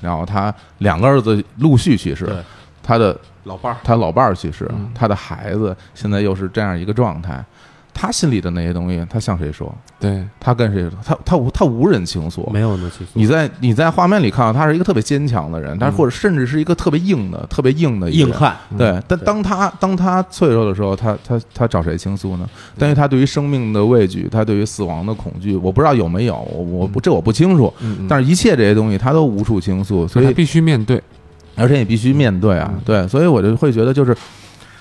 然后他两个儿子陆续去世对，他的老伴儿，他老伴儿去世，他的孩子现在又是这样一个状态，他心里的那些东西，他向谁说？对，他跟谁说？他他无他无人倾诉，没有呢，其实你在你在画面里看到他是一个特别坚强的人，但是或者甚至是一个特别硬的、特别硬的一个硬人。汉，对，但当他当他脆弱的时候，他他他找谁倾诉呢？但是他对于生命的畏惧，他对于死亡的恐惧，我不知道有没有，我我不这我不清楚。嗯，但是一切这些东西，他都无处倾诉，所所以他以必须面对，而且你必须面对嗯啊，对，所以我就会觉得就是。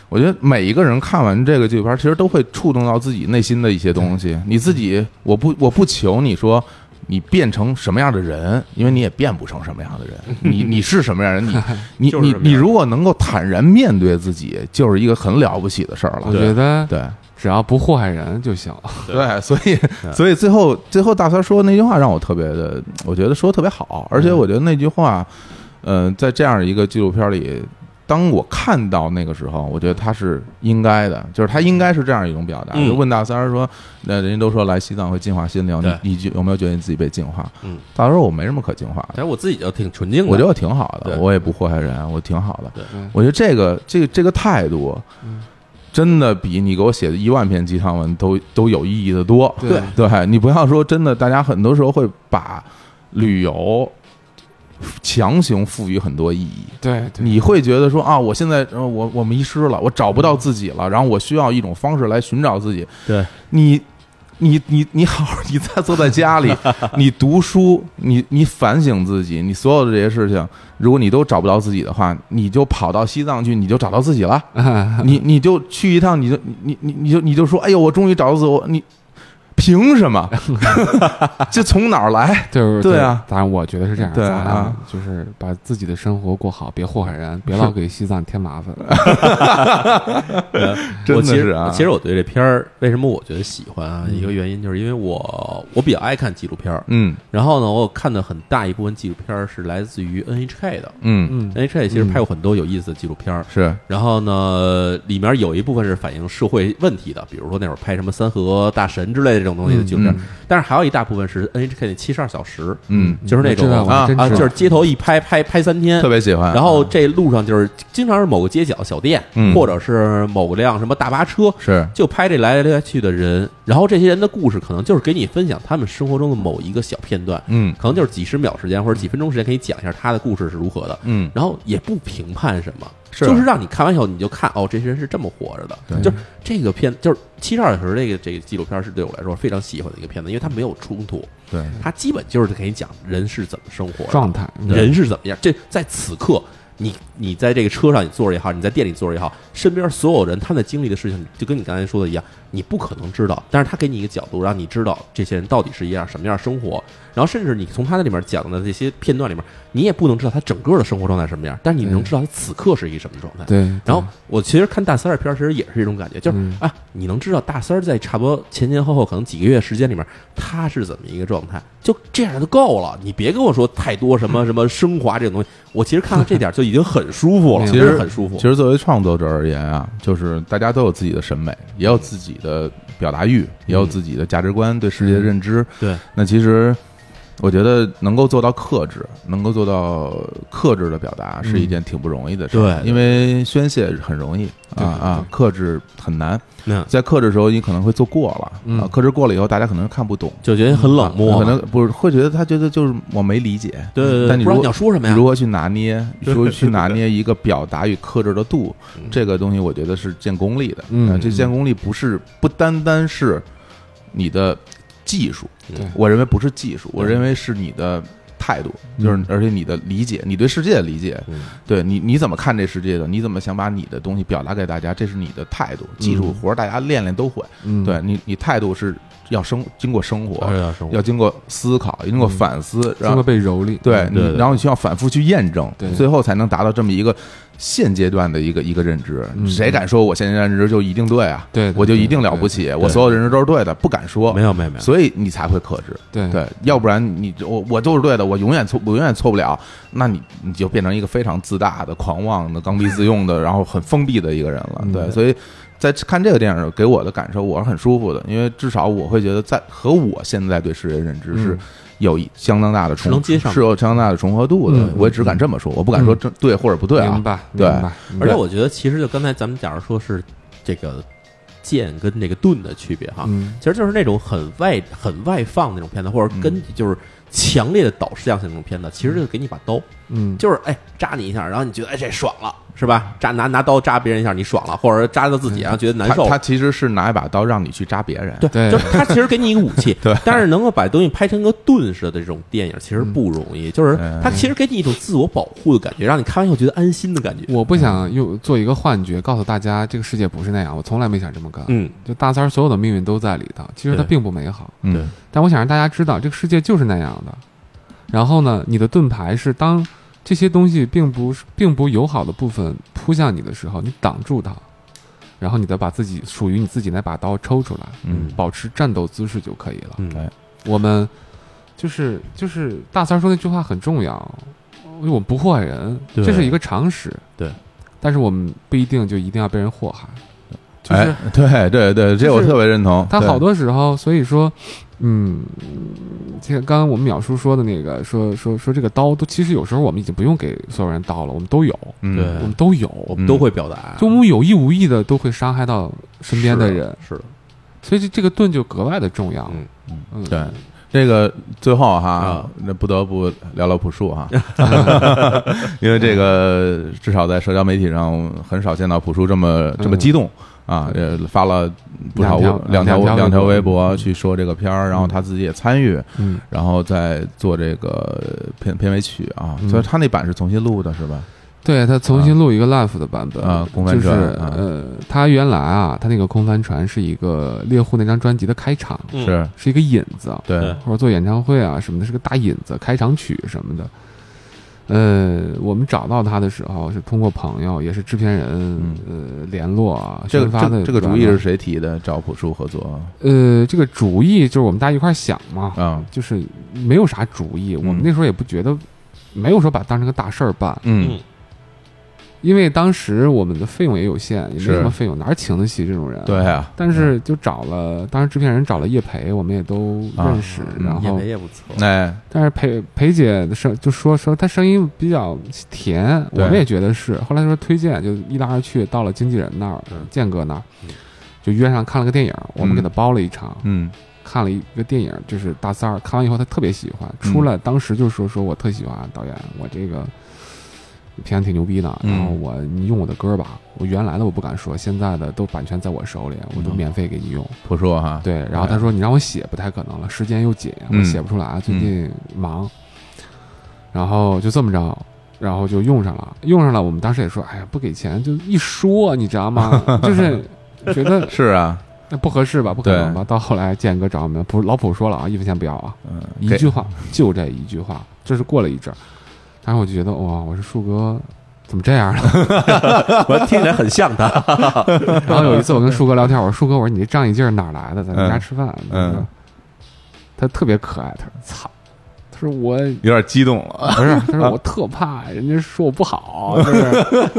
我觉得每一个人看完这个纪录片儿，其实都会触动到自己内心的一些东西。嗯你自己，我不，我不求你说你变成什么样的人，因为你也变不成什么样 的人。你你是什么样的人，你就是你什你么样的你人如果能够坦然面对自己，就是一个很了不起的事儿我了。觉得对只要不祸害人就行。对对，嗯所以所以最后最后大三说的那句话让我特别的，我觉得说的特别好，而且我觉得那句话，嗯、在这样一个纪录片里，当我看到那个时候，我觉得他是应该的，就是他应该是这样一种表达。嗯就问大三儿说，那人家都说来西藏会净化心灵，对你你就有没有觉得你自己被净化？嗯，大三说我没什么可净化的，但是哎我自己就挺纯净 的，我觉得我挺好对的，我也不祸害人，我挺好的。对我觉得这个这个这个态度，真的比你给我写的一万篇鸡汤文都都有意义的多。对对你不要说真的，大家很多时候会把旅游强行赋予很多意义。 对，对你会觉得说啊，我现在呃我我迷失了，我找不到自己了，然后我需要一种方式来寻找自己。对你，你你你好好，你再坐在家里，你读书，你你反省自己，你所有的这些事情，如果你都找不到自己的话，你就跑到西藏去，你就找到自己了。你你就去一趟，你就你你你就你就说，哎呦，我终于找到自我，你凭什么？ 这从哪儿来？就是对啊当然我觉得是这样，对咱俩啊就是把自己的生活过好，别祸害人，别老给西藏添麻烦。真的我其是实啊，其实我对这片儿为什么我觉得喜欢啊？一个原因就是因为我我比较爱看纪录片儿，嗯然后呢，我看的很大一部分纪录片儿是来自于 NHK 的嗯嗯， ，NHK 其实拍过很多有意思的纪录片儿。是然后呢，里面有一部分是反映社会问题的，比如说那会儿拍什么三河大神之类的这种东西的纪录片儿，嗯嗯但是还有一大部分是 NHK 那七十二小时，嗯就是那我知种道啊我真啊，知就道是街头一拍拍拍三天，特别喜欢。嗯然后这路上就是经常是某个街角小店，嗯或者是某辆什么大巴车，是就拍这来来去的人，然后这些人的故事可能就是给你分享他们生活中的某一个小片段，嗯可能就是几十秒时间或者几分钟时间，给你讲一下他的故事是如何的，嗯然后也不评判什么。是就是让你看完以后，你就看哦，这些人是这么活着的。对就是这个片，就是《七十二小时》这个这个纪录片是对我来说非常喜欢的一个片子，因为它没有冲突，对它基本就是给你讲人是怎么生活的，状态，人是怎么样？这在此刻，你你在这个车上你坐着也好，你在店里坐着也好，身边所有人他们在经历的事情，就跟你刚才说的一样，你不可能知道，但是他给你一个角度，让你知道这些人到底是一样什么样的生活，然后甚至你从他那里面讲的这些片段里面，你也不能知道他整个的生活状态是什么样，但是你能知道他此刻是一个什么状态。对，然后我其实看大三儿的片儿，其实也是这种感觉，就是、嗯啊，你能知道大三儿在差不多前前后后可能几个月时间里面，他是怎么一个状态，就这样就够了。你别跟我说太多什么什么升华这种东西，我其实看到这点儿就已经很舒服了，嗯其真实是很舒服其。实作为创作者而言啊，就是大家都有自己的审美，也有自己的表达欲，也嗯有自己的价值观、对世界的认知。对，那其实我觉得能够做到克制，能够做到克制的表达，是一件挺不容易的事。嗯对对因为宣泄很容易啊对啊，克制很难。那在克制的时候，你可能会做过嗯了啊，克制过了以后，大家可能看不懂，啊就觉得很冷漠，可能不是会觉得他觉得就是我没理解。对对对，但你不知如道你要说什么呀如？何去拿 捏，对如何去拿捏一个表达与克制的度嗯，这个东西我觉得是见功力的。嗯呃这见功力不是不单单是你的技术，对我认为不是技嗯术，我认为是你的。态度就是，而且你的理解，你对世界的理解，嗯对你你怎么看这世界的？你怎么想把你的东西表达给大家？这是你的态嗯度。技术活儿大家练练都会，嗯，对你你态度是要生经过生活，哎呀生嗯活要经过思考，要经过反思，然经后过被蹂躏，对，对你对然后你需要反复去验证嗯对，最后才能达到这么一个现阶段的一个一个认知。嗯谁敢说我现阶段认知就一定对啊？对对我就一定了不起，我所有认知都是对的，不敢说没。有没有没有，所以你才会克制，对对，要不然你我我就是对的，我永远错，我永远错不了，那你你就嗯变成一个非常自大的、狂妄的、刚愎自用的，然后很封闭的一个人了，对，所以在看这个电影的时候给我的感受，我是很舒服的，因为至少我会觉得在和我现在对世界的认嗯知是有一相当大的重是能接上的是有相当大的重合度的。嗯我也只敢这么说，我不敢说这对或者不对啊。明白，对明白。而且我觉得，其实就刚才咱们假如说是这个剑跟这个盾的区别哈，嗯其实就是那种很外很外放那种片子，或者跟就是强烈的导视向性那种片子，其实就是给你把刀，嗯，就是哎扎你一下，然后你觉得哎这爽了是吧？扎拿拿刀扎别人一下你爽了，或者扎到自己然后觉得难他受他。其实是拿一把刀让你去扎别人，对，嗯对就是他其实给你一个武 器对，但是能够把东西拍成一个盾似的这种电影，其实不容易。就是哎嗯他其实给你一种自我保护的感觉，让你看完以后觉得安心的感觉。我不想又做一个幻觉，告诉大家这个世界不是那样，我从来没想这么干。嗯，就大三儿所有的命运都在里头，其实它对并不美好，嗯对但我想让大家知道，这个世界就是那样的。然后呢，你的盾牌是当这些东西并不是并不友好的部分扑向你的时候，你挡住它，然后你再把自己属于你自己那把刀抽出来，嗯保持战斗姿势就可以了。嗯，我们就是就是大三儿说那句话很重要，因为我们不祸害人，对这是一个常识。对，但是我们不一定就一定要被人祸害，就是。哎，对对对，这就我是特别认同。他对好多时候，所以说，嗯，像刚刚我们淼叔说的那个，说说说这个刀都，其实有时候我们已经不用给所有人刀了，我们都有，嗯对我们都有，我们都会表达，嗯就我们有意无意的都会伤害到身边的人，是啊的，所以这这个盾就格外的重要。嗯嗯，对，这个最后哈啊，那、不得不聊聊朴树 哈，因为这个至少在社交媒体上很少见到朴树这么这么激动。啊，呃，发了不少微嗯两条条两条两条微微博博去说这个片儿，然后他自己也参与，嗯，然后再做这个片片尾曲啊，嗯所以他那版是重新录的是吧？对他重新录一个 live 的版本啊空帆就是船啊呃，他原来啊，他那个空帆船是一个猎户那张专辑的开场，嗯是，是一个引子，对对，或者做演唱会啊什么的，是个大引子，开场曲什么的。呃，我们找到他的时候是通过朋友，也是制片人、呃联络啊，这宣个发这嗯的个这个主软意是件谁提的？找朴树合作呃，这个主意就是我们大家一块儿想嘛，啊，就是没有啥主意，我们那时候也不觉得，没有说把它当成个大事儿办，嗯，因为当时我们的费用也有限，也没是什么费用，哪请得起这种人？对。啊，但是就找了，当时制片人找了叶培，我们也都啊认识，嗯然后叶梅也不错，哎，但是裴裴姐的声就说说她声音比较甜，我对们也觉得是。后来说推荐，就一来二去到了经纪人那儿嗯，建哥那儿，就约上看了个电影，我们给他包了一场，嗯看了一个电影，就是大三儿，看完以后他特别喜欢，嗯出来当时就说说我特喜欢导演，我这个片子挺牛逼的，嗯然后我你用我的歌吧，我原来的我不敢说，现在的都版权在我手里，我都嗯免费给你用。朴树哈，对，然后他哎说你让我写不太可能了，时间又紧，嗯我写不出来，最近忙。然后就这么着，然后就用上了，用上了。我们当时也说，哎呀，不给钱就一说，你知道 吗？就是觉得是啊，那不合适吧，不可能吧。到后来建哥找我们，不是老普说了啊，一分钱不要啊，嗯，一给句话，就这一句话。这是过了一阵儿，然后我就觉得哇，我说树哥怎么这样啊 了？我听起来很像他， 然后有一次我跟树哥聊天，我说树哥，我说你这仗义劲儿哪儿来的？在我们家嗯吃饭，嗯他特别可爱，他说操，他说我有点激动了， 不是，啊他说我特怕人家说我不好，就是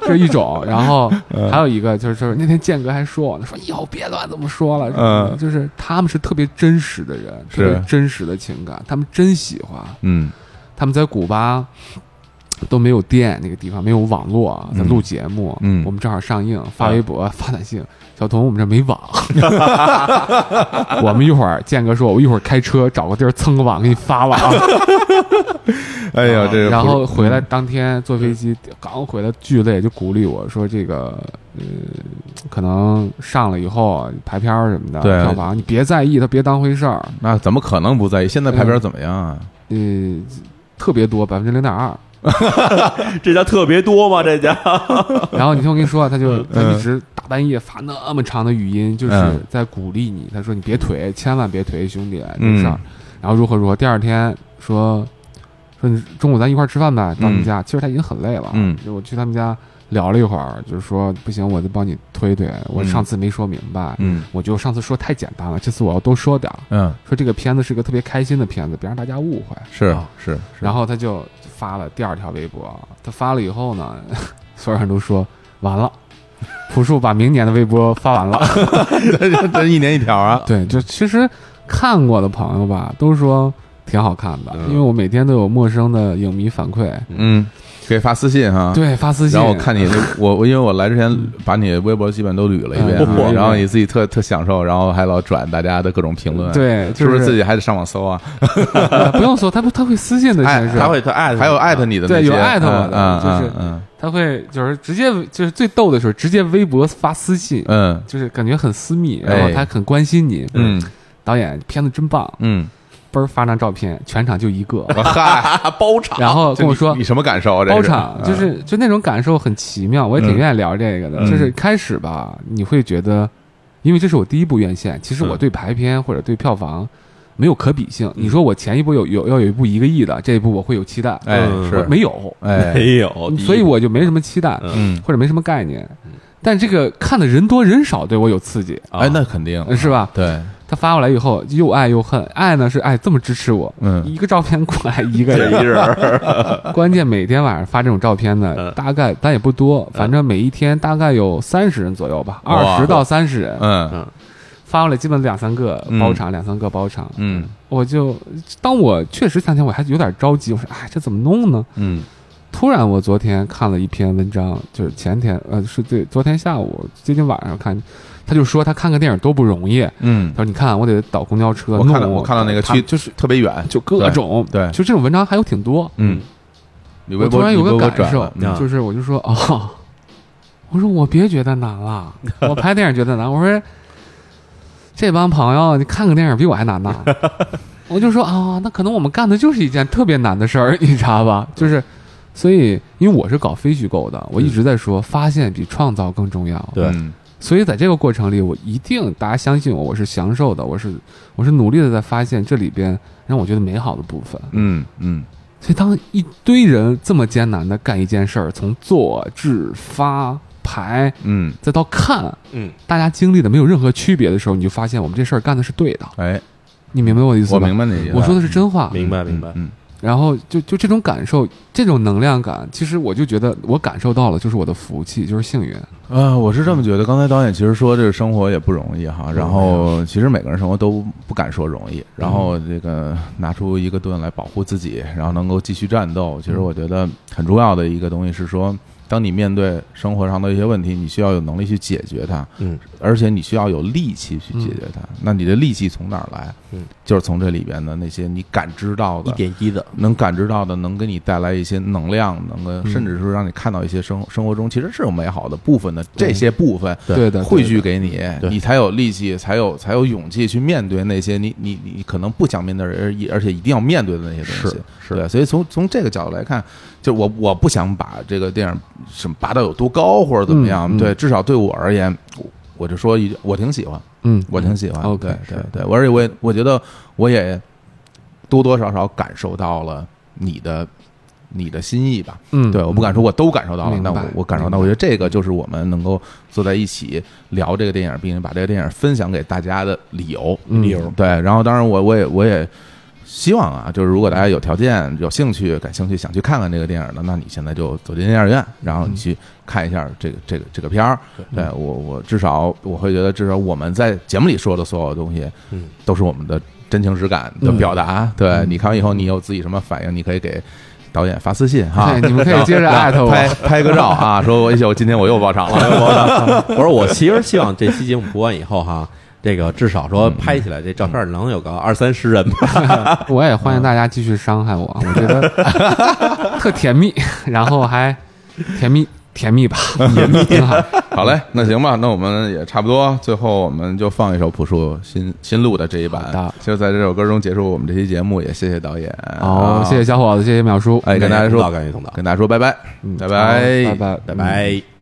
这是一种。然后还有一个就是就是那天建哥还说我呢，说以后别乱这么说了。嗯就是他们是特别真实的人，特别是真实的情感，他们真喜欢。嗯他们在古巴都没有店那个地方，没有网络啊，在录节目。嗯我们正好上映，发微博、发短信，小童，我们这没网。 我们一会儿建哥说，我一会儿开车找个地儿蹭个网给你发网。哎呀，这个啊嗯然朴后树回来当天坐飞机，刚回来巨累，就鼓励我说这个呃，可能上了以后啊排片儿什么的，对票房你别在意，他别当回事儿，那怎么可能不在意？现在拍片怎么样啊？呃，特别多百分之零点二。这叫特别多吗？这叫然后你听我跟你说啊，他就他嗯一直大半夜发那么长的语音，就是嗯在鼓励你，他说你别颓，千万别颓，兄弟，嗯没事儿。然后如何如何，第二天说说你中午咱一块儿吃饭呗，到你家，其实他已经很累了，嗯就我去他们家聊了一会儿，就是说不行，我就帮你推推，我上次没说明白，嗯我就上次说太简单了，这次我要多说点儿，嗯，说这个片子是个特别开心的片子，别让大家误会。是哦是， 然后他就 发了第二条微博，他发了以后呢，所有人都说完了，朴朴树把明年的微博发完了。这一年一条啊， 对，就其实看过的朋友吧，都说挺好看的，嗯因为我每天都有陌生的影迷反馈，嗯，可以发私信哈。对，发私信，然后我看你，我我因为我来之前把你微博基本都捋了一遍啊，嗯然后你自己特特享受，然后还老转大家的各种评论，，对，是就不是自己还得上网搜啊？呃不用说，他不他会私信的，哎先是他会他艾特，还有艾特你的那些，对有艾特我的嗯嗯就是嗯他会就是直接就是最逗的时候，直接微博发私信，嗯就是感觉很私密，哎然后他很关心你，嗯，导演片子真棒， 嗯，嘣儿发张照片，全场就一个，我嗨，啊包场， 然后跟我说你什么感受啊？这包场，就是就那种感受很奇妙，我也挺嗯愿意聊这个的。嗯就是开始吧，你会觉得，因为这是我第一部院线，其实我嗯对排片或者对票房没有可比性。你说我前一部有有要有一部一个亿的，这一部我会有期待，哎嗯是没有，哎没有，嗯所以我就没什么期待，嗯嗯或者没什么概念。但这个看的人多人少对我有刺激，啊哎那肯定是吧？ 对他发过来以后又爱又恨，爱呢是爱这么支持我，嗯一个照片过来一个这 人，一人， 关键每天晚上发这种照片呢，嗯大概但也不多，反正每一天大概有三十人左右吧，哇二十到三十人嗯发过来，基本两三个嗯包场，两三个包场。嗯我就当我确实想想，我还有点着急，我说哎，这怎么弄呢？嗯突然我昨天看了一篇文章，就是前天呃是对，昨天下午接近晚上看，他就说他看个电影多不容易，嗯他，说你看我得倒公交车，我看到弄我看到那个他去就是特别远，就各种对对就这种文章还有挺多，嗯，你微我突博然有你个微博感转受了嗯，就是我就说哦，我说我别觉得难了，我拍电影觉得难，我说这帮朋友你看个电影比我还 难呢，我就说啊、哦那可能我们干的就是一件特别难的事儿，你知道吧？就是，所以因为我是搞非虚构的，我一直在说发现比创造更重要，对嗯所以在这个过程里，我一定大家相信我，我是享受的，我是我是努力的在发现这里边让我觉得美好的部分，嗯嗯所以，当一堆人这么艰难的干一件事儿，从做至发排，嗯，再到看，嗯，大家经历的没有任何区别的时候，你就发现我们这事儿干的是对的。哎，你明白我的意思我吧？明白你意思，我说的是真话。明白明白，嗯然后就就这种感受，这种能量感，其实我就觉得我感受到了，就是我的福气，就是幸运。呃，我是这么觉得。刚才导演其实说这个生活也不容易啊哈，然后其实每个人生活都不敢说容易，然后这个拿出一个盾来保护自己，然后能够继续战斗。其实我觉得很重要的一个东西是说，当你面对生活上的一些问题，你需要有能力去解决它，嗯，而且你需要有力气去解决它。那你的力气从哪儿来？嗯，就是从这里边的那些你感知到的一点一的，能感知到的，能给你带来一些能量，能嗯够甚至是让你看到一些生生活中其实是有美好的部分的，这些部分对对的，汇聚对的给你，对你才有力气，才有才有勇气去面对那些你你你可能不想面对而也而且一定要面对的那些东西。是对，所以从从这个角度来看，就我我不想把这个电影什么拔到有多高或者怎么样，嗯嗯对，至少对我而言，我我就说一句，我挺喜欢。嗯，我挺喜欢。嗯对 OK，对是对，我而且我也我觉得我也多多少少感受到了你的你的心意吧。嗯，对，我不敢说我都感受到了，明但白我我感受明到，白我觉得这个就是我们能够坐在一起聊这个电影，并且把这个电影分享给大家的理由。嗯理由对，然后当然我我也我也。希望啊，就是如果大家有条件、有兴趣、感兴趣，想去看看这个电影的，那你现在就走进电影院，然后嗯你去看一下这个这个这个片儿。对我我至少我会觉得，至少我们在节目里说的所有东西，嗯，都是我们的真情实感的表达。嗯对你看完以后，你有自己什么反应，你可以给导演发私信哈。对，你们可以接着艾特我。拍拍个照 啊，说我哎呦，今天我又爆场了。我说我其实希望这期节目播完以后哈，这个至少嗯说拍起来这照片能有个二三十人吧， 我也欢迎大家继续伤害我，我觉得特甜蜜， 然后还甜蜜甜蜜吧，甜蜜挺好。好嘞，那行吧，那我们也差不多，最后我们就放一首朴树新新录的这一版好的，就在这首歌中结束我们这期节目，也谢谢导演，哦啊好，谢谢小伙子，谢谢淼叔，哎，跟大家说，感谢同道，哎跟大家说拜拜，嗯拜好拜拜拜拜拜。